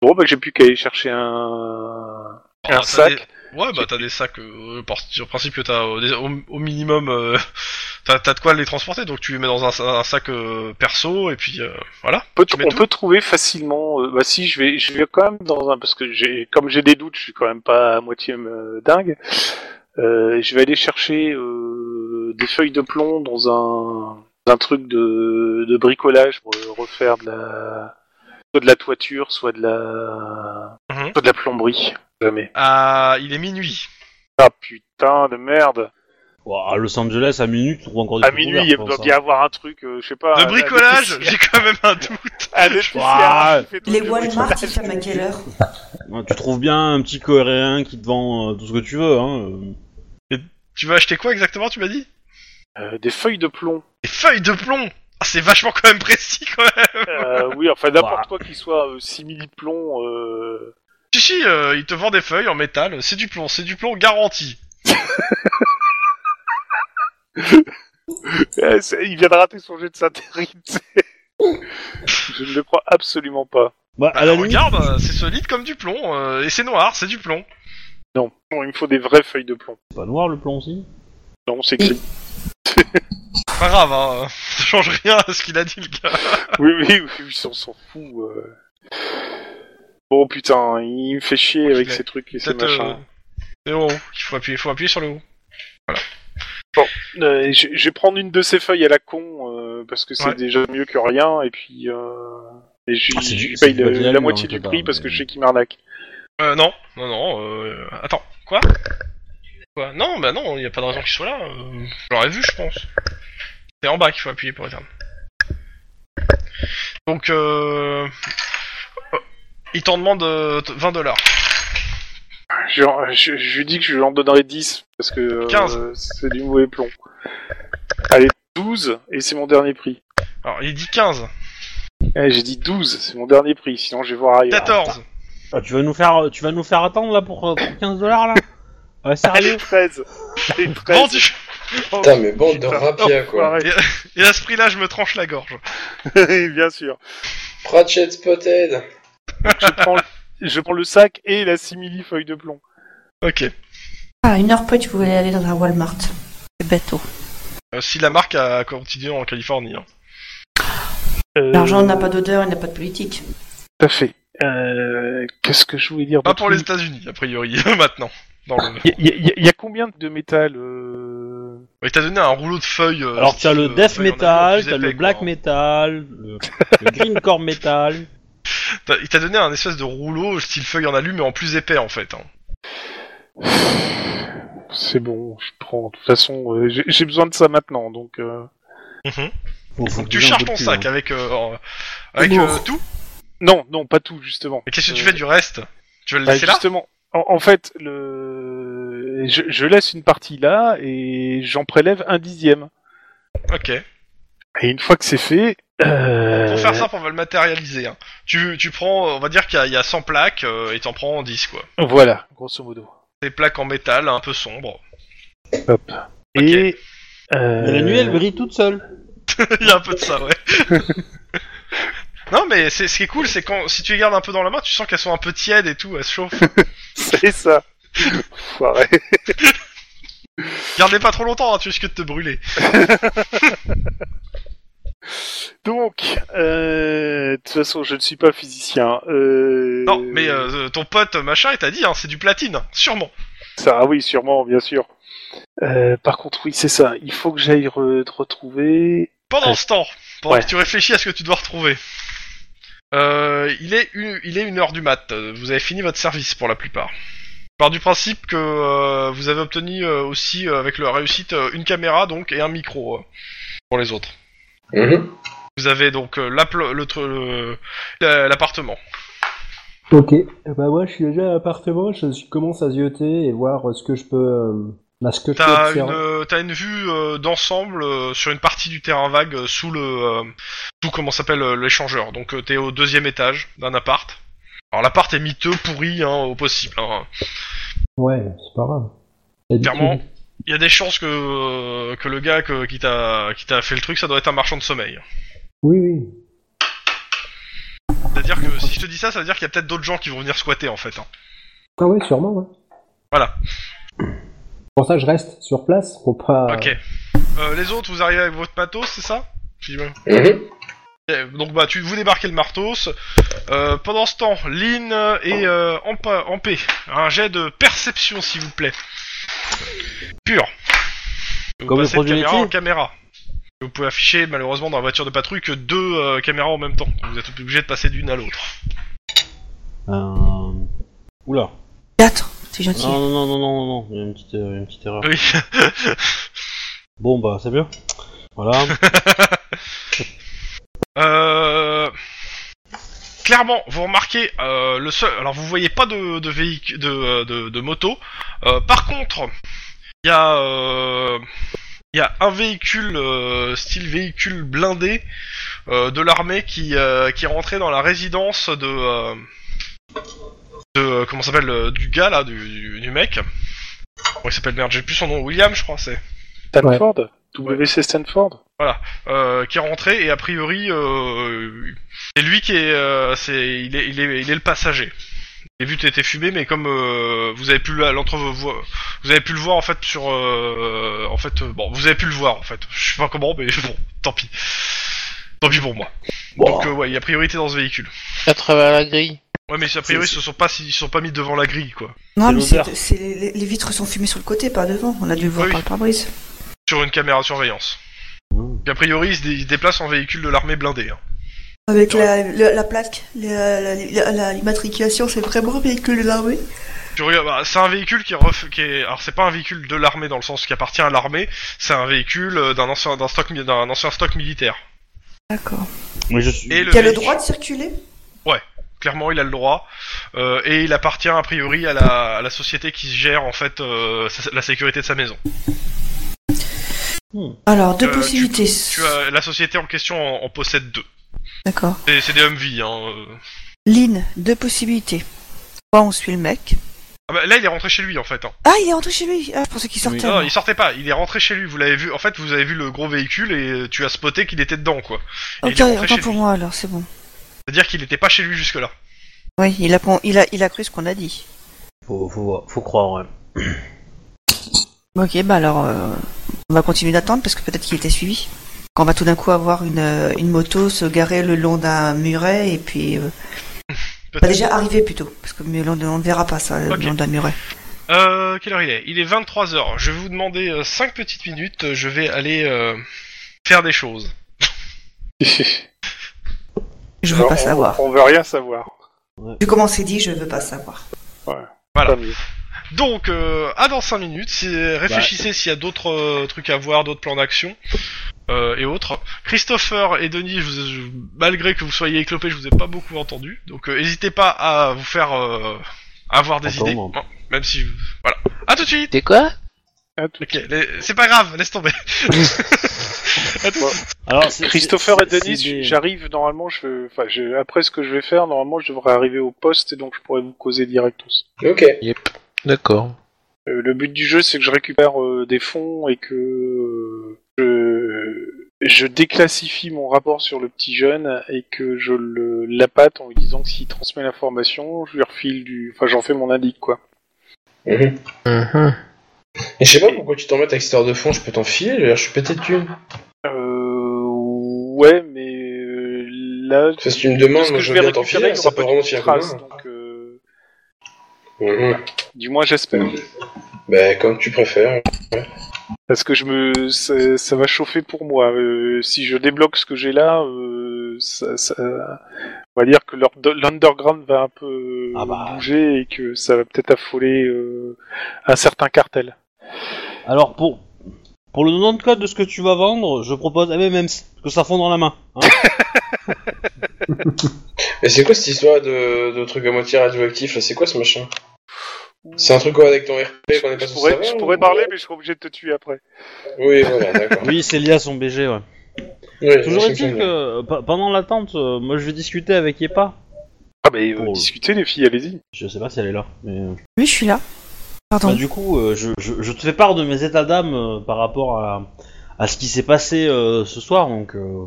Bon, bah j'ai plus qu'à aller chercher un, Ah, un t'as sac. des- Ouais, bah t'as des sacs, euh, par- sur le principe que t'as euh, des- au, au minimum, euh, t'as t'as de quoi les transporter, donc tu les mets dans un, sa- un sac euh, perso, et puis euh, voilà. On peut, tu mets on tout peut trouver facilement. euh, bah si, je vais, je vais quand même dans un parce que j'ai, comme j'ai des doutes, je suis quand même pas à moitié euh, dingue. Euh, je vais aller chercher euh, des feuilles de plomb dans un, un truc de, de bricolage pour euh, refaire de la, soit de la toiture, soit de la, Mhm. soit de la plomberie. Jamais. Ah, il est minuit. Ah putain de merde. Ouah, à Los Angeles, à minuit, tu trouves encore des À trucs minuit, ouverts, il je doit pense, bien hein. avoir un truc, euh, je sais pas. de un- un bricolage, épicier- j'ai quand même un doute. un épicier Ouah. qui fait tout Les le Walmart, bricolage. ils ferment à quelle heure Ouais, Tu trouves bien un petit coréen qui te vend euh, tout ce que tu veux. Hein. euh. Tu veux acheter quoi exactement, tu m'as dit Euh, Des feuilles de plomb. Des feuilles de plomb ah, c'est vachement quand même précis quand même. Euh, oui, enfin n'importe quoi qui soit euh, 6 milliplomb. Euh... Si si, euh, il te vend des feuilles en métal. C'est du plomb, c'est du plomb garanti. eh, c'est- il vient de rater son jet de satellite. Je ne le crois absolument pas. Bah, à la Alors, limite, regarde, euh, c'est solide comme du plomb euh, et c'est noir, c'est du plomb. Non, non, il me faut des vraies feuilles de plomb. c'est pas noir le plomb aussi Non, c'est gris. Pas grave, hein. ça change rien à ce qu'il a dit le gars. oui, oui, oui, oui, on s'en fout. euh. Bon, putain, il me fait chier avec Il a- ces trucs et ces Peut-être. euh, machins. c'est au haut. Il faut appuyer, faut appuyer sur le haut. Euh, je, je vais prendre une de ces feuilles à la con, euh, parce que c'est Ouais. déjà mieux que rien, et puis... Euh... Et je, Ah, c'est je du- lui c'est paye du le- papier la alu, moitié hein, du c'est prix pas- parce que je sais qu'il m'arnaque. Euh, non, non, non. Euh... Attends, quoi Quoi Non, bah non, il y a pas de raison qu'il soit là. euh, Je l'aurais vu, je pense. C'est en bas qu'il faut appuyer pour éteindre. Donc, euh... oh, il t'en demande euh, 20 dollars. Je, je, je lui dis que je lui en donnerai 10 parce que euh, 15. c'est du mauvais plomb. Allez, 12 et c'est mon dernier prix. Alors, il dit 15, Eh, J'ai dit 12, c'est mon dernier prix, sinon je vais voir ailleurs. 14. Ah, tu, vas nous faire, tu vas nous faire attendre là pour, euh, pour 15 dollars là Ouais, sérieux Allez, 13 Allez, 13 Vendu Oh, Putain, mais bande de putain. rapia, quoi. Pareil. Et à ce prix-là, je me tranche la gorge. Bien sûr. Pratchett Spotted. Je prends, je prends le sac et la simili feuille de plomb. Ok. Ah, une heure près, tu voulais aller dans un Walmart. C'est bateau. Euh, si la marque a continué en Californie. hein. Euh, L'argent n'a pas d'odeur, il n'a pas de politique. Tout à fait. Euh, Qu'est-ce que je voulais dire Pas d'autre pour les États-Unis, a priori, maintenant. Dans le... Il y, a- y a- y a combien de métal euh, Il t'a donné un rouleau de feuilles. euh, Alors, tu as style, le euh, death feuilles en metal, acier plus tu as le épais, black quoi. metal, le, le green core metal. T'as- Il t'a donné un espèce de rouleau style feuille en alu, mais en plus épais en fait. hein. C'est bon, je prends. De toute façon, euh, j'ai- j'ai besoin de ça maintenant, donc. euh, Bon, Donc faut tu bouger un charges peu ton plus, sac hein. avec, euh, en- avec Lourd. euh, tout. Non, non, pas tout justement. Et qu'est-ce que tu Euh, fais du reste Tu veux le bah, laisser là Justement, en, en fait, le... je, je laisse une partie là et j'en prélève un dixième. Ok. Et une fois que c'est fait, euh, Pour faire ça, on va le matérialiser. hein. Tu, tu prends, on va dire qu'il y, a- il y a 100 plaques euh, et t'en prends 10 quoi. voilà, grosso modo. Des plaques en métal un peu sombres. Hop. Et euh, Mais la nuit, elle brille toute seule. Il y a un peu de ça, ouais. non mais c'est, ce qui est cool, c'est quand si tu les gardes un peu dans la main, tu sens qu'elles sont un peu tièdes et tout, elles se chauffent. c'est ça. Foiré. Garde-les pas trop longtemps, hein, tu risques de te brûler. Donc, euh, de toute façon, je ne suis pas physicien. Euh, Non, mais euh, ton pote machin, il t'a dit, hein, c'est du platine, sûrement. Ça, ah oui, sûrement, bien sûr. Euh, par contre, oui, c'est ça. Il faut que j'aille re- te retrouver. Pendant Ouais. ce temps, pendant Ouais. que tu réfléchis à ce que tu dois retrouver, euh, il, est une, il est une heure du mat. euh, Vous avez fini votre service pour la plupart. Je Pars du principe que euh, vous avez obtenu euh, aussi euh, avec la réussite euh, une caméra donc et un micro euh, pour les autres. Mhm. Vous avez donc euh, l'appel- le tr- le- la- l'appartement. Ok, Eh ben moi je suis déjà à l'appartement, je, je commence à zioter et voir euh, ce que je peux, euh, bah, ce que je peux T'as une observer. euh, t'as une vue euh, d'ensemble euh, sur une partie du terrain vague euh, sous le euh, sous comment s'appelle euh, l'échangeur. Donc euh, t'es au deuxième étage d'un appart. Alors l'appart est miteux, pourri hein, au possible. hein. Ouais, c'est pas grave. D'habitude. Clairement. Il y a des chances que, euh, que le gars que- qui t'a qui t'a fait le truc, ça doit être un marchand de sommeil. Oui, oui. C'est-à-dire que si je te dis ça, ça veut dire qu'il y a peut-être d'autres gens qui vont venir squatter en fait. hein. Ah ouais, sûrement, ouais. Voilà. Pour ça, je reste sur place pour pas. Ok. Euh, les autres, vous arrivez avec votre matos, c'est ça Je dis bien. Mhm. Eh, Donc bah tu vous débarquez le martos. Euh, pendant ce temps, Lynn et euh, Ampa- Ampé, un jet de perception s'il vous plaît. Pur. Vous Comme le passez produit de caméra laitier en caméra. Vous pouvez afficher malheureusement dans la voiture de patrouille que deux euh, caméras en même temps. Vous êtes obligé de passer d'une à l'autre. Euh... Oula. 4, c'est gentil. Non, non, non, non, non, non, il y a une petite, euh, une petite erreur. Oui. Bon, bah, c'est bien. Voilà. Euh, Clairement, vous remarquez euh, le seul. Alors, vous voyez pas de de véhicule, de, euh, de, de moto. Euh, par contre, il y a euh, il y a un véhicule euh, style véhicule blindé euh, de l'armée qui euh, qui est rentré dans la résidence de euh, de euh, comment ça s'appelle euh, du gars là du du, du mec. Comment il s'appelle merde, j'ai plus son nom. William, je crois, c'est. Stanford WC Stanford euh, qui est rentré et a priori euh, c'est lui qui est, euh, c'est il est, il est il est le passager. J'ai vu que t'étais fumé, mais comme euh, vous avez pu le- l'entre vous avez pu le voir en fait sur euh, en fait euh, bon vous avez pu le voir en fait. Je sais pas comment, mais bon tant pis. Tant pis pour moi. Donc euh, ouais, il y a priorité dans ce véhicule. À travers la grille. Ouais, mais a priori ils se sont pas ils se sont pas mis devant la grille quoi. non, c'est mais c'est- l'odeur. c'est- les, les vitres sont fumées sur le côté, pas devant. On a dû le Ah voir Oui. par le pare-brise. Sur une caméra de surveillance. Mmh. Donc a priori ils se, dé- ils se déplacent en véhicule de l'armée blindée. hein. Avec la, la, la plaque, la- la- la- la- l'immatriculation, c'est vraiment un véhicule de l'armée. Tu regardes- bah, c'est un véhicule qui, est ref... qui est... alors c'est pas un véhicule de l'armée dans le sens qui appartient à l'armée, c'est un véhicule euh, d'un ancien d'un stock mi- d'un ancien stock militaire. D'accord. Mais je suis. Et le Qui a le véhicule, droit de circuler clairement il a le droit euh, et il appartient a priori à la, à la société qui gère en fait euh, sa- la sécurité de sa maison. Mmh. Alors, deux Euh, tu- possibilités. Tu as... la société en question en, en possède deux. D'accord. C'est c'est des hommes vie hein. euh. Lynn, deux possibilités. Soit on suit le mec, Ah bah, là, il est rentré chez lui en fait. hein. Ah, il est rentré chez lui Ah, je pensais qu'il sortait. Non, non, il sortait pas. Il est rentré chez lui. Vous l'avez vu. En fait, vous avez vu le gros véhicule et euh, tu as spoté qu'il était dedans, quoi. Et ok, il est rentré autant chez pour lui. moi alors, c'est bon. C'est-à-dire qu'il n'était pas chez lui jusque-là. Oui, il a, con- il a, il a cru ce qu'on a dit. Faut, faut, faut croire, ouais. Ok, bah alors, euh, on va continuer d'attendre parce que peut-être qu'il était suivi. Quand on va tout d'un coup avoir une, euh, une moto se garer le long d'un muret et puis. euh, Peut-être. bah, déjà arriver plutôt, parce que mais on ne on ne verra pas ça, le Ok. long d'un muret. Euh, quelle heure il est Il est 23h. Je vais vous demander 5 petites minutes. euh, Je vais aller euh, faire des choses. Je veux Alors, pas on- savoir. On veut rien savoir. Vu comment c'est dit, je veux pas savoir. Voilà. Tant mieux. Donc, euh, à dans 5 minutes. Si- réfléchissez s'il y a d'autres euh, trucs à voir, d'autres plans d'action euh, et autres. Christopher et Denis, je vous- je- malgré que vous soyez éclopés, je vous ai pas beaucoup entendu. Donc, euh, n'hésitez pas à vous faire euh, avoir des idées. Entendre. hein, même si... Voilà. À tout de suite T'es quoi À Hein, tout de Ok, les- c'est pas grave, laisse tomber. À tout de Ouais. suite. Alors, c'est- Christopher et c'est- Denis, c'est des- j'arrive normalement, je, enfin, je- après ce que je vais faire, normalement je devrais arriver au poste et donc je pourrais vous causer directos. Ok. D'accord. Euh, le but du jeu c'est que je récupère euh, des fonds et que euh, je, je déclassifie mon rapport sur le petit jeune et que je le l'appâte en lui disant que s'il transmet l'information, je lui refile du... Enfin j'en fais mon indique quoi. Mhm. Mhm. Et je sais pas pourquoi tu t'embêtes avec cette histoire de fond, je peux t'en filer, j'ai l'air- je suis pété de thunes. Euh, ouais mais euh, là... Parce que tu me demandes, ce moi, que je je veux vais bien t'en filer, récupérer, il n'y ça aura peut pas vraiment de te faire traces, mal. donc euh, Mhm. du moins j'espère. Bah, comme tu préfères. Parce que je me, ça, ça va chauffer pour moi. Euh, si je débloque ce que j'ai là, euh, ça, ça- on va dire que leur- l'underground va un peu Ah bah. bouger et que ça va peut-être affoler euh, un certain cartel. Alors, pour, pour le nom de code de ce que tu vas vendre, je propose MMMs, que ça fond dans la main. hein. Mais c'est quoi cette histoire de, de truc à moitié radioactif là C'est quoi ce machin C'est un truc quoi, avec ton RP qu'on est pas je censé pourrais, savoir, je ou- pourrais parler, mais je serai obligé de te tuer après. Oui, voilà, d'accord. oui, c'est lié à son BG, ouais. Oui, Toujours je me est-il souviens. que euh, pe- pendant l'attente, euh, moi je vais discuter avec Yepa. Ah mais euh, Oh. discutez les filles, allez-y. Je sais pas si elle est là. Mais... euh, Oui, je suis là. Pardon. bah, du coup, euh, je, je- je te fais part de mes états d'âme euh, par rapport à, à ce qui s'est passé euh, ce soir, donc euh,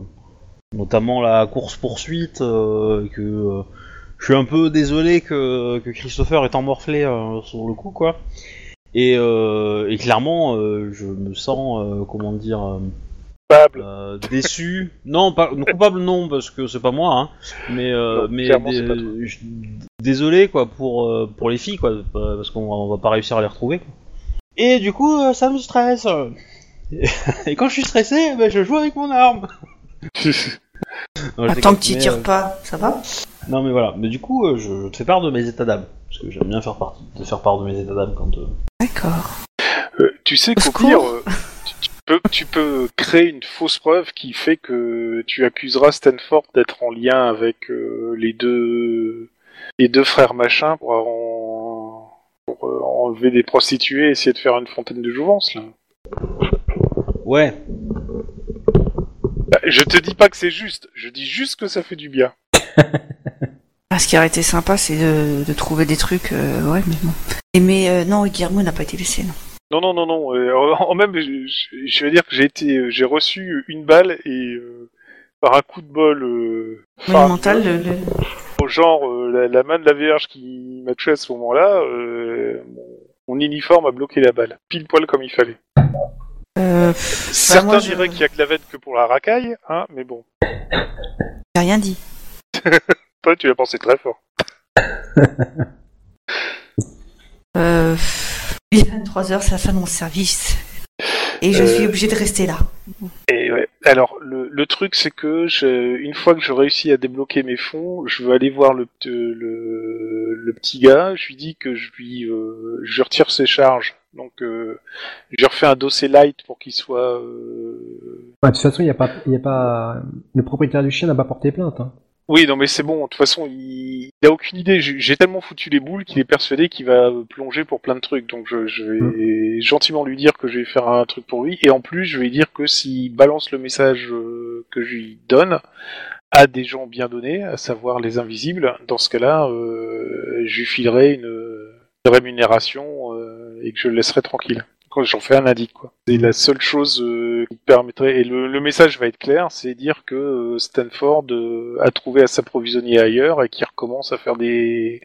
notamment la course poursuite, que euh, je suis un peu désolé que, que Christopher est emmorflé euh, sur le coup, quoi. Et, euh, et clairement, euh, je me sens, euh, comment dire. euh, Pable. euh, déçu. Non, pas, non, coupable non, parce que c'est pas moi. hein. Mais, euh, Non, mais clairement, dé- c'est pas je- désolé quoi pour euh, pour les filles quoi, pa- parce qu'on va, on va pas réussir à les retrouver. quoi. Et du coup, euh, ça me stresse. Et quand je suis stressé, ben, je joue avec mon arme. Non, je Attends déconne, que tu mais, tires euh, pas, ça va non mais voilà. Mais du coup, euh, je, je te fais part de mes états d'âme, parce que j'aime bien faire partie, de faire part de mes états d'âme quand. euh, D'accord. Euh, tu sais qu'au secours. pire, euh, tu, tu peux, tu peux créer une fausse preuve qui fait que tu accuseras Stanford d'être en lien avec euh, les deux les deux frères machin pour, en- pour, euh, enlever des prostituées et essayer de faire une fontaine de jouvence. Là. Ouais. Bah, Je te dis pas que c'est juste, je dis juste que ça fait du bien. Ah, ce qui aurait été sympa, c'est de, de trouver des trucs. euh, ouais, mais bon. Et mais euh, non, Guillermo n'a pas été laissé, non. Non non non non. euh, en en même, je, je- je veux dire que j'ai été, euh, j'ai reçu une balle et euh, par un coup de bol. euh, enfin, Monumental, le, le- Au genre euh, la, la main de la Vierge qui m'a tué à ce moment-là, euh, mon, mon uniforme a bloqué la balle, pile poil comme il fallait. euh, pff, bah, Certains moi, je- diraient qu'il y a que la veine que pour la racaille, hein, mais bon, J'ai rien dit. toi tu l'as pensé très fort. Euh, pff, il est 23h, c'est la fin de mon service. Et je Euh. suis obligée de rester là. Et ouais. Alors le, le truc c'est que je, une fois que je réussis à débloquer mes fonds, je veux aller voir le, p- euh, le, le petit gars. Je lui dis que je lui euh, je lui retire ses charges. Donc euh, je lui refais un dossier light pour qu'il soit euh, Ouais, de toute façon, il y a pas, il y a pas, le propriétaire du chien n'a pas porté plainte. hein. Oui, non, mais c'est bon. De toute façon, il, il a aucune idée. J'ai j'ai tellement foutu les boules qu'il est persuadé qu'il va euh, plonger pour plein de trucs. Donc, je, je vais gentiment lui dire que je vais faire un truc pour lui. Et en plus, je vais dire que s'il balance le message euh, que je lui donne à des gens bien donnés, à savoir les invisibles, dans ce cas-là, euh, je lui filerai une, rémunération euh, et que je le laisserai tranquille. Quand j'en fais un indique quoi. C'est la seule chose euh, qui permettrait. Et le, le message va être clair, c'est dire que euh, Stanford euh, a trouvé à s'approvisionner ailleurs et qu'il recommence à faire des,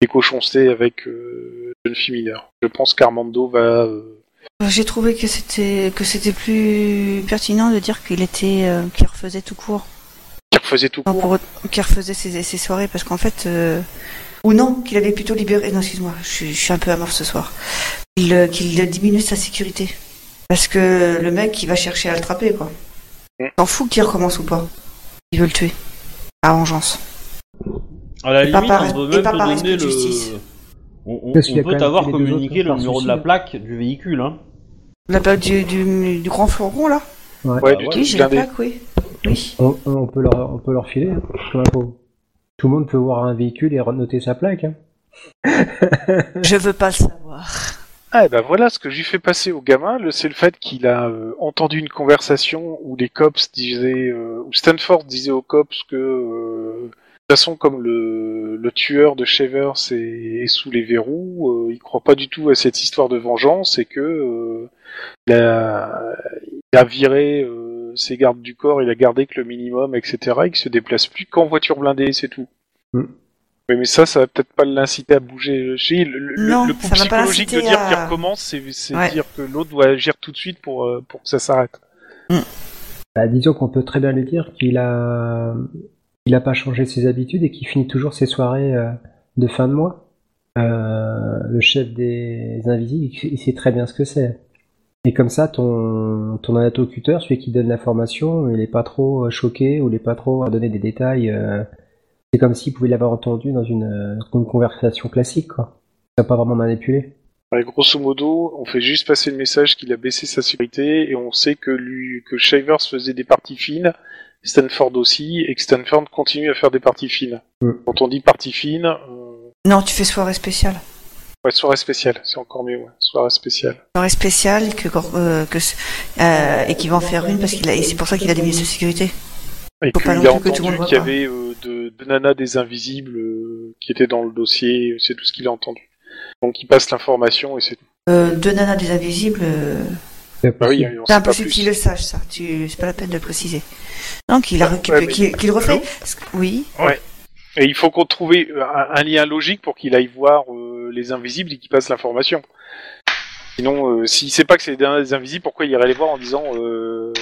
des cochoncetés avec euh, une fille mineure. Je pense qu'Armando va euh, J'ai trouvé que c'était que c'était plus pertinent de dire qu'il était euh, qu'il refaisait tout court, qu'il refaisait tout Non, court. pour- qu'il refaisait ses, ses soirées parce qu'en fait euh, ou non qu'il avait plutôt libéré. Non excuse-moi, je, suis- je suis un peu amorce ce soir. Qu'il euh, qu'il diminue sa sécurité parce que le mec il va chercher à le attraper quoi. Mm. T'en fous qu'il recommence ou pas. Il veut le tuer. À vengeance. À la Et pas limite, par- on peut et même pas par te respect donner de justice. le. On, on- Parce qu'il y on a peut quand même t'avoir les deux autres communiqué le par numéro de la suicide. plaque du véhicule, hein. La plaque du, du, du grand fleuron là Ouais, Ah, du ouais. tout Oui, j'ai la blindé. plaque, oui. Oui. On, on peut leur, on peut leur filer, hein, comme info. Tout le monde peut voir un véhicule et noter sa plaque. hein. Je veux pas le savoir. Ah, et ben voilà ce que j'ai fait passer au gamin, le- c'est le fait qu'il a euh, entendu une conversation où les cops disaient, euh, où Stanford disait aux cops que, euh, de toute façon, comme le, le tueur de Shavers est, est sous les verrous, euh, il croit pas du tout à cette histoire de vengeance et que euh, il, a, il a viré euh, ses gardes du corps, il a gardé que le minimum, etc. Et qu'il se déplace plus qu'en voiture blindée, c'est tout. Mm. Oui, mais ça, ça va peut-être pas l'inciter à bouger. Chez le, le- Non, le coup ça va pas psychologique de l'inciter dire à- qu'il recommence, c'est c'est Ouais. dire que l'autre doit agir tout de suite pour, euh, pour que ça s'arrête. Bah, disons qu'on peut très bien lui dire qu'il a, il a pas changé ses habitudes et qu'il finit toujours ses soirées euh, de fin de mois. Euh, le chef des invisibles, il, il sait très bien ce que c'est. Et comme ça, ton, ton interlocuteur, celui qui donne l'information, il est pas trop euh, choqué ou il est pas trop à donner des détails. euh, c'est comme s'il pouvait l'avoir entendu dans une, euh, une conversation classique, quoi. Il va pas vraiment manipulé. Ouais, grosso modo, on fait juste passer le message qu'il a baissé sa sécurité et on sait que lui, que Shavers faisait des parties fines, Stanford aussi, et que Stanford continue à faire des parties fines. Mm. Quand on dit parties fines, euh, Non, tu fais soirée spéciale. ouais, soirée spéciale, c'est encore mieux, ouais, soirée spéciale. soirée spéciale que, Gor- euh, que ce- euh, et qu'il va en faire une parce qu'il a et c'est pour ça qu'il a diminué sa sécurité. Et Faut puis pas il non a plus que tout le entendu monde qu'il y voit hein. pas. avait euh, de, de nanas des invisibles euh, qui étaient dans le dossier, c'est tout ce qu'il a entendu. Donc il passe l'information et c'est tout. Euh, deux nanas des invisibles, euh, Bah oui, on c'est sait pas impossible plus. qu'il le sache ça. Tu, c'est pas la peine de le préciser. Donc il a Ouais, récupéré, mais- qu'il, qu'il refait. Oui. Et il faut qu'on trouve euh, un, un lien logique pour qu'il aille voir euh, les invisibles et qu'il passe l'information. Sinon, euh, s'il sait pas que c'est des invisibles, pourquoi il irait les voir en disant euh,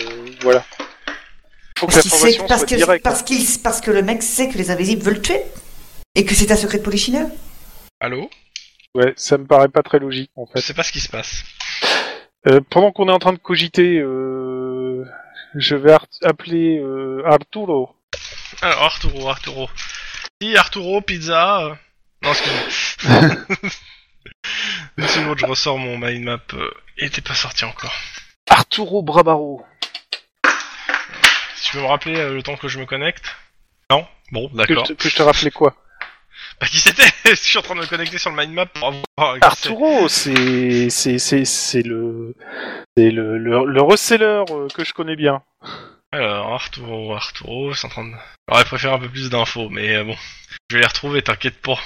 voilà. Il faut que Parce qu'il sait, l'information parce soit que, directe. hein. parce qu'il, parce que le mec sait que les invisibles veulent le tuer et que c'est un secret de polichinelle. Allô Ouais, ça me paraît pas très logique en Je fait. sais pas ce qui se passe. Euh, pendant qu'on est en train de cogiter, euh, je vais ar- appeler euh, Arturo. Alors, Euh, Arturo, Arturo. Si, Arturo, pizza. euh. Non, excuse-moi. Une seconde, je ressors mon mind map. euh, Il était pas sorti encore. Arturo Brabaro. Si tu veux me rappeler euh, le temps que je me connecte Non Bon, Que je, d'accord. te, que je te rappelais quoi Bah, qui c'était Je suis en train de me connecter sur le mind map pour avoir. qui Arturo, c'est c'est c'est c'est le c'est le le, le reseller euh, que je connais bien. c'est. Alors, Arturo, Arturo, c'est en train de. J'aurais préféré un peu plus d'infos, mais euh, bon. Je vais les retrouver, t'inquiète pas.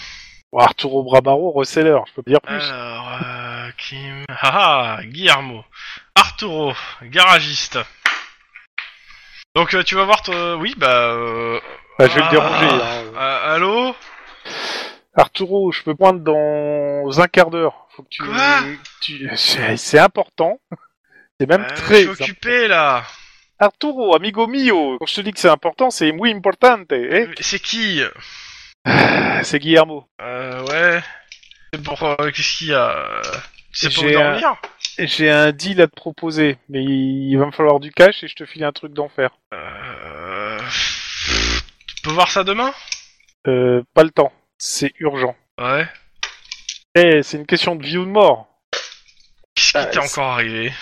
Bon, Arturo Brabaro, reseller, je peux pas dire plus. Alors, euh, Kim. Ah ah, Guillermo. Arturo, garagiste. Donc, euh, tu vas voir. toi- Oui, bah. euh, Bah, je vais le ah, déranger. hein. euh, allô Arturo, je peux poindre dans un quart d'heure. Faut que tu. Quoi tu- c'est c'est important. C'est même Euh, Je très. suis occupé là. important. Arturo, amigo mio. Quand je te dis que c'est important, c'est muy importante. eh Ah, Mais C'est qui c'est Guillermo. Euh, ouais. C'est pour. euh, Qu'est-ce qu'il y a euh, C'est pour J'ai un- dormir J'ai un deal à te proposer, mais il va me falloir du cash et je te file un truc d'enfer. Euh. pff, Tu peux voir ça demain Euh, pas le temps. C'est urgent. Ouais. Eh, c'est une question de vie ou de mort. Qu'est-ce Bah, qui t'est c'est- encore arrivé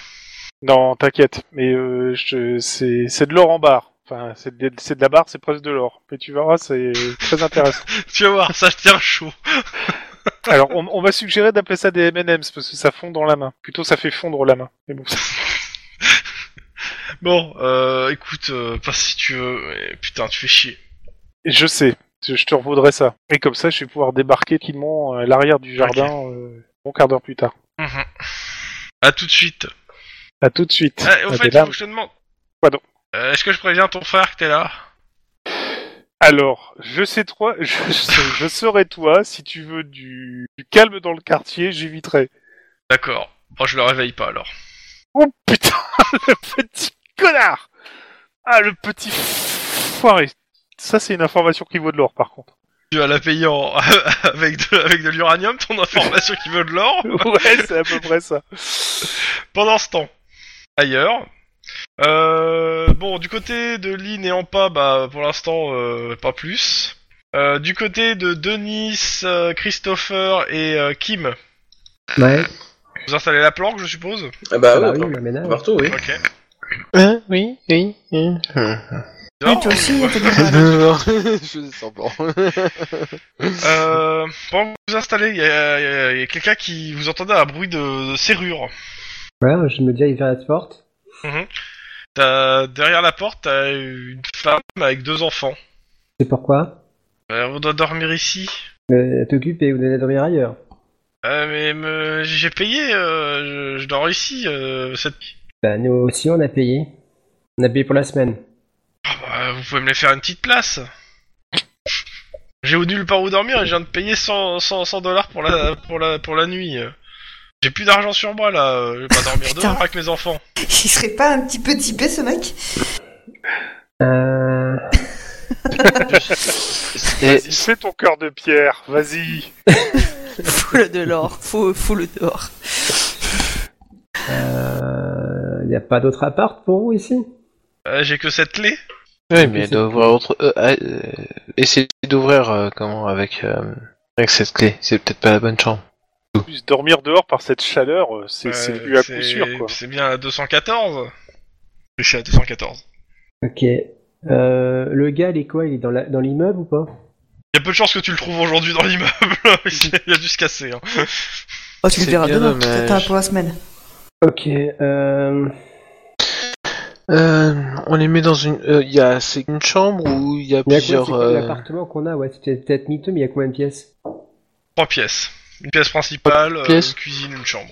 Non, t'inquiète, mais euh, je, c'est, c'est de l'or en barre. Enfin, c'est de, c'est de la barre, c'est presque de l'or. Mais tu verras, c'est très intéressant. Tu vas voir, ça tient chaud. Alors, on, on m'a suggéré d'appeler ça des M&M's parce que ça fond dans la main. Plutôt, ça fait fondre la main. Mais bon, Bon, euh, écoute, euh, passe si tu veux. mais putain, tu fais chier. je sais. Je je te revaudrai ça. Et comme ça, je vais pouvoir débarquer timon à l'arrière du jardin euh, bon quart d'heure plus tard. Mhm. À tout de suite. À tout de suite. Ah, et au Ah, fait, t'es là. faut que je te demande. Pardon. Euh, Est-ce que je préviens ton frère que t'es là Alors, je sais toi, je, je- je serai toi. Si tu veux du, du calme dans le quartier, j'éviterai. D'accord. Moi, je le réveille pas alors. Oh putain, le petit connard Ah, le petit foiré. Ça, c'est une information qui vaut de l'or, par contre. Tu vas la payer en- avec de, avec de l'uranium, ton information qui veut de l'or. Ouais, c'est à peu près ça. Pendant ce temps, ailleurs. Euh, bon, du côté de Lynn et Ampa, bah, pour l'instant, euh, pas plus. Euh, du côté de Denis, euh, Christopher et euh, Kim, Ouais, vous installez la planque, je suppose Ah bah, bah oui, oui, attends. le ménage. partout, oui. Ok. Hein Oui, oui, oui. Oui, toi aussi, hein, t'es bien malade. je suis semblant. Euh, pendant que vous vous installez, il y a, il y a- il y a quelqu'un qui vous entendez un bruit de, de serrure. Ouais, je me dis, il va à la porte. T'as- derrière la porte, t'as une femme avec deux enfants. C'est pourquoi Euh, on doit dormir ici. euh, T'occupe et vous allez dormir ailleurs. Euh, mais me- j'ai payé, euh, je, je dors ici. euh, cette... Bah, nous aussi, on a payé. On a payé pour la semaine. Ah bah, vous pouvez me les faire une petite place. J'ai au nulle part où dormir et je viens de payer 100 100 100 dollars pour la, pour, la, pour la nuit. J'ai plus d'argent sur moi là, euh, je vais pas dormir Putain. dehors avec mes enfants. Il serait pas un petit peu typé ce mec Euh... Et Vas-y, fais ton cœur de pierre, vas-y. Fous-le dehors. Fous- Fous-le dehors. Euh, y a pas d'autre appart pour vous ici Euh, j'ai que cette clé. Oui, mais d'ouvrir autre. euh, ah, euh, essayer d'ouvrir euh, comment avec euh, avec cette clé. C'est peut-être pas la bonne chambre. En plus, dormir dehors par cette chaleur, euh, c'est c'est Euh, plus à c'est- coup sûr, quoi. C'est bien à 214. Je suis à 214. Ok. Euh, le gars, il est quoi Il est dans la- dans l'immeuble ou pas Il y a peu de chances que tu le trouves aujourd'hui dans l'immeuble. Il a dû se casser. Hein. Oh, tu le C'est verras bien demain. dommage. T'attends pour la semaine. Ok. Euh... Euh, on les met dans une. euh, Il y a c'est une chambre où il y a Il y a quoi plusieurs. C'est euh, l'appartement qu'on a Ouais, c'était peut-être miteux, mais il y a combien de pièces Trois pièces. Une pièce principale, euh, pièces. une cuisine, une chambre.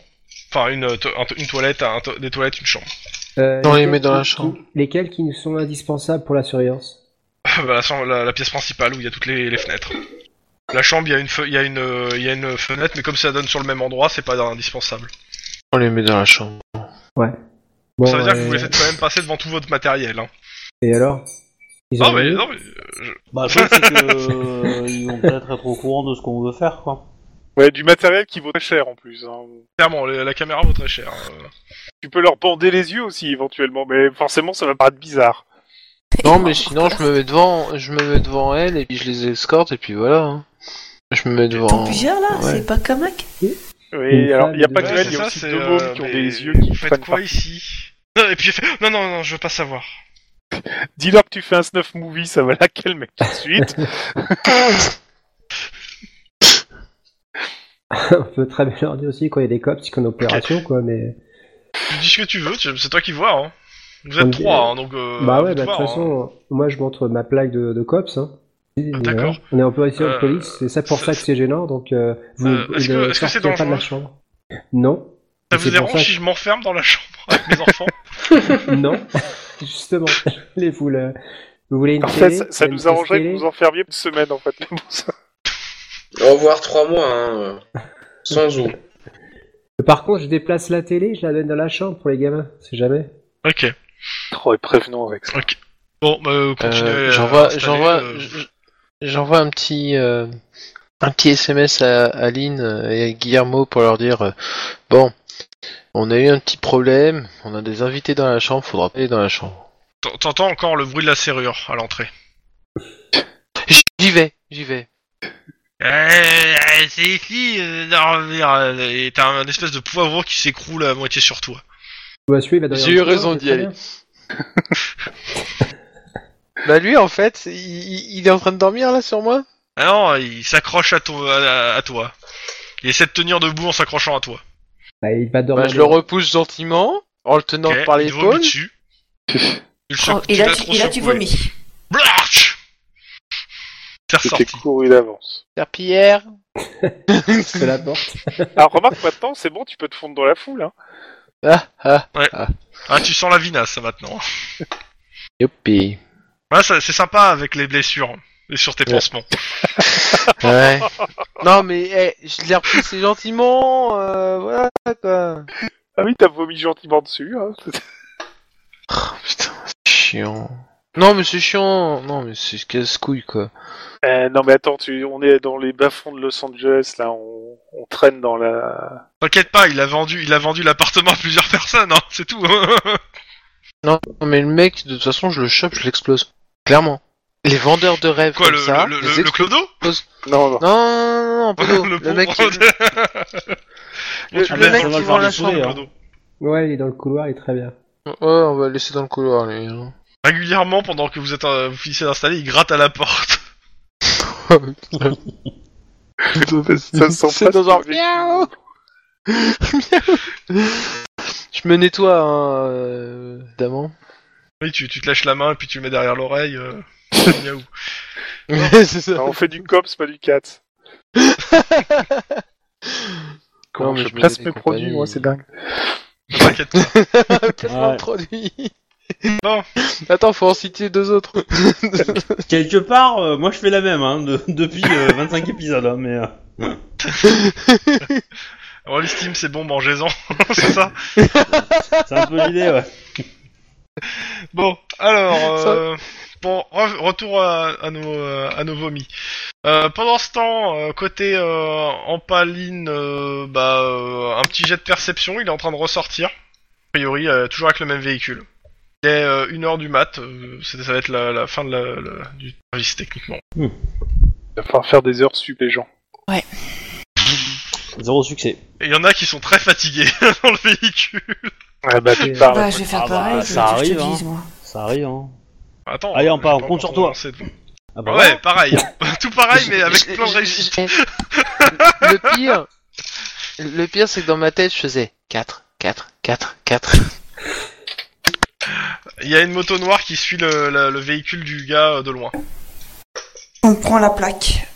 Enfin, une, euh, to- un to- une toilette, un to- des toilettes, une chambre. euh, On les lesquelles met dans qui- la chambre. qui- lesquelles qui nous sont indispensables pour la surveillance Bah, la, chambre- la- la pièce principale où il y a toutes les, les fenêtres. La chambre, il y, a une fe- il y, a une, euh, il y a une fenêtre, mais comme ça donne sur le même endroit, c'est pas indispensable. On les met dans la chambre. Bon, ça veut dire que euh, vous les faites quand même passer devant tout votre matériel. Hein. Et alors Ils Non, ont mais, rien non, mais Bah, le truc, c'est que. euh, ils vont peut-être être au courant de ce qu'on veut faire, quoi. Ouais, du matériel qui vaut très cher en plus. hein. clairement, la, la caméra vaut très cher. euh. Tu peux leur bander les yeux aussi éventuellement, mais forcément ça va paraître bizarre. Non, mais sinon je me mets devant, je me mets devant elle et puis je les escorte et puis voilà. hein. Je me mets devant. Ton pugère là, Ouais. c'est pas Kamak Oui, Une alors femme il n'y a de- pas que Ouais, elle, il y c'est a ça, aussi c'est, deux euh, mômes qui ont mais des yeux qui Vous prennent faites pas. quoi ici Non, Et puis il fait, non, non, non, je veux pas savoir. Dis-leur que tu fais un snuff movie, ça va la calmer tout de suite. On peut très bien leur dire aussi, quoi. Il y a des cops, c'est qu'en opération, quoi, mais. Tu dis ce que tu veux, tu- c'est toi qui vois. Hein. Vous Ok. êtes trois, hein, donc. Euh, à bah vous ouais, de bah, de toute voir, hein. Ah, façon, moi je montre ma plaque de, de cops. Hein. d'accord. Voilà. On est en position de Euh, police, c'est ça pour ça- ça que c'est gênant, donc euh, vous Euh, est-ce que- ne est-ce que c'est sortirez pas de la dangereux chambre. Non. Ça C'est vous pour dérange ça si je m'enferme dans la chambre avec mes enfants Non. Justement, voulez-vous le... Vous voulez une en fait, télé ça, ça Vous voulez nous une arrangerait que télé vous enfermiez une semaine en fait. Bon, ça- Au revoir trois mois, hein, euh, sans ou. Euh, Par contre, je déplace la télé, je la donne dans la chambre pour les gamins, c'est jamais. Ok, Oh, et prévenons avec ça. ok. Bon, bah, euh, continuez. Euh, à j'envoie, installer, j'envoie, euh, j- j'envoie un petit, euh, un petit SMS à, à Lynn euh, et à Guillermo pour leur dire euh, bon, on a eu un petit problème, on a des invités dans la chambre, faudra pas aller dans la chambre. t'en- T'entends encore le bruit de la serrure à l'entrée. J- J'y vais, j'y vais. Euh, c'est ici, euh, et t'as un espèce de poivron qui s'écroule à moitié sur toi. Bah, celui, il va dans la J'ai eu chambre, raison c'est d'y très aller. bien. Bah lui en fait, il, il- il est en train de dormir là sur moi. Ah non, il s'accroche à, ton- à- à toi. Il essaie de tenir debout en s'accrochant à toi. Bah, il va dormir. Bah, je le repousse gentiment en le tenant Ok, par il te vomit l'épaule. dessus. Tu le Oh, secoues- Et là, l'as tu- trop et là, tu secoué. vomis. Blarch faire J'étais sortir. couru d'avance. Serpillière C'est la porte. Alors Ah, remarque maintenant, c'est bon, tu peux te fondre dans la foule. Hein. Ah ah Ah, tu sens la vinasse, ça, maintenant. Youpi Ouais, ça- c'est sympa avec les blessures et sur tes Ouais. pansements. Ouais. non mais eh, je l'ai repoussé gentiment, euh, voilà quoi. Ah oui, t'as vomi gentiment dessus. Hein. Putain, c'est chiant. Non mais c'est chiant, non mais c'est casse-couille quoi. Euh, non mais attends, tu... on est dans les bas-fonds de Los Angeles, là, on, on traîne dans la... T'inquiète pas, il a vendu, il a vendu l'appartement à plusieurs personnes, hein, c'est tout. Non mais le mec, de toute façon je le chope, je l'explose. Clairement. Les vendeurs de rêves Quoi, comme le, ça, le, le, les le, explos- clodo Non, non. Non, non, non, non, Polo, Le le, pauvre. mec qui... Bon, tu le l'as mec dans qui le vend la clodo, hein. chambre. clodo. Ouais, il est dans le couloir, il est très bien. Ouais, on va le laisser dans le couloir lui. hein. Régulièrement, pendant que vous êtes euh, vous finissez d'installer, il gratte à la porte. Ça sent C'est pas dans ce un- que j'ai- Miaou Je me nettoie, hein, euh, évidemment. Oui, tu, tu te lèches la main et puis tu le mets derrière l'oreille. euh, miaou. c'est ça. Ah, on fait du cops, pas du cat. Comment mais je je me place dis mes des produits, compagnies. moi, c'est dingue. Ne T'inquiète pas. Placement Ouais. de produit. Bon. Attends, faut en citer deux autres. Quelque part, euh, moi je fais la même hein, de- depuis euh, 25 épisodes, hein, mais euh, Alors, les Steam, c'est bon, mangez-en, c'est ça c'est un peu l'idée, ouais. Bon, alors, euh, bon, re- retour à, à nos, euh, à nos vomis. Euh, pendant ce temps, euh, côté euh, Empaline, euh, bah, euh, un petit jet de perception, il est en train de ressortir. A priori, euh, toujours avec le même véhicule. Il est euh, une heure du mat, euh, c'est- ça va être la, la fin de la- la- du service techniquement. Il va falloir faire des heures sup, les gens. Zéro succès. Et il y en a qui sont très fatigués dans le véhicule. Ah bah, tu Ok. parles. Bah, je vais faire Ah bah, pareil, ça je, veux dire, je te arrive, vise, moi. Ça arrive, hein. Attends, Allez, on j'ai part, on pas compte sur encore toi. lancé de- Ah bah Ouais, pareil, tout pareil, Ah, mais avec plein de réussite. Le pire, le pire, c'est que dans ma tête, je faisais 4, 4, 4, 4. Il y a une moto noire qui suit le, la- le véhicule du gars euh, de loin. On prend la plaque.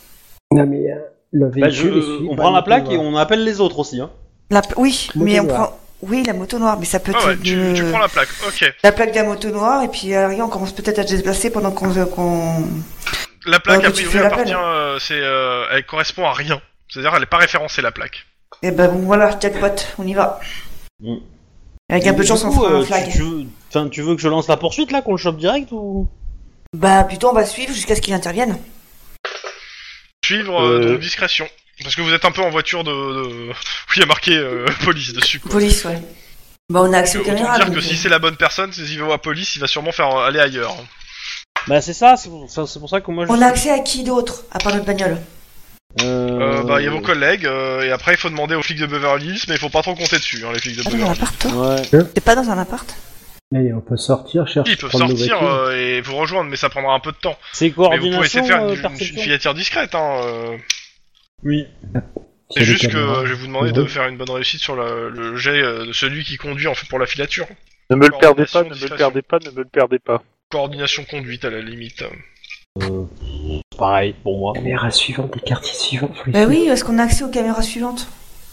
Non mais euh, le véhicule. Bah, je- il suit on pas hein. prend la le plaque et couloir. on appelle les autres aussi. Hein. La pla- Oui, Moto mais on noire. prend. Oui, la moto noire, mais ça peut Ah être. ouais, tu, euh, tu prends la plaque, ok. la plaque de la moto noire, et puis à la rigueur, on commence peut-être à se déplacer pendant qu'on. euh, qu'on- La plaque, Ouais, a mais tu priori, fais l'appel. appartient, euh, c'est, euh, elle correspond à rien. C'est-à-dire, elle n'est pas référencée, la plaque. Eh ben bon, voilà, jackpot, on y va. Mm. Avec un peu de chance, Du on coup, fera euh, un tu- flag. Tu, veux... enfin, tu veux que je lance la poursuite là, qu'on le chope direct ou Bah plutôt, on va suivre jusqu'à ce qu'il intervienne. Suivre, euh, Euh. donc, discrétion. Parce que vous êtes un peu en voiture de... de- Oui, il y a marqué euh, police dessus, quoi. Police, ouais. Bah on a accès aux Autant caméras. dire donc, euh. que si c'est la bonne personne, s'il va à police, il va sûrement faire euh, aller ailleurs. Bah c'est ça, c'est pour ça, c'est pour ça que moi je. euh, On a accès à qui d'autre, à part notre bagnole Euh, Euh, bah, il y a vos collègues, euh, et après, il faut demander aux flics de Beverly Hills, mais il faut pas trop compter dessus, hein, les flics de Pas dans Beverly un Hills. appart, toi Ouais. T'es pas dans un appart Mais on peut sortir, chercher. Ils peuvent prendre nos sortir voitures. euh, et vous rejoindre, mais ça prendra un peu de temps. C'est Mais vous pouvez essayer coordination, de faire euh, une, une perception. filature discrète, hein. euh. Oui. C'est Il y a des juste que caméras. euh, je vais vous demander de Mhm. faire une bonne réussite sur le, le jet euh, de celui qui conduit en fait pour la filature. Ne me le perdez pas, Coordination, ne me le discrétion. perdez pas, ne me le perdez pas. Coordination conduite à la limite. Euh, pareil pour moi. Caméra suivante, le quartier suivant. faut les Bah suivre. oui, est-ce qu'on a accès aux caméras suivantes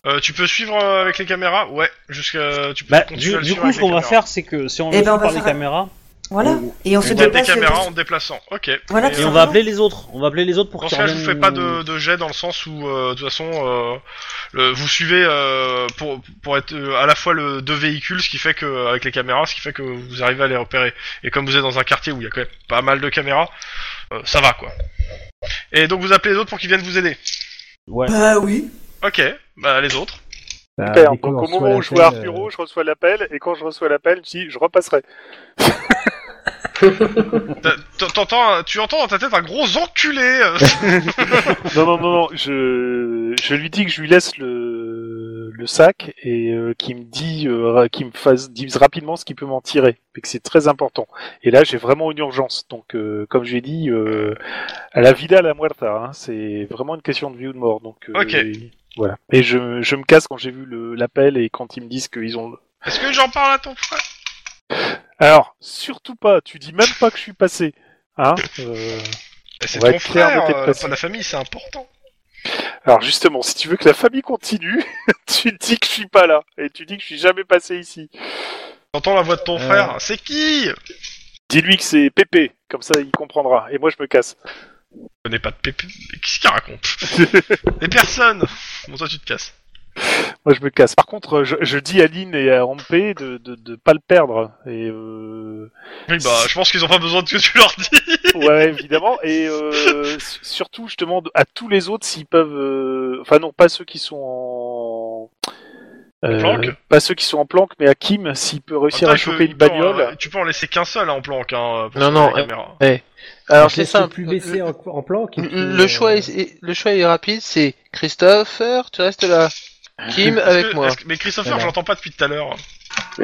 Euh, tu peux suivre euh, avec les caméras Ouais, jusqu'à tu peux Bah, continuer du, à le du suivre coup, avec ce les qu'on va caméras. faire, c'est que si on Eh le ben, on suit va par les faire un- caméras, Voilà. Et on se On tape des déplace. caméras en te déplaçant. Ok. Voilà, Et et ça on va va. appeler les autres. On va appeler les autres pour Dans ce qu'ils cas, je vous fais reviennent- euh, pas de, de jet dans le sens où euh, de toute façon euh, le- vous suivez euh, pour pour être euh, à la fois le deux véhicules, ce qui fait que euh, avec les caméras, ce qui fait que vous arrivez à les repérer. Et comme vous êtes dans un quartier où il y a quand même pas mal de caméras, euh, ça va quoi. Et donc vous appelez les autres pour qu'ils viennent vous aider. Ouais. Bah oui. Ok, bah les autres. Bah, Super, dès qu'on donc au reçoit moment où je vois l'appel, euh, Arturo, je reçois l'appel, et quand je reçois l'appel, je dis, je repasserai. T'as- t'en- t'entends- tu entends dans ta tête un gros enculé. euh. Non, non, non, non, je, je lui dis que je lui laisse le, le sac et euh, qu'il me dit, euh, ra- qu'il me fasse, dise rapidement ce qu'il peut m'en tirer, et que c'est très important. Et là, j'ai vraiment une urgence. Donc, euh, comme j'ai dit, euh, à la vida, à la muerta, hein, c'est vraiment une question de vie ou de mort. Donc, euh, Ok. voilà. Et je, je me casse quand j'ai vu le- l'appel et quand ils me disent qu'ils ont. le- Est-ce que j'en parle à ton frère Alors, surtout pas. Tu dis même pas que je suis passé, hein. euh, Et Eh, C'est On va ton être fiers de frère, tes euh, passions. la famille, c'est important. Alors justement, si tu veux que la famille continue, tu dis que je suis pas là et tu dis que je suis jamais passé ici. T'entends la voix de ton Euh. frère, c'est qui Je Dis-lui que c'est Pépé, comme ça il comprendra. Et moi je me casse. connais pas de pépé. Mais Qu'est-ce qu'il raconte Les personnes Bon, toi, tu te casses. Moi je me casse. Par contre, je, je dis à Lynn et à Rampé de, de, de pas le perdre. Et euh... Oui, bah, je pense qu'ils ont pas besoin de ce que tu leur dis. ouais, évidemment. Et euh, s- surtout, je demande à tous les autres s'ils peuvent. euh, Enfin non, pas ceux qui sont en. euh, planque pas ceux qui sont en planque, mais à Kim s'il peut réussir Attends, à il peut- choper il une peut en- bagnole. euh, tu peux en laisser qu'un seul hein, en planque. Hein, pour Non, sauver non, la euh, caméra. Alors Je c'est laisse simple. plus baisser en, en planque. et puis, Le, le euh, choix est, est- le choix est rapide, c'est Christopher, tu restes là. Kim Est-ce avec que- moi. est-ce que- Mais Christopher, Voilà. j'entends pas depuis tout à l'heure. Mais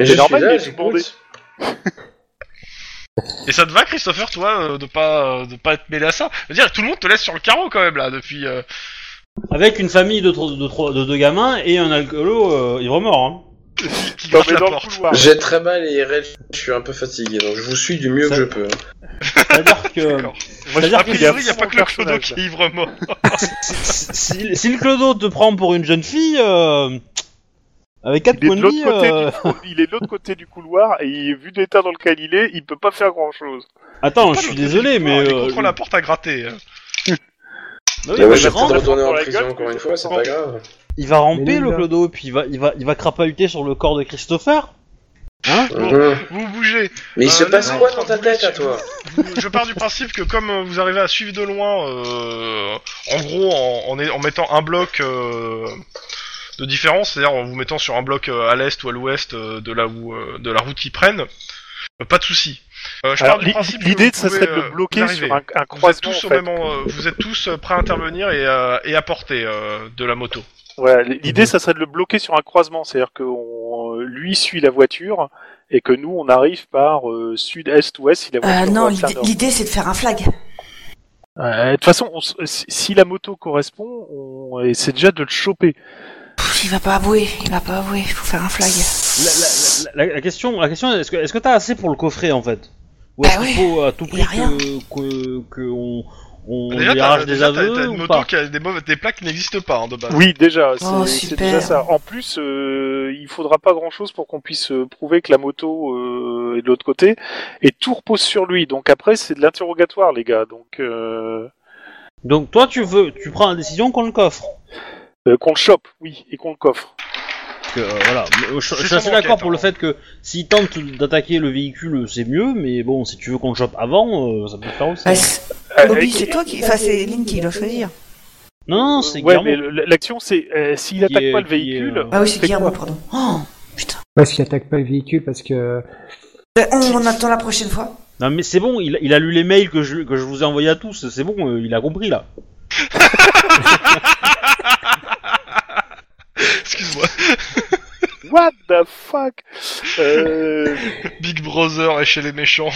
C'est je suis normal, là, mais demandez. j'écoute. Ah Et ça te va, Christopher, toi, euh, de pas euh, de pas être mêlé à ça Je veux dire, tout le monde te laisse sur le carreau quand même là depuis. euh, Avec une famille de, tro- de, tro- de deux gamins et un alcoolo euh, ivre-mort. Hein. qui Non, gratte mais la dans le porte. couloir. J'ai très mal et je suis un peu fatigué, donc je vous suis du mieux que Ça- je peux. hein. C'est-à-dire Euh, que D'accord. Moi, je c'est-à-dire A qu'il y a priori, y a pas que le clodo personnage. qui est ivre mort. si, si- si le clodo te prend pour une jeune fille, euh, avec 4 Il est, points de de l'autre vie, côté euh, du cou- il est de l'autre côté du couloir et il- vu l'état dans lequel il est, il peut pas faire grand chose. Attends, Pas je suis l'autre côté désolé, du mais... couloir, il est euh, contre la porte à gratter. bah oui, Ah ouais, il je vais rentre, peut-être retourner en pour la prison gueule, encore une mais fois, c'est bon. pas grave. il va Mais ramper, non, le il va- clodo, puis il va, il, va, il va crapahuter sur le corps de Christopher. Hein Mhm. Vous bougez. Mais il Euh, se là, passe non, quoi dans ta vous voulez- tête à toi Vous- Je pars du principe que comme euh, vous arrivez à suivre de loin, euh, en gros, en, en est- en mettant un bloc euh, de différence, c'est-à-dire en vous mettant sur un bloc euh, à l'est ou à l'ouest euh, de là où euh, de la route qu'ils prennent, euh, pas de souci. Euh, je pars Alors, du l'i- principe que L'idée, vous ça pouvez, serait de euh, le bloquer vous sur arrivez. un, un Vous êtes croisement. tous en au fait. même, en- euh, vous êtes tous euh, prêts à intervenir et, euh, et à porter euh, de la moto. Voilà, l- l'idée, ça serait de le bloquer sur un croisement, c'est-à-dire que on- euh, lui suit la voiture et que nous, on arrive par euh, sud-est ouest si la voiture. Euh, non, doit faire l'idée- nord. l'idée c'est de faire un flag. Euh, De toute façon, on s- si- si la moto correspond, on essaie déjà de le choper. Pff, il va pas avouer, il va pas avouer, faut faire un flag. Euh, La, la- la- la- la question, la question est-ce que est-ce que t'as assez pour le coffret, en fait Ou Bah est-ce qu'il faut à tout y prix a rien. que, que, que on, on Bah Déjà, lui t'as arrache des déjà, t'as- t'as aveux une ou moto pas qui a des, mauvais- des plaques qui n'existent pas hein, de base. Oui, déjà, c'est Oh, c'est super. déjà ça. En plus, euh, il faudra pas grand-chose pour qu'on puisse euh, prouver que la moto euh, est de l'autre côté, et tout repose sur lui. Donc après, c'est de l'interrogatoire, les gars. Donc euh, Donc toi, tu veux, tu prends la décision qu'on le coffre. euh, qu'on le chope, oui, et qu'on le coffre. Parce que, euh, voilà, je, je C'est suis assez son d'accord enquête, pour le hein. fait que s'il tente d'attaquer le véhicule, c'est mieux, mais bon, si tu veux qu'on le chope avant, euh, ça peut le faire aussi. Ouais, Bah, c'est- Euh, Bobby, et- c'est toi qui. Enfin, c'est Lynn qui doit choisir. Non, non, euh, c'est ouais, Guillermo. mais le- l'action, c'est euh, s'il Qui attaque est- pas le qui est, véhicule. euh, Ah oui, c'est Fais Guillermo, quoi pardon. Oh, Parce qu'il attaque pas le véhicule, parce que. ben, on, on attend la prochaine fois. Non, mais c'est bon, il, il a lu les mails que je, que je vous ai envoyés à tous, c'est bon, euh, il a compris là. Excuse-moi. What the fuck Euh, Big Brother est chez les méchants.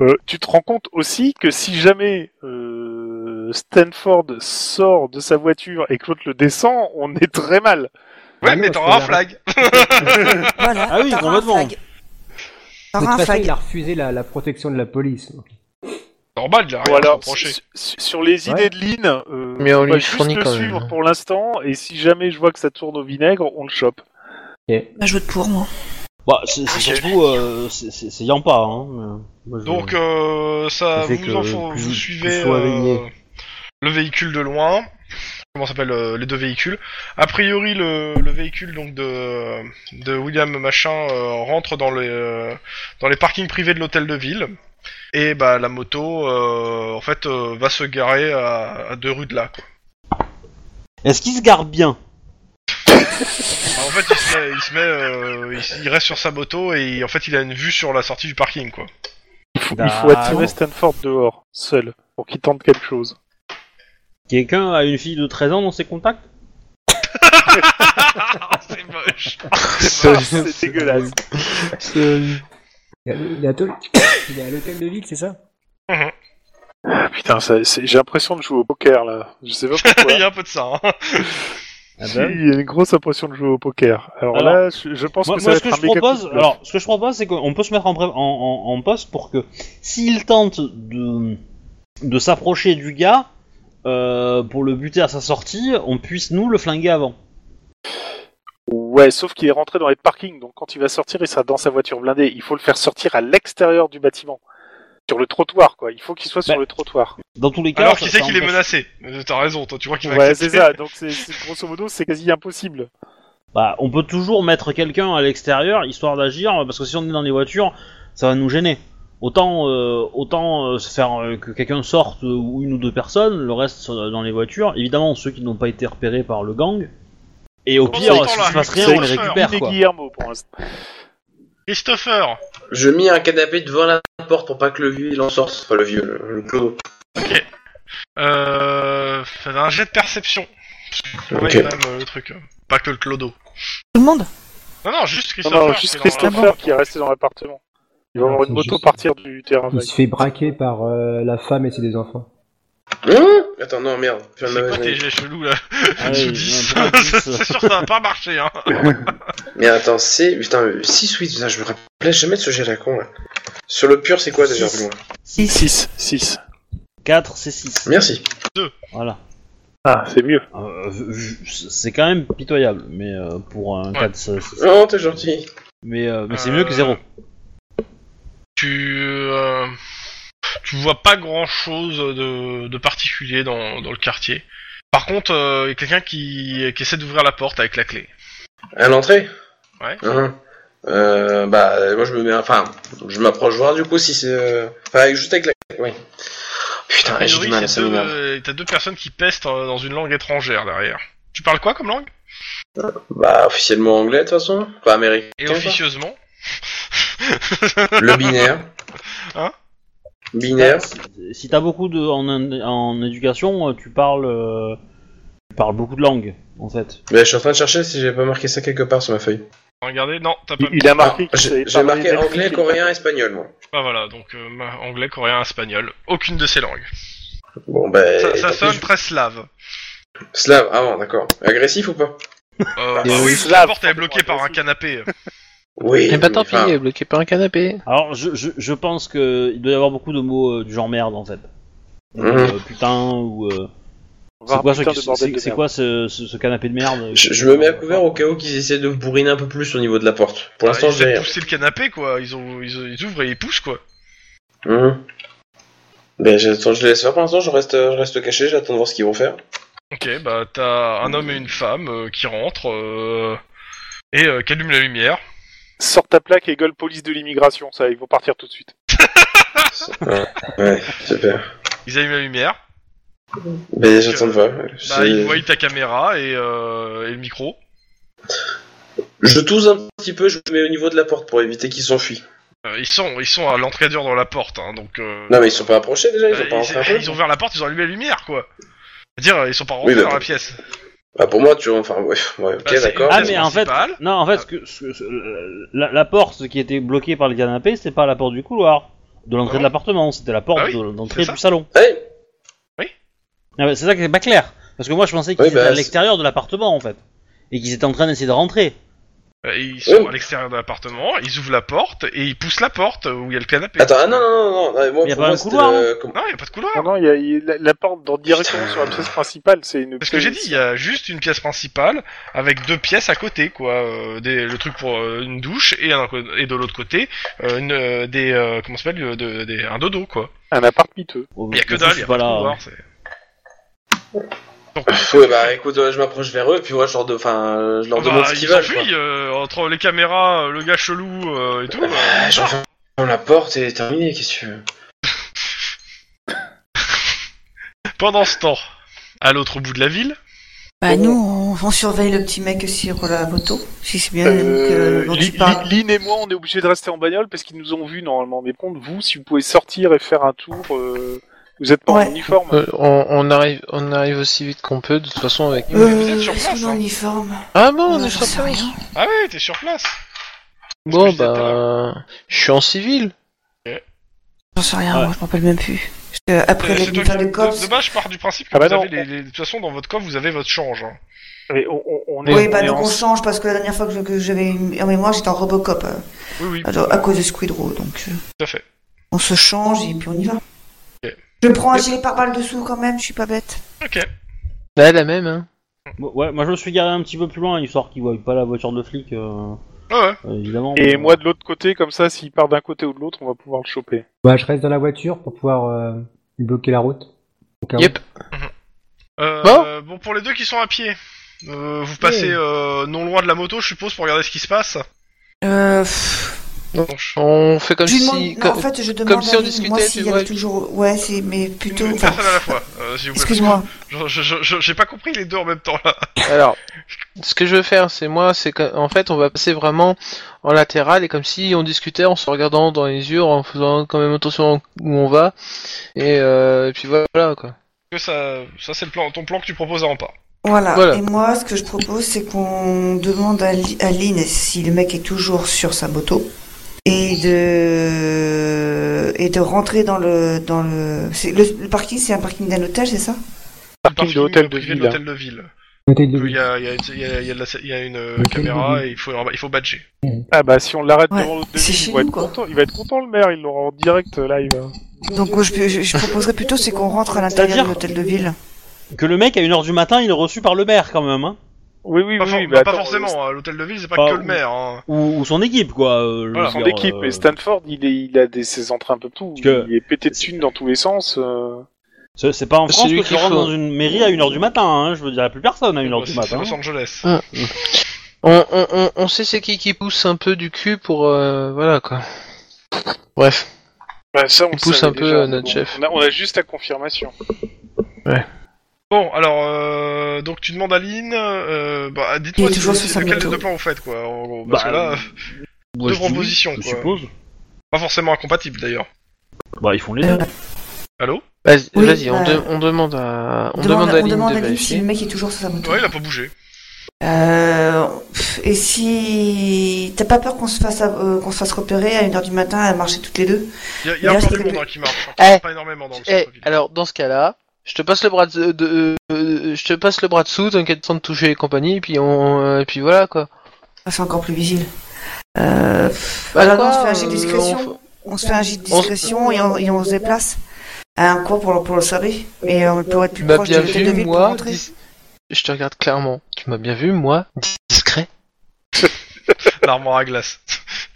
euh, Tu te rends compte aussi que si jamais euh, Stanford sort de sa voiture et que l'autre le descend, on est très mal. Ouais, Ah non, mais parce t'auras un que la- flag. Voilà. Ah oui, t'auras un complètement. flag. De T'auras toute un façon, il flag. a refusé la, la protection de la police. donc. Normal, il a rien à Voilà, se reprocher. su- su- sur les idées Ouais. de Lynn, euh, Mais on va lui juste fournit le quand même, suivre hein. pour l'instant, et si jamais je vois que ça tourne au vinaigre, on le chope. Bah, je vote pour moi. Bah, c'est c'est surtout, euh, c'est- c'est c'est Yampa, hein. euh, moi, je- Donc euh, ça, Ça fait vous, que en faut- plus- vous plus suivez faut euh, aligner. le véhicule de loin. Comment s'appellent euh, les deux véhicules A priori, le, le véhicule donc de, de William Machin euh, rentre dans les euh, dans les parkings privés de l'hôtel de ville. Et bah la moto, euh, en fait, euh, va se garer à, à deux rues de là. quoi. euh, Est-ce qu'il se garde bien Enfin, en fait, il se met, il, se met euh, il s- il reste sur sa moto et il- en fait, il a une vue sur la sortie du parking, quoi. Il faut, il Bah, faut attirer non. Stanford dehors, seul, pour qu'il tente quelque chose. Quelqu'un a une fille de 13 ans dans ses contacts C'est moche. C'est dégueulasse. Il est à- il est à Tol- il est à l'hôtel de ville, c'est ça Ah, putain, ça- c'est- j'ai l'impression de jouer au poker là. Je sais pas pourquoi. Il y a un peu de ça. Hein. Ah Si, ben. Il y a une grosse impression de jouer au poker. Alors, Alors, là, je, je pense Moi, que ça moi, va ce être que un je méga propose, coup de bluff. alors, ce que je propose, c'est qu'on peut se mettre en, pré- en, en, en poste pour que s'il tente de de s'approcher du gars euh, pour le buter à sa sortie, on puisse nous le flinguer avant. Ouais, sauf qu'il est rentré dans les parkings, donc quand il va sortir, il sera dans sa voiture blindée. Il faut le faire sortir à l'extérieur du bâtiment. Sur le trottoir, quoi. Il faut qu'il soit sur Bah, le trottoir. Dans tous les cas, Alors qu'il ça- sait ça qu'il est empêche- menacé. Euh, T'as raison, toi, tu vois qu'il va Ouais, c'est accepter. ça. Donc, c'est c'est- grosso modo, c'est quasi impossible. Bah, on peut toujours mettre quelqu'un à l'extérieur histoire d'agir, parce que si on est dans les voitures, ça va nous gêner. Autant, euh, autant euh, se faire euh, que quelqu'un sorte euh, ou une ou deux personnes, le reste sont dans les voitures. Évidemment, ceux qui n'ont pas été repérés par le gang. Et au Pendant pire, ce temps-là, si se passe le rien, on les surfeur, récupère Il est quoi. Guillermo pour l'instant. Christopher, Je mis un canapé devant la porte pour pas que le vieux il en sorte. Enfin, le vieux, le, le clodo. euh, fais un jet de perception. Ouais, Ok. quand même, euh, le truc. euh, Pas que le clodo. Tout le monde Non, non, juste Non, Christopher. non, juste qui est dans la- Christopher qui est resté dans l'appartement. Il va Ah, Alors, avoir une c'est moto juste- partir du terrain. Il vague. se fait braquer par euh, la femme et ses deux enfants. Hein Attends, non, merde. J'ai fait un Mmh C'est mauvais quoi tes analyse. jets chelous là Ah oui, Sous 10 non, pas dix. C'est sûr que ça va pas marcher, hein. Mais attends, c'est. Putain, euh, 6 8, putain, je me rappelais jamais de ce jet à la con. là. Sur le pur, c'est quoi déjà Six. dis-moi 6, 6. 4, c'est 6. Merci. Voilà. Ah, c'est mieux. Euh, je- je- c'est quand même pitoyable, mais euh, pour un Ouais. 4, ça- ça- Non, Oh, t'es gentil. Mais, euh, mais c'est Euh, mieux que 0. tu euh, tu vois pas grand chose de, de particulier dans, dans le quartier. Par contre, euh, il y a quelqu'un qui, qui essaie d'ouvrir la porte avec la clé. À l'entrée Ouais. Hein. Euh, bah, moi je me mets. Enfin, je m'approche voir du coup si c'est. euh, Enfin, avec- juste avec la. Oui. Putain, j'ai du priori, il y a mal, ça Ah, deux- m'énerve. euh, t'as deux personnes qui pestent euh, dans une langue étrangère derrière. Tu parles quoi comme langue Bah, officiellement anglais de toute façon. Pas américain. Et quoi. officieusement Le binaire. Hein Binaire. Si- Euh, Si t'as beaucoup de en, en éducation, euh, tu parles, euh, tu parles beaucoup de langues en fait. Mais je suis en train de chercher si j'ai pas marqué ça quelque part sur ma feuille. Regardez, non, t'as pas. Il, il a Ah, marqué que J'ai c'est j'ai parlé marqué d'Afrique. anglais, coréen, espagnol, moi. Ah, voilà, donc euh, ma- anglais, coréen, espagnol. Aucune de ces langues. Bon, bah. Ça, ça tant pis, sonne je- très slave. Slave, ah bon, d'accord. Agressif ou pas Euh, Et bah oui, oui, slave, la porte est forcément bloquée par un agressif. canapé. Oui. Eh bah tant pis, enfin, il est bloqué par un canapé. Alors je, je, je pense que il doit y avoir beaucoup de mots euh, du genre merde en fait. Mhm. Ou, euh, putain ou euh, c'est Voir quoi, ce, putain de c'est- bordel c'est- de c'est merde. quoi ce, ce- ce canapé de merde Je, je me mets à couvert au cas où qu'ils essaient de me bourriner un peu plus au niveau de la porte. Pour l'instant, Bah, Ah, ils j'ai essaient de rien. pousser le canapé, quoi. Ils, ont, ils, ils ouvrent et ils poussent, quoi. Mhm. Ben, j'attends, je les laisse faire pour l'instant, je reste, je reste caché, j'attends de voir ce qu'ils vont faire. Ok, bah t'as un homme et une femme euh, qui rentrent euh, et euh, qui allument la lumière. Sors ta plaque et gueule police de l'immigration, ça, ils vont partir tout de suite. ouais, ouais, super. Ils allument la lumière. Ben, j'attends de voir. Bah, C'est- ils voient ta caméra et, euh, et le micro. Je tousse un petit peu, je me mets au niveau de la porte pour éviter qu'ils s'enfuient. Euh, ils sont ils sont à l'entrée dure dans la porte, hein, donc. euh, Non, mais ils sont pas approchés déjà, ils euh, ont pas rentré un ils, peu. ils ont ouvert la porte, ils ont allumé la lumière, quoi. C'est-à-dire, euh, ils sont pas rentrés Oui, bah, dans la bah, pièce. Bah, pour moi, tu vois, enfin, ouais, ouais, ok, Bah, c'est d'accord. une Ah pièce mais en fait, principale. non en fait ce que- ce- ce- la, la porte qui était bloquée par le canapé, c'était pas la porte du couloir de l'entrée Ah de l'appartement, c'était la porte Ah oui, de l'entrée c'est du salon. Ouais, Ah bah, c'est ça qui est pas clair. Parce que moi je pensais qu'ils Oui, étaient bah, à c'est- l'extérieur de l'appartement en fait. Et qu'ils étaient en train d'essayer de rentrer. Euh, Ils sont Oh. à l'extérieur de l'appartement, ils ouvrent la porte et ils poussent la porte euh, où il y a le canapé. attends, ah non, non, non, non, non, moi, Y a pour pas moi, un c'était euh, couloir, hein. le- comment- Non, il y a pas de couloir. Non, non, il y a, il y a la, la porte dans directement Putain. sur la pièce principale, c'est une. C'est ce que j'ai dit, il y a juste une pièce principale avec deux pièces à côté, quoi. Euh, des- le truc pour euh, une douche et, un- et de l'autre côté, euh, une, euh, des, euh, comment ça s'appelle, euh, de- des- un dodo, quoi. Un appart miteux. Oh, Il y a que je suis dalle, il y a pas pas de là. couloir, c'est- Ouais, bah écoute, ouais, je m'approche vers eux, puis ouais, je leur, de... enfin, euh, je leur Bah, demande ce ils qu'ils veulent. quoi. s'enfuient, euh, entre les caméras, euh, le gars chelou euh, et tout. euh, Ah, j'en fais la porte et terminé, qu'est-ce que tu veux pendant ce temps, à l'autre bout de la ville, Bah nous, on, on surveille le petit mec sur la moto, si c'est bien Euh, que- dont Li- tu parles. Li- Lynn et moi, on est obligés de rester en bagnole parce qu'ils nous ont vus normalement. Mais contre vous, si vous pouvez sortir et faire un tour, euh, vous êtes pas Ouais. en uniforme. Euh, on, on arrive, on arrive aussi vite qu'on peut, de toute façon avec. mais vous Euh, êtes sur est-ce place, qu'on est en hein. uniforme Ah bon, on Euh, est j'en sur sais place. rien. ah ouais, t'es sur place. Bon Parce que je disais tout à l'heure. bah, je suis en civil. J'en sais rien, Ouais. moi je m'en rappelle même plus. Parce que après Euh, c'est toi qui- l'administrateur de de, de cops, base, je pars du principe que Ah bah vous non. avez les, les- de toute façon dans votre coffre vous avez votre change. hein. Euh, Mais on, on- on est, oui on bah est donc en- on change parce que la dernière fois que je- que j'avais eu en mémoire j'étais en Robocop euh, Oui, oui, à, à cause de Squid Row donc euh, tout à fait. on se change et puis on y va. Ok. Je prends un gilet pare-balles dessous quand même, je suis pas bête. Ok. Là, la même, hein. Bon, ouais, moi je me suis garé un petit peu plus loin, histoire qu'ils voient pas la voiture de flic, euh, Ah ouais. euh, évidemment. Et mais- moi de l'autre côté, comme ça, s'il part d'un côté ou de l'autre, on va pouvoir le choper. Bah, je reste dans la voiture pour pouvoir euh, bloquer la route. Au cas où. Yep. Euh, Bon. bon, pour les deux qui sont à pied, euh, vous passez euh, non loin de la moto, je suppose, pour regarder ce qui se passe. Euh, pff, On fait comme Je lui si. demande- non, comme- en fait, je demande comme si à on Lynn, discutait, moi tu s'il y vois. avait toujours. Ouais, c'est mais plutôt. Une enfin, personne à la fois, euh, s'il vous plaît. Excuse-moi. Je- je- je- je- J'ai pas compris les deux en même temps là. Alors, ce que je veux faire, c'est moi, c'est qu'en fait, on va passer vraiment en latéral et comme si on discutait en se regardant dans les yeux, en faisant quand même attention où on va. Et, euh, et puis voilà, quoi. Que ça, ça c'est le plan, ton plan que tu proposes à Rampart. Voilà. Voilà. Et moi, ce que je propose, c'est qu'on demande à, Li- à Lynn si le mec est toujours sur sa moto et de et de rentrer dans le dans le c'est le, le parking, c'est un parking d'un hôtel, c'est ça Parking de hôtel de privé ville. l'hôtel de ville. Côté de Il y a, il y a- il y a- il y a de la- il y a une euh, Hôtel de caméra ville. et il faut, il faut badger. Ah bah si on l'arrête Ouais, devant l'autre c'est demi, chez il va nous, être quoi. content. Il va être content le maire, il l'aura en direct euh, live. Donc moi, je, je, je proposerais plutôt c'est qu'on rentre à l'intérieur C'est-à-dire de l'hôtel de ville. euh, Que le mec à 1h du matin, il est reçu par le maire quand même, hein. Oui oui Pas, oui, for- mais bah, pas attends, euh, forcément, hein, l'hôtel de ville c'est pas Bah, que le ou- maire. hein. Ou, ou son équipe, quoi. euh, je hein. Voilà. veux Son dire, équipe euh, et Stanford, il, est, il a des, ses entrains un peu tout. Parce que- Il est pété de thunes dans tous les sens. euh. C'est c'est pas en C'est France lui que tu qu'il rentres faut. dans une mairie à 1h du matin, hein. Je veux dire, il y a plus personne à 1h Bah, du c'est c'est matin. hein. Los Angeles. On, on, on, on sait c'est qui qui pousse un peu du cul pour. euh, voilà, quoi. Bref. Bah, ça, on Il le pousse savait un peu, déjà, euh, notre mais chef. On a, on a juste la confirmation. Bon, alors, euh, donc tu demandes à Lynn, euh, bah, dites-moi Il est toujours si- sur sa lequel des moto. deux plans vous faites, quoi, en gros. Parce Bah, que euh, là, Ouais, deux je dis oui, propositions, Je quoi. suppose. pas forcément incompatible d'ailleurs. Bah, ils font les deux. Allô Vas-y, Oui, vas-y, on, bah, de- on demande à, on demande Demande- à on Lynn demande de à Lynn si vérifier. le mec est toujours sur sa moto. Ouais, il a pas bougé. Euh, pff, et si t'as pas peur qu'on se fasse euh, qu'on se fasse repérer à 1h du matin à marcher toutes les deux Il y a, il y a un Là, peu c'est de que- monde hein, qui marche, hein, Eh. pas énormément dans le Eh, centre-ville. alors dans ce cas-là, je te passe le bras de, de- euh, je te passe le bras dessous, t'inquiète sans te toucher les compagnies, et puis on, euh, et puis voilà quoi. Ah, C'est encore plus vigile. Euh, pff, Bah, alors quoi, non, on se fait un jet de euh, discrétion. on... se fait un jet de on- discrétion et, on, et on se déplace à un coin pour le, pour le sauver. Et on pourrait être Tu plus m'as proche de bien l'hôtel de vu ville pour moi. rentrer. dis- Je te regarde clairement. Tu m'as bien vu moi dis- discret. eh, L'armoire à glace.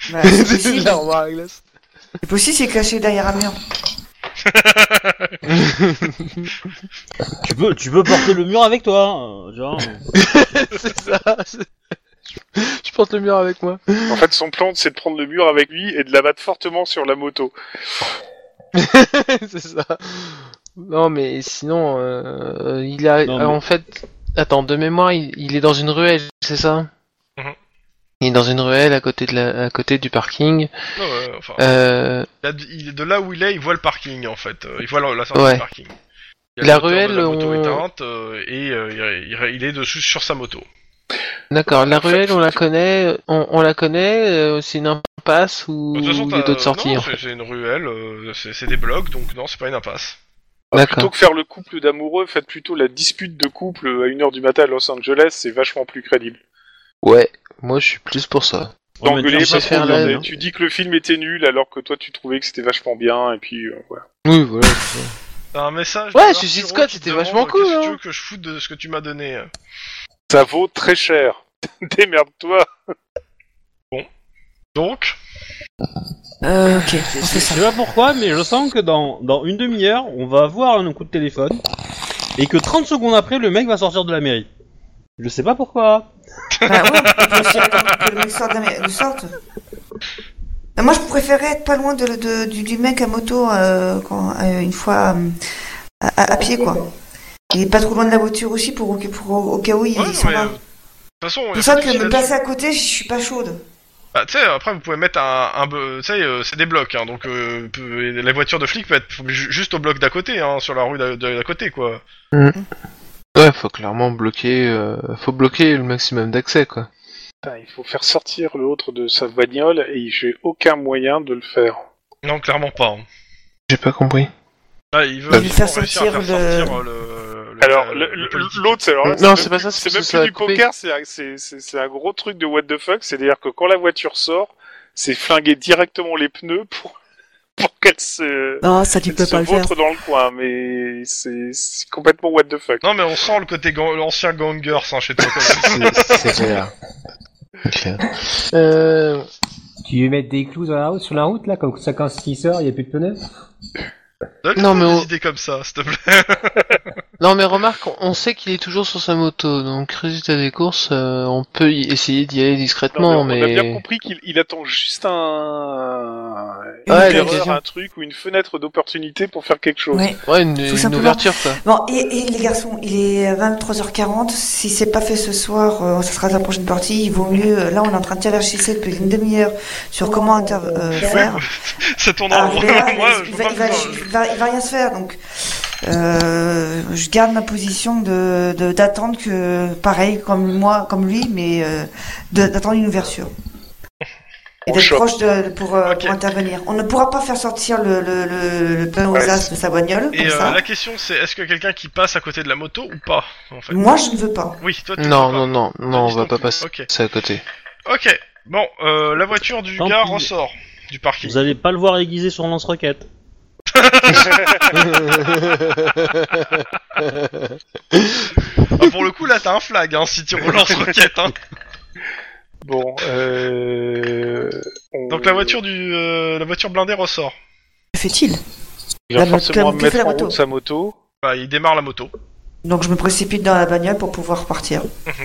Bah, c'est possible. Là, on va à la glace. C'est possible, c'est caché derrière un mur. Tu peux, tu peux porter le mur avec toi, hein, genre. C'est ça. c'est- Je porte le mur avec moi. En fait, son plan, c'est de prendre le mur avec lui et de l'abattre fortement sur la moto. C'est ça. Non mais sinon, euh, il a, Non, mais- en fait, attends de mémoire, il, il est dans une ruelle, c'est ça Mhm. Il est dans une ruelle à côté de la, à côté du parking. Non, ouais, enfin, Euh, il a- il est de là où il est, il voit le parking en fait. Euh, Il voit la, la sortie Ouais. du parking. Il y a La le moteur de ruelle, La moto on- éteinte euh, et euh, il, il- il est dessus sur sa moto. Bah, D'accord, la ruelle, on la connaît, on, on la connaît, euh, c'est une impasse ou De toute façon, il y a t'as- d'autres sorties hein. non, en c'est- fait. C'est une ruelle, euh, c'est c'est des blocs, donc non, c'est pas une impasse. Plutôt D'accord. que faire le couple d'amoureux, faites plutôt la dispute de couple à 1h du matin à Los Angeles, c'est vachement plus crédible. Ouais, moi je suis plus pour ça. Ouais, mais D'engueuler, tiens, on sait parce faire qu'on la- hein. hein. est- tu dis que le film était nul alors que toi tu trouvais que c'était vachement bien et puis euh, voilà. Oui, voilà. T'as un message. Ouais, de Suicide Arturo Squad, qui te c'était demande, vachement euh, cool, Qu'est-ce que hein. tu veux que je foute de ce que tu m'as donné euh. Ça vaut très cher. Démerde-toi. Donc, Euh, ok, on fait Je ça. sais pas pourquoi, mais je sens que dans, dans une demi-heure, on va avoir un coup de téléphone et que 30 secondes après, le mec va sortir de la mairie. Je sais pas pourquoi. Bah ouais, on peut aussi attendre que le mec sorte. de- de sorte. Bah, moi, je préférais être pas loin de, de- du, du mec à moto euh, quand- euh, une fois euh, à, à- à pied, quoi. Il est pas trop loin de la voiture aussi pour, au- pour au, au cas où il ouais, s'en mais, va. euh, de toute façon, C'est y a pour ça pas de que souci me là-dessus. passer à côté, je suis pas chaude. Bah, tu sais, après, vous pouvez mettre un. un be- tu sais, euh, c'est des blocs, hein, donc euh, peu- la voiture de flic peut être ju- juste au bloc d'à côté, hein, sur la rue d'à d'à- d'à côté, quoi. Ouais, faut clairement bloquer, euh, faut bloquer le maximum d'accès quoi. Putain, il faut faire sortir l'autre de sa bagnole et j'ai aucun moyen de le faire. Non, clairement pas. hein. J'ai pas compris. Là, il veut Bah, absolument faire réussir à sortir faire le- sortir, euh, le. le- Alors, le- le- le le- politique. l'autre, c'est alors là, Non, même c'est pas ça, c'est c'est parce même que ça plus a du coupé. poker, c'est un- c'est- c'est- c'est un gros truc de what the fuck, c'est-à-dire que quand la voiture sort, c'est flinguer directement les pneus pour, pour qu'elle se, Non, ça tu elle peux se pas le faire. vautre dans le coin, mais c'est c'est complètement what the fuck. Non, mais on sent le côté gan- l'ancien gangers hein, chez toi quand même. C'est clair. C'est clair. Euh, Tu lui mets des clous dans la route, sur la route là, comme ça quand il sort, il n'y a plus de pneus Donne-nous Non, mais des on- idées comme ça, s'il te plaît. non, mais remarque, on- on sait qu'il est toujours sur sa moto, donc résultat des courses, euh, on peut y- essayer d'y aller discrètement, Non, mais mais. on- On a bien compris qu'il il attend juste un, Ouais, une erreur, l'occasion. un truc ou une fenêtre d'opportunité pour faire quelque chose. Ouais. Ouais, une, Tout une simplement. ouverture, quoi. Bon, et, et les garçons, il est 23h40. Si c'est pas fait ce soir, euh, ça sera la prochaine partie. Il vaut mieux. Là, on est en train de tergiverser depuis une demi-heure sur comment inter euh, faire. Ça tourne en Alors, rond. je vais là, Moi, Ah, il, je peux va, pas il va- me- il va- il va rien se faire, donc euh, je garde ma position de de- d'attendre que, pareil, comme moi, comme lui, mais euh, de- d'attendre une ouverture. Et On d'être chope. proche de, pour, euh, Ok. pour intervenir. On ne pourra pas faire sortir le, le, le, le pneu aux Ouais. as de sa bagnole, Et comme euh, ça. la question c'est est-ce que quelqu'un qui passe à côté de la moto ou pas en fait Moi, je ne veux pas. Oui, toi tu Non, peux pas. non, non, non, on va pas passer Ok. à côté. Ok. Bon, euh, la voiture du Tant gars pis. ressort du parking. Vous allez pas le voir aiguisé sur lance-roquette. Ah, pour le coup, là t'as un flag hein, si tu relances roquette. Hein. Bon, euh, on- Donc la voiture du euh, la voiture blindée ressort. Que fait-il il va la moto- forcément que fait mettre la en moto route sa moto. Bah, il démarre la moto. Donc, je me précipite dans la bagnole pour pouvoir partir.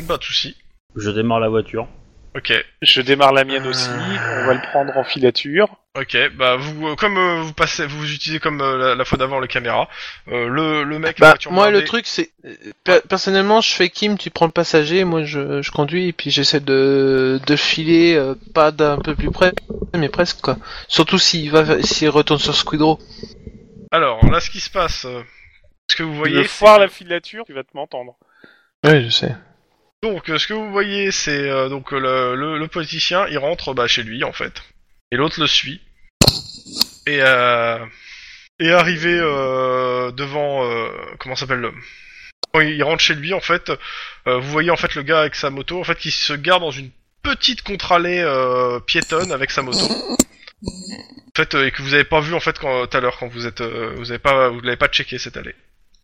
pas de souci. Je démarre la voiture. Ok. Je démarre la mienne aussi. On va le prendre en filature. Ok, bah vous euh, comme euh, vous passez, vous utilisez comme euh, la, la fois d'avant le caméra, euh, le le mec. la Bah, voiture moi, le blindée- truc, c'est. euh, per- Personnellement, je fais Kim, tu prends le passager, moi, je, je conduis, et puis j'essaie de, de filer, euh, pas d'un peu plus près, mais presque, quoi. Surtout s'il va, s'il retourne sur Squidro. Alors là, ce qui se passe, euh, ce que vous Tu voyez, veux c'est foire que- la filature, tu vas te m'entendre. Oui, je sais. donc euh, ce que vous voyez, c'est euh, donc euh, le, le le politicien, il rentre bah chez lui en fait, et l'autre le suit, et euh, et arrivé euh, devant euh, comment s'appelle le quand il rentre chez lui en fait, euh, vous voyez en fait le gars avec sa moto en fait qui se gare dans une petite contre-allée euh, piétonne avec sa moto. En fait, euh, et que vous avez pas vu en fait quand tout à l'heure quand vous êtes euh, vous avez pas vous l'avez pas checké cette allée.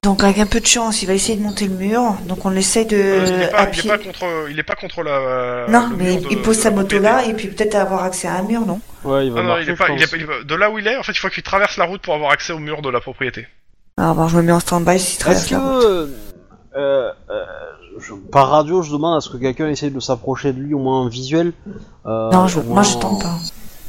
Donc, avec un peu de chance, il va essayer de monter le mur. Donc, on essaye de. Euh, il, est à pas, il est pied. pas contre il est pas contre la Non, Euh, le mais mur de- il pose sa de la moto BD. là et puis peut-être avoir accès à un mur, non Ouais, il Ah va non, marcher, il est pas, je il est pense. pas- il est pas- de là où il est, en fait, il faut qu'il traverse la route pour avoir accès au mur de la propriété. Alors bon, Ah, bah, je me mets en stand-by s'il Est-ce traverse que... la route. euh, euh, je- par radio, je demande à ce que quelqu'un essaye de s'approcher de lui, au moins en visuel. euh, Non, je, au moi je Oh. moins- tente pas.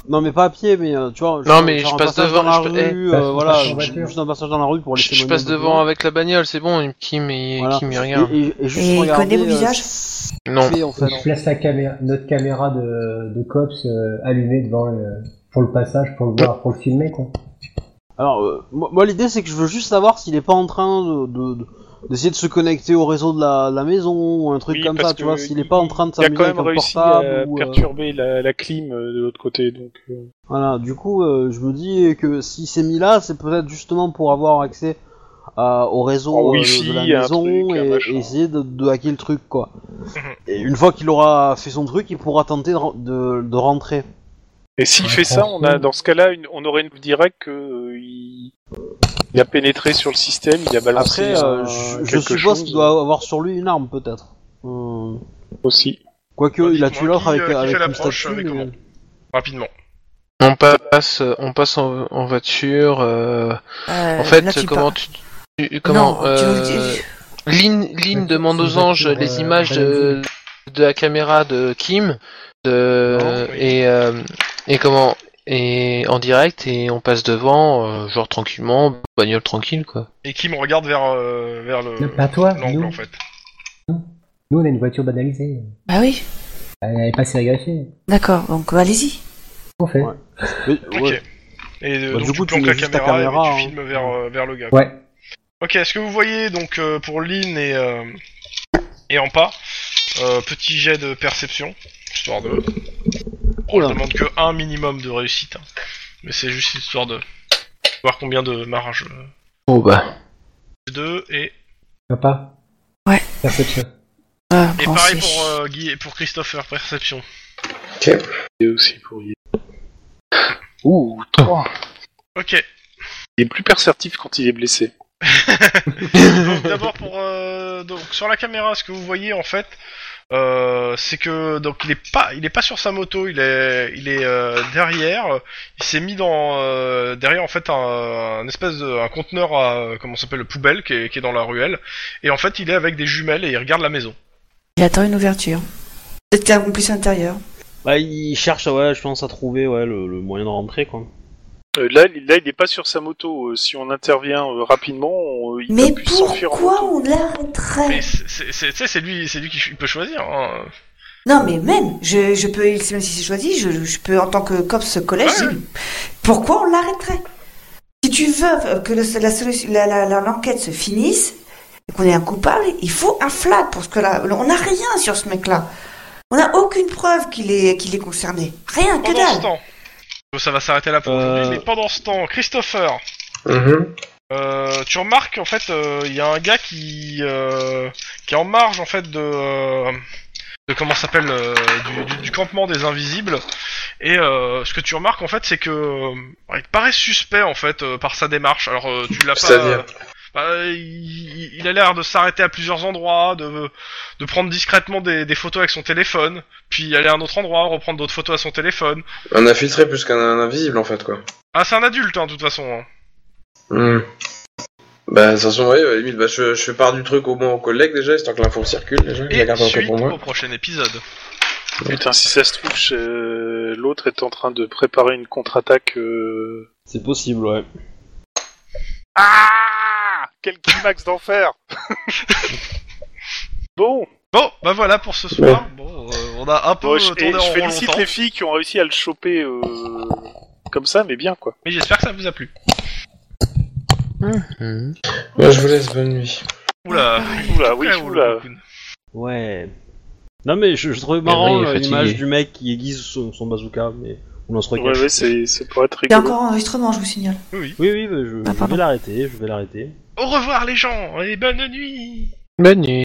Non, mais pas à pied, mais euh, tu vois. Non, mais faire je un passe passage devant, dans la je pa- rue. eh, euh, je voilà, passe en je- voiture. juste un passage dans la rue pour laisser Je, je mon passe nom de devant plus. avec la bagnole, c'est bon, Kim, il, Voilà. Kim, il regarde. Et, et- et juste Et il regarder, connaît mon euh, visage ce Non. qu'il fait, en fait. Je place la caméra, notre caméra de, de cops euh, allumée devant le, pour le passage, pour le voir, pour le filmer quoi. Alors, euh, moi, moi, l'idée c'est que je veux juste savoir s'il est pas en train de, de- de- d'essayer de se connecter au réseau de la, la maison ou un truc Oui, comme parce ça, tu que vois, s'il est pas en train de Il a s'amuser quand avec même un réussi portable à ou, euh, perturber la, la clim euh, de l'autre côté, donc. euh, Voilà, du coup, euh, je me dis que s'il s'est mis là, c'est peut-être justement pour avoir accès à- au réseau En euh, wifi, de la un maison truc, un et, machin. et essayer de, de hacker le truc, quoi. et une fois qu'il aura fait son truc, il pourra tenter de, ren- de- de rentrer. Et s'il Ouais, fait ça, on a franchement. dans ce cas-là, une- on aurait une direct que euh, il... il a pénétré sur le système, il a balancé. Après, euh, un- je, je quelque suppose chose qu'il doit avoir sur lui une arme, peut-être. Euh, aussi. Quoique, Bon, il a dites-moi, tué l'autre qui, avec, euh, qui avec fait une l'approche statue, avec euh, mais- comment Rapidement. On passe, on passe en, en voiture. euh, Euh, en fait, là, tu comment pars. tu, tu- comment Non, tu veux euh, dire- Lynn, Lynn Ouais, demande c'est aux une anges voiture, les euh, images de, de la caméra de Kim de, Non, oui. et, euh, et comment et en direct et on passe devant euh, genre tranquillement bagnole tranquille quoi. Et qui me regarde vers, euh, vers le. Non, pas toi, l'angle, nous. en fait. Nous on a une voiture banalisée, Bah oui, elle n'est pas sérigraphiée. d'accord, donc euh, allez-y. On fait. Ouais. mais- Ok. ouais. Et Bah, euh, donc du tu coup, tu planques mets la juste caméra, ta et caméra, tu hein. filmes vers, euh, vers le gars. Ouais. Ok, ce que vous voyez donc euh, pour Lynn et, euh, et Ampa, euh, petit jet de perception, histoire de. On Oula. demande que un minimum de réussite, hein. mais c'est juste histoire de voir combien de marge. euh, Oh bah Deux et, Papa. Ouais. Perception. Euh, et bon, pareil c'est- pour euh, Guy et pour Christopher perception. Et aussi pour y. Ouh, 3 Ok. Il est plus perceptif quand il est blessé. Donc d'abord pour euh, donc sur la caméra, ce que vous voyez en fait, euh, c'est que donc il est pas il est pas sur sa moto, il est il est euh, derrière, il s'est mis dans euh, derrière en fait un, un espèce de un conteneur à, euh, comment ça s'appelle le poubelle qui est, qui est dans la ruelle et en fait il est avec des jumelles et il regarde la maison. Il attend une ouverture. Peut-être un complice intérieur. Bah, il cherche, ouais, je pense, à trouver ouais, le, le moyen de rentrer, quoi. Euh, là, il- là, il n'est pas sur sa moto. euh, si on intervient euh, rapidement, on- il a Mais pu s'enfuir en pourquoi moto. on Mais Oh. l'arrêterait c'est- c'est c'est- tu sais, c'est lui c'est lui qui ch- il peut choisir. hein. Non, mais même, je, je peux, même si c'est choisi, je, je peux en tant que cops collège. Ouais. je- Pourquoi on l'arrêterait Si tu veux que le- la solution- la- la- la- l'enquête se finisse et qu'on ait un coupable, il faut un flag pour ce que là, on n'a rien sur ce mec-là. On n'a aucune preuve qu'il est qu'il est concerné. Rien que Pendant ce dalle. temps, donc ça va s'arrêter là pour aujourd'hui. Euh. Mais pendant ce temps, Christopher. Mhm. Euh, tu remarques en fait, euh, il y a un gars qui euh, qui est en marge en fait de euh, de comment ça s'appelle euh, du, du- du campement des invisibles. Et euh, ce que tu remarques en fait, c'est que euh, il te paraît suspect en fait euh, par sa démarche. Alors euh, tu l'as pas. C'est-à-dire euh, bah, il, il a l'air de s'arrêter à plusieurs endroits, de, de prendre discrètement des, des photos avec son téléphone, puis aller à un autre endroit, reprendre d'autres photos à son téléphone. Un infiltré plus qu'un un invisible, en fait, quoi. Ah, c'est un adulte, hein, de toute façon. hein. Hmm. Bah, de toute façon, ouais, à la limite, bah, je, je fais part du truc au moins aux collègues déjà, histoire que l'info circule déjà. Je Et la garde un peu suite pour moi. au prochain épisode. Putain, si ça se trouve, euh, l'autre est en train de préparer une contre-attaque. euh, C'est possible, ouais. Ah Quel climax d'enfer Bon, Bon, bah voilà pour ce soir. Bon, euh, on a un peu bon, je, tourné et en je rond félicite longtemps, les filles qui ont réussi à le choper euh, comme ça, mais bien quoi. mais j'espère que ça vous a plu. Mhm. Moi, Bah, je vous laisse, bonne nuit. Oula, Oula, oui, Ouais, oula. coucoune. Ouais. Non, mais je, je trouvais marrant oui, il est euh, l'image fatigué. du mec qui aiguise son, son bazooka, mais on en se Ouais, recache. ouais, c'est c'est pour être Il y a rigolo. encore enregistrement, je vous signale. Oui, oui, mais je, Ah, je pardon. vais l'arrêter, je vais l'arrêter. Au revoir les gens et bonne nuit. Bonne nuit.